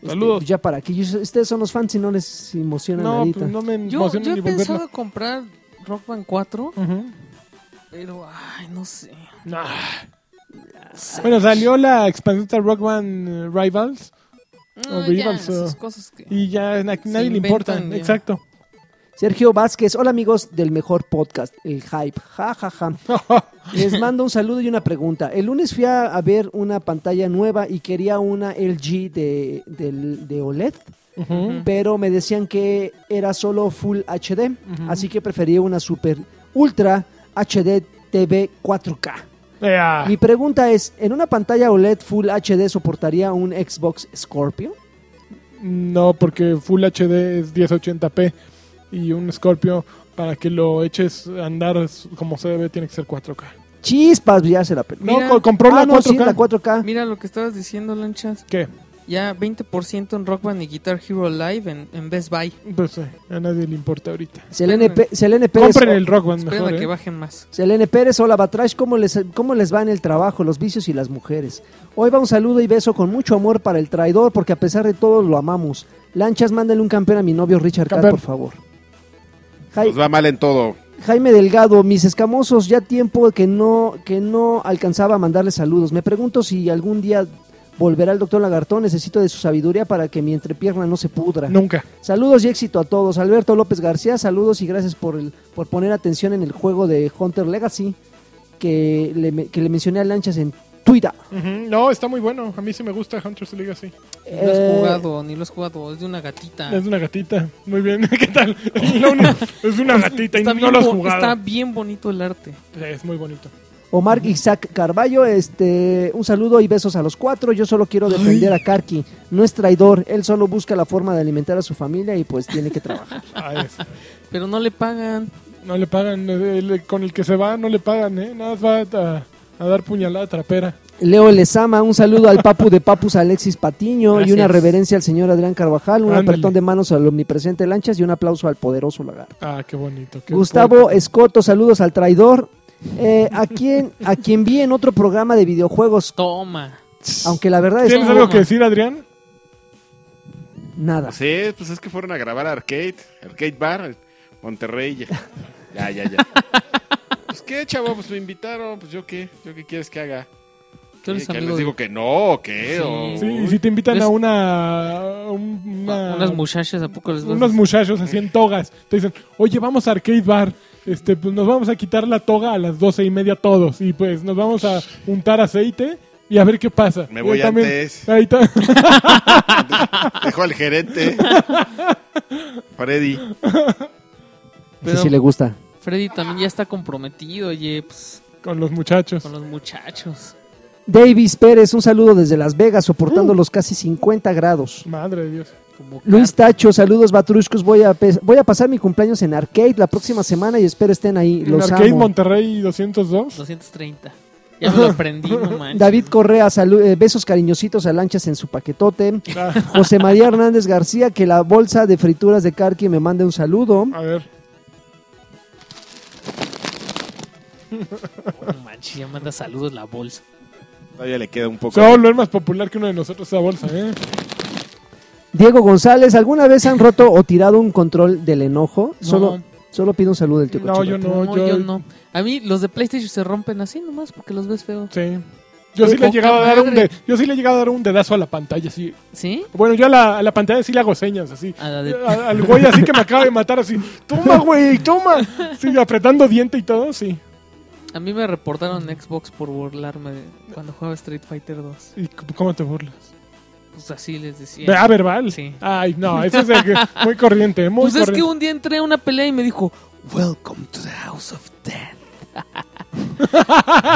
Speaker 3: Este,
Speaker 2: Saludos.
Speaker 3: ya para que ustedes son los fans y no les emociona
Speaker 2: No,
Speaker 3: nadita.
Speaker 2: pues no me
Speaker 4: Yo,
Speaker 2: emociono
Speaker 4: yo
Speaker 2: ni
Speaker 4: he
Speaker 2: volverla.
Speaker 4: pensado comprar Rock Band 4,
Speaker 2: Ujú.
Speaker 4: pero ay, no sé.
Speaker 2: Ah. Bueno, salió la expansión de Rock Band eh, Rivals
Speaker 4: No,
Speaker 2: Oye,
Speaker 4: Mm, ya,
Speaker 2: Gonzo.
Speaker 4: esas cosas que...
Speaker 2: y ya na-
Speaker 4: Se
Speaker 2: nadie le importa.
Speaker 4: inventan ya.
Speaker 2: Exacto.
Speaker 3: Sergio Vázquez, hola amigos del mejor podcast, El Hype. Ja, ja, ja.
Speaker 2: (laughs)
Speaker 3: Les mando un saludo y una pregunta. El lunes fui a, a ver una pantalla nueva y quería una LG de, del- de E OLED.
Speaker 2: Ujú.
Speaker 3: pero me decían que era solo Full HD, así que prefería una Super Ultra HD TV 4K.
Speaker 2: Ea.
Speaker 3: Mi pregunta es, ¿en una pantalla OLED Full HD soportaría un Xbox Scorpio?
Speaker 2: No, porque Full HD es 1080p y un Scorpio para que lo eches a andar es- como se debe tiene que ser 4K.
Speaker 3: Chispas, ya se la peló.
Speaker 2: no,
Speaker 4: Mira.
Speaker 2: co- compró
Speaker 3: Ah,
Speaker 2: la
Speaker 3: no,
Speaker 2: 4K.
Speaker 3: sí, la 4K.
Speaker 4: Mira lo que estabas diciendo, Lanchas.
Speaker 2: ¿Qué?
Speaker 4: Ya 20% en Rock Band y Guitar Hero Live en, en Best Buy.
Speaker 2: Pues eh, a nadie le importa ahorita.
Speaker 3: Selene, Pe- Selene Pérez.
Speaker 2: Compren el Rock Band
Speaker 4: Esperen
Speaker 2: mejor,
Speaker 4: a que
Speaker 2: ¿eh?
Speaker 4: bajen más.
Speaker 3: Selene Pérez, hola Batrash, ¿cómo les, ¿cómo les va en el trabajo, los vicios y las mujeres? Hoy va un saludo y beso con mucho amor para el traidor, porque a pesar de todo lo amamos. Lanchas, mándale un campeón a mi novio Richard Cat,
Speaker 2: Campeón.
Speaker 3: por favor. Jai-
Speaker 1: Nos va mal en todo.
Speaker 3: Jaime Delgado, mis escamosos, ya tiempo que no, que no alcanzaba a mandarles saludos. Me pregunto si algún día volverá el doctor Lagartón, necesito de su sabiduría para que mi entrepierna no se pudra.
Speaker 2: Nunca.
Speaker 3: Saludos y éxito a todos. Alberto López García, saludos y gracias por, el, por poner atención en el juego de Hunter Legacy que le, me- que le mencioné a Lanchas en Twitter.
Speaker 2: Ujú, No, está muy bueno. A mí sí me gusta Hunter's League así.
Speaker 4: Ni lo
Speaker 3: Eh,
Speaker 4: has jugado, ni lo has jugado. Es de una gatita.
Speaker 2: Es una gatita. Muy bien. (laughs) ¿Qué tal? No, no, es una gatita y
Speaker 4: Está,
Speaker 2: no
Speaker 4: bien
Speaker 2: lo has
Speaker 4: bo-
Speaker 2: jugado.
Speaker 4: está bien bonito el arte.
Speaker 2: Es muy bonito.
Speaker 3: Omar Isaac Carballo, este, un saludo y besos a los cuatro. Yo solo quiero defender a Karki. No es traidor, él solo busca la forma de alimentar a su familia y pues tiene que trabajar. (laughs)
Speaker 2: Ah, es-
Speaker 4: Pero no le pagan.
Speaker 2: No le pagan. eh, el- con el que se va, no le pagan, ¿eh? Nada más va a, a dar puñalada trapera.
Speaker 3: Leo Lezama, un saludo al papu de papus Alexis Patiño y una
Speaker 4: Gracias.
Speaker 3: reverencia al señor Adrián Carvajal, un
Speaker 2: Ándale.
Speaker 3: apretón de manos al omnipresente Lanchas y un aplauso al poderoso lagarto.
Speaker 2: Ah, qué bonito. qué
Speaker 3: Gustavo
Speaker 2: poeta.
Speaker 3: Escoto, saludos al traidor. Eh, a, quien, a quien vi en otro programa de videojuegos,
Speaker 4: Toma.
Speaker 3: aunque la verdad es
Speaker 2: ¿Tienes
Speaker 4: no,
Speaker 2: algo
Speaker 4: mamá.
Speaker 2: que decir, Adrián?
Speaker 3: nada.
Speaker 1: Sí, pues es que fueron a grabar a Arcade, Arcade Bar, Monterrey. Ya, ya, ya.
Speaker 2: (laughs)
Speaker 1: ya. pues qué, chavo, pues me invitaron, pues yo qué, yo qué quieres que haga.
Speaker 4: Tú eres
Speaker 1: ¿Qué- qué
Speaker 4: amigo
Speaker 1: les
Speaker 4: de-
Speaker 1: digo que no, o qué,
Speaker 4: Sí.
Speaker 1: O-
Speaker 2: Sí, y si te invitan
Speaker 4: Es-
Speaker 2: a una. a un- una-
Speaker 4: Ah, unas muchachas, ¿a poco les vas a-
Speaker 2: unos muchachos así en togas. Te dicen, oye, vamos a Arcade Bar. Este, pues nos vamos a quitar la toga a las doce y media todos. Y pues nos vamos a untar aceite y a ver qué pasa.
Speaker 1: Me
Speaker 2: Y
Speaker 1: voy
Speaker 2: también-
Speaker 1: antes.
Speaker 2: Ahí está. (laughs)
Speaker 1: Dejo al gerente. Freddy.
Speaker 4: Pero-
Speaker 3: si le gusta.
Speaker 4: Freddy también ya está comprometido, oye, pues,
Speaker 2: Con los muchachos.
Speaker 4: con los muchachos.
Speaker 3: Davis Pérez, un saludo desde Las Vegas, soportando
Speaker 2: Mm.
Speaker 3: los casi 50 grados.
Speaker 2: Madre de Dios.
Speaker 4: Como
Speaker 3: Luis Tacho, saludos Batruscos, voy a, pe- voy a pasar mi cumpleaños en Arcade la próxima semana y espero estén ahí.
Speaker 2: En
Speaker 3: Los
Speaker 2: Arcade
Speaker 3: amo.
Speaker 2: Monterrey 202.
Speaker 4: 230. Ya me lo aprendí, no manches.
Speaker 3: David Correa, salu- eh, besos cariñositos a lanchas en su paquetote.
Speaker 2: Ah,
Speaker 3: José María Hernández García, que la bolsa de frituras de
Speaker 4: (laughs)
Speaker 3: Carqui me mande un saludo.
Speaker 2: a ver.
Speaker 4: No manches, ya manda saludos la bolsa.
Speaker 1: Todavía le queda un poco.
Speaker 2: Se va a volver más popular que uno de nosotros esa bolsa, ¿eh?
Speaker 3: Diego González, ¿alguna vez han roto o tirado un control del enojo?
Speaker 4: No.
Speaker 3: Solo, solo pido un saludo del tío
Speaker 2: No,
Speaker 3: Cochino.
Speaker 2: yo
Speaker 4: No,
Speaker 2: No,
Speaker 4: yo...
Speaker 2: yo-
Speaker 4: no. A mí los de PlayStation se rompen así nomás porque los ves feos.
Speaker 2: Sí. Yo
Speaker 4: Qué
Speaker 2: sí, le he
Speaker 4: poca
Speaker 2: llegado a dar un
Speaker 4: madre.
Speaker 2: de- yo sí le he llegado a dar un dedazo a la pantalla, sí.
Speaker 4: ¿Sí?
Speaker 2: Bueno, yo a la, a la pantalla sí le hago señas, así.
Speaker 4: A la de-
Speaker 2: A- al güey así que me acaba de matar, así. Toma, güey, toma. Sí, apretando diente y todo, sí.
Speaker 4: A mí me reportaron Xbox por burlarme de- cuando jugaba Street Fighter 2.
Speaker 2: ¿Y c- cómo te burlas?
Speaker 4: Pues así les decía.
Speaker 2: Ah, verbal.
Speaker 4: Sí.
Speaker 2: Ay, no, eso es de que- muy corriente, muy
Speaker 4: Pues es que
Speaker 2: corriente.
Speaker 4: un día entré a una pelea y me dijo, Welcome to the House of Death. (laughs)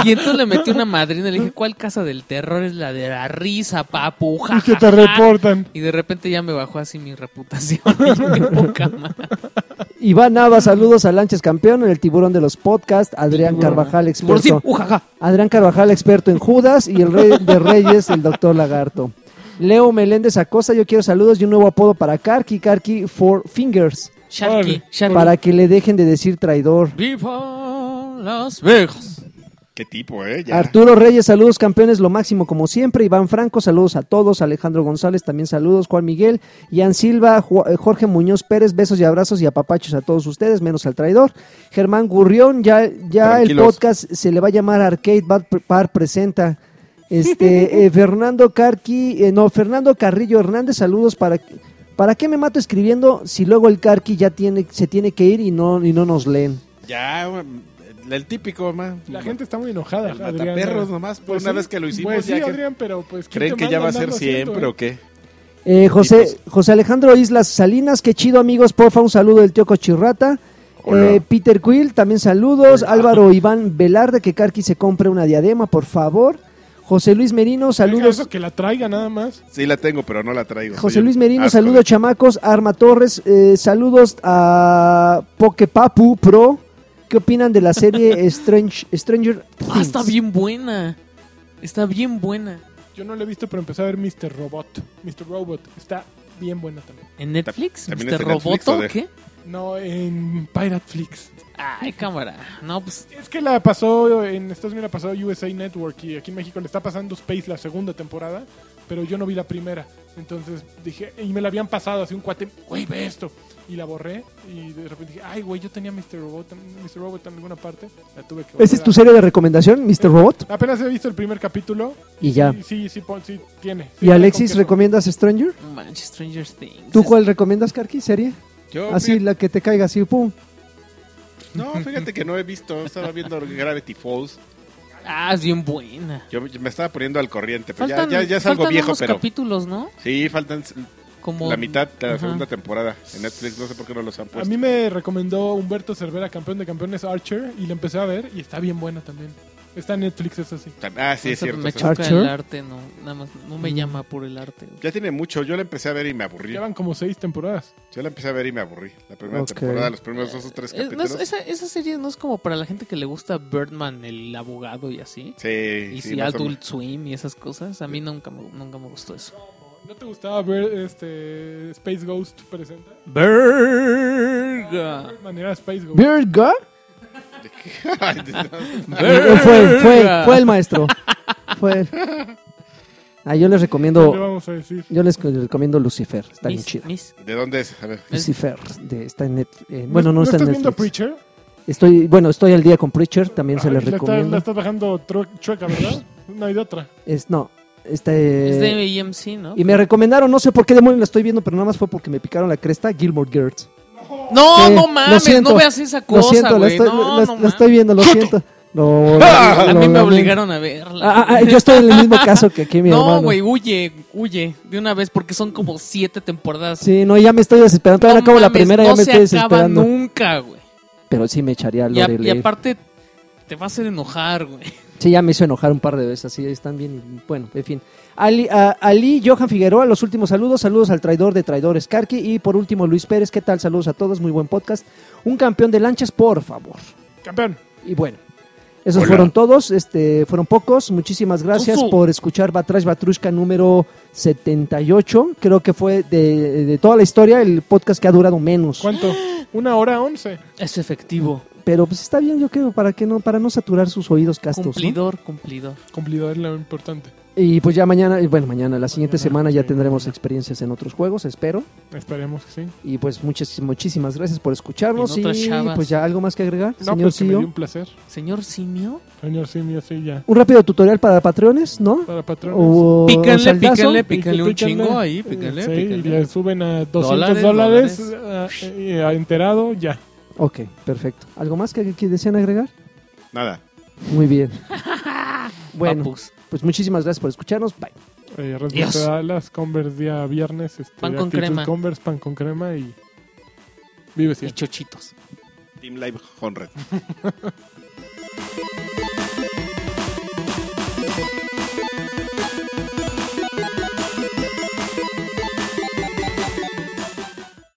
Speaker 4: y entonces le metí una madrina y le dije, ¿cuál casa del terror es la de la risa, papu?
Speaker 2: (laughs)
Speaker 4: Ja,
Speaker 2: Y que
Speaker 4: ja,
Speaker 2: te
Speaker 4: ja".
Speaker 2: reportan.
Speaker 4: Y de repente ya me bajó así mi reputación. (laughs) Qué poca madre.
Speaker 3: Iván Nava, saludos a Lanches Campeón, el tiburón de los podcasts, Adrián Carvajal,
Speaker 4: Por si,
Speaker 3: experto.
Speaker 4: ujaja.
Speaker 3: Adrián Carvajal, experto en Judas, y el rey de Reyes, el doctor Lagarto. Leo Meléndez Acosta, yo quiero saludos y un nuevo apodo para Karki, Karki Four Fingers,
Speaker 4: Sharky,
Speaker 2: Órale.
Speaker 4: Sharky.
Speaker 3: para que le dejen de decir traidor.
Speaker 4: Viva Las Vegas.
Speaker 1: Qué tipo, ¿eh? Ya.
Speaker 3: Arturo Reyes, saludos campeones, lo máximo como siempre. Iván Franco, saludos a todos. Alejandro González, también saludos. Juan Miguel, Ian Silva, Ju- eh, Jorge Muñoz Pérez, besos y abrazos y apapachos a todos ustedes, menos al traidor. Germán Gurrión, ya, ya el
Speaker 1: Tranquilos.
Speaker 3: podcast se le va a llamar Arcade Bar, Bar Presenta. Este, eh, Fernando Carqui, eh, no, Fernando Carrillo Hernández, saludos para... ¿Para qué me mato escribiendo si luego el Carqui ya tiene, se tiene que ir y no, y no nos leen?
Speaker 1: Ya, um, el, el típico, man.
Speaker 2: La gente está muy enojada.
Speaker 1: El
Speaker 2: Adrián.
Speaker 1: mataperros nomás, por
Speaker 2: Pues
Speaker 1: una
Speaker 2: sí,
Speaker 1: vez que lo hicimos.
Speaker 2: Pues sí,
Speaker 1: ya que-
Speaker 2: Adrián, pero pues... ¿quién
Speaker 1: ¿Creen
Speaker 2: te
Speaker 1: que
Speaker 2: manda
Speaker 1: ya va a ser
Speaker 2: andarlo haciendo,
Speaker 1: siempre
Speaker 2: eh?
Speaker 1: o qué?
Speaker 3: Eh, José,
Speaker 1: Pitos.
Speaker 3: José Alejandro Islas Salinas, qué chido amigos, porfa, un saludo del tío Cochirrata.
Speaker 1: Hola.
Speaker 3: Eh, Peter Quill, también saludos. Álvaro Iván Velarde, que Carqui se compre una diadema, por favor. José Luis Merino, saludos.
Speaker 2: Eso que la traiga nada más.
Speaker 1: Sí la tengo, pero no la traigo.
Speaker 3: José
Speaker 1: Soy un
Speaker 3: Luis Merino,
Speaker 1: asco eh.
Speaker 3: saludos
Speaker 1: de-
Speaker 3: chamacos. Arma Torres, eh, saludos a Pokepapu Pro. ¿Qué opinan de la
Speaker 1: (laughs)
Speaker 3: serie Strange, Stranger Things?
Speaker 4: Ah, está bien buena. Está bien buena.
Speaker 2: Yo no lo he visto, pero empecé a ver Mr. Robot. Mr. Robot está bien buena también.
Speaker 4: ¿En Netflix?
Speaker 1: ¿También
Speaker 4: ¿Mr.
Speaker 1: está en Netflix
Speaker 4: Roboto?
Speaker 1: o de-
Speaker 4: ¿Qué?
Speaker 2: No, en Pirate Flix.
Speaker 4: Ay, cámara. No, pues
Speaker 2: Es que la pasó, en Estados Unidos la pasó USA Network y aquí en México le está pasando Space la segunda temporada, pero yo no vi la primera. Entonces dije, y me la habían pasado así un cuate, güey, ve esto. Y la borré y de repente dije, ay, güey, yo tenía Mr. Robot, en- Mr. Robot en alguna parte. La tuve que
Speaker 3: ¿Esa
Speaker 2: volver
Speaker 3: es tu
Speaker 2: a-
Speaker 3: serie de recomendación, Mr. Robot?
Speaker 2: Apenas he visto el primer capítulo.
Speaker 3: Y ya.
Speaker 2: Sí, sí, sí, pon- sí, tiene. Sí,
Speaker 3: ¿Y
Speaker 2: tiene
Speaker 3: Alexis,
Speaker 2: con queso.
Speaker 3: recomiendas Stranger?
Speaker 4: no manches, Stranger Things.
Speaker 3: ¿Tú cuál recomiendas, Carqui? ¿Serie?
Speaker 1: Yo,
Speaker 3: Así,
Speaker 1: fíjate-
Speaker 3: la que te caiga así, pum.
Speaker 1: No, fíjate que no he visto. Estaba viendo Gravity Falls.
Speaker 4: Ah, es bien buena.
Speaker 1: Yo me estaba poniendo al corriente, pero
Speaker 4: Faltan,
Speaker 1: ya, ya, ya es algo
Speaker 4: faltan
Speaker 1: viejo,
Speaker 4: unos
Speaker 1: pero...
Speaker 4: capítulos, ¿no?
Speaker 1: Sí, faltan s-
Speaker 4: Como
Speaker 1: la mitad de la
Speaker 4: Ajá.
Speaker 1: segunda temporada en Netflix. No sé por qué no los han
Speaker 2: A
Speaker 1: puesto.
Speaker 2: mí me recomendó Humberto Cervera, campeón de campeones Archer, y la empecé a ver y está bien buena también. Está en Netflix, eso sí.
Speaker 1: Ah, sí, es
Speaker 4: Eso
Speaker 1: cierto.
Speaker 4: Me
Speaker 1: eso-
Speaker 4: choca
Speaker 3: Archer.
Speaker 4: el arte, no. Nada más, no me llama por el arte.
Speaker 1: Ya tiene mucho. Yo la empecé a ver y me aburrí.
Speaker 2: Llevan como seis temporadas.
Speaker 1: Yo la empecé a ver y me aburrí. La primera
Speaker 3: Ok.
Speaker 1: temporada, los primeros pues, dos o tres
Speaker 4: Eh, no
Speaker 1: capítulos.
Speaker 4: es- esa, esa serie no es como para la gente que le gusta Birdman, el abogado y así.
Speaker 1: Sí,
Speaker 4: y
Speaker 1: sí,
Speaker 4: si
Speaker 1: más o menos.
Speaker 4: Adult Swim y esas cosas. A mí nunca me, nunca me gustó eso.
Speaker 2: ¿No te gustaba ver este Space Ghost presenta?
Speaker 4: Verga.
Speaker 2: Manera Space Ghost.
Speaker 3: ¿Beard Girl?
Speaker 1: (laughs) Ay, no.
Speaker 3: Eh, Fue, él, fue, él, fue el maestro. Fue él. Ah,
Speaker 2: ¿Qué
Speaker 3: yo les
Speaker 2: le
Speaker 3: recomiendo.
Speaker 2: vamos a decir?
Speaker 3: Yo les recomiendo Lucifer. Está bien
Speaker 4: Miss-
Speaker 3: chida.
Speaker 4: Miss-
Speaker 1: ¿De dónde es? A ver.
Speaker 4: Miss-
Speaker 3: Lucifer. de- está en Netflix. eh, bueno, no, está
Speaker 2: estás
Speaker 3: en
Speaker 2: viendo
Speaker 3: Netflix.
Speaker 2: Preacher?
Speaker 3: Estoy, bueno, estoy al día con Preacher. También se
Speaker 2: Ay,
Speaker 3: les
Speaker 2: la estás, la
Speaker 3: recomiendo.
Speaker 2: estás bajando tru- chueca, ¿verdad? No hay de otra.
Speaker 3: Es, no, está, eh,
Speaker 4: Es de EMC, ¿no?
Speaker 3: Y me recomendaron, no sé por qué demonios la estoy viendo, pero nada más fue porque me picaron la cresta, Gilmore Girls.
Speaker 4: No,
Speaker 3: Sí,
Speaker 4: no
Speaker 3: eh, lo
Speaker 4: mames,
Speaker 3: siento,
Speaker 4: no veas esa
Speaker 3: Lo
Speaker 4: cosa,
Speaker 3: siento, la
Speaker 4: güey.
Speaker 3: estoy,
Speaker 4: No,
Speaker 3: la-
Speaker 4: no
Speaker 3: la estoy
Speaker 4: mames.
Speaker 3: viendo, lo siento. Lo- lo-
Speaker 4: A mí
Speaker 3: lo-
Speaker 4: me
Speaker 3: lo-
Speaker 4: obligaron a verla.
Speaker 3: Ah, ah, ah, yo estoy en el mismo caso que aquí mi
Speaker 4: no,
Speaker 3: hermano.
Speaker 4: güey, huye, huye de una vez porque son como siete temporadas.
Speaker 3: Sí, no, ya me estoy desesperando. Ahora
Speaker 4: No
Speaker 3: acabo la
Speaker 4: mames,
Speaker 3: primera,
Speaker 4: no
Speaker 3: ya me
Speaker 4: se
Speaker 3: estoy
Speaker 4: acaba
Speaker 3: desesperando.
Speaker 4: nunca, güey.
Speaker 3: Pero sí me echaría a
Speaker 4: Y, a- y
Speaker 3: Lorelei.
Speaker 4: aparte te va a hacer enojar, güey.
Speaker 3: Sí, ya me hizo enojar un par de veces. Así están bien. Bueno, en fin. Ali, a- Ali, Johan Figueroa, los últimos saludos. Saludos al traidor de traidores, Karki. Y por último, Luis Pérez. ¿Qué tal? Saludos a todos. Muy buen podcast. Un campeón de lanchas, por favor.
Speaker 2: Campeón.
Speaker 3: Y bueno. Esos
Speaker 1: Hola.
Speaker 3: fueron todos, este, fueron pocos. Muchísimas gracias
Speaker 4: Ujú.
Speaker 3: por escuchar Batrash Batrushka número 78. Creo que fue de, de toda la historia el podcast que ha durado menos.
Speaker 2: ¿Cuánto? Una hora once.
Speaker 4: Es efectivo.
Speaker 3: Pero pues está bien, yo creo, para que no, para no saturar sus oídos castos. ¿no?
Speaker 4: Cumplidor, cumplidor.
Speaker 2: Cumplidor es lo importante.
Speaker 3: Y pues ya mañana, eh, bueno, mañana, la siguiente
Speaker 2: Mañana,
Speaker 3: semana ya
Speaker 2: sí,
Speaker 3: tendremos
Speaker 2: mañana.
Speaker 3: experiencias en otros juegos, espero.
Speaker 2: Esperemos que sí.
Speaker 3: Y pues muchas, muchísimas gracias por escucharnos.
Speaker 4: En
Speaker 3: Y
Speaker 4: otras chavas.
Speaker 3: pues ya algo más que agregar,
Speaker 2: No,
Speaker 3: señor
Speaker 2: pues que me
Speaker 3: CEO?
Speaker 2: dio un placer.
Speaker 4: Señor Simio.
Speaker 2: Señor Simio, sí, ya.
Speaker 3: Un rápido tutorial para patreones, ¿no?
Speaker 2: Para patrones.
Speaker 3: O
Speaker 4: Pícanle,
Speaker 3: saldazo.
Speaker 4: pícanle,
Speaker 2: Pique,
Speaker 4: pícanle un
Speaker 2: pícanle.
Speaker 4: chingo ahí, pícanle,
Speaker 2: Sí, y
Speaker 4: pícanle.
Speaker 2: le suben a 200
Speaker 4: Dólares,
Speaker 2: dólares, eh, eh, enterado, ya.
Speaker 3: Ok, perfecto. ¿Algo más que, que desean agregar?
Speaker 1: Nada.
Speaker 2: (laughs)
Speaker 3: Muy bien. Bueno,
Speaker 4: Papus.
Speaker 3: pues muchísimas gracias por escucharnos. Bye.
Speaker 2: Eh,
Speaker 4: Dios.
Speaker 2: respecto a las Converse día viernes. Este,
Speaker 4: Pan con
Speaker 2: actitud
Speaker 4: crema.
Speaker 2: Converse, pan con crema y... Vive
Speaker 4: Y
Speaker 2: siempre.
Speaker 4: chochitos.
Speaker 1: Team Live Honred.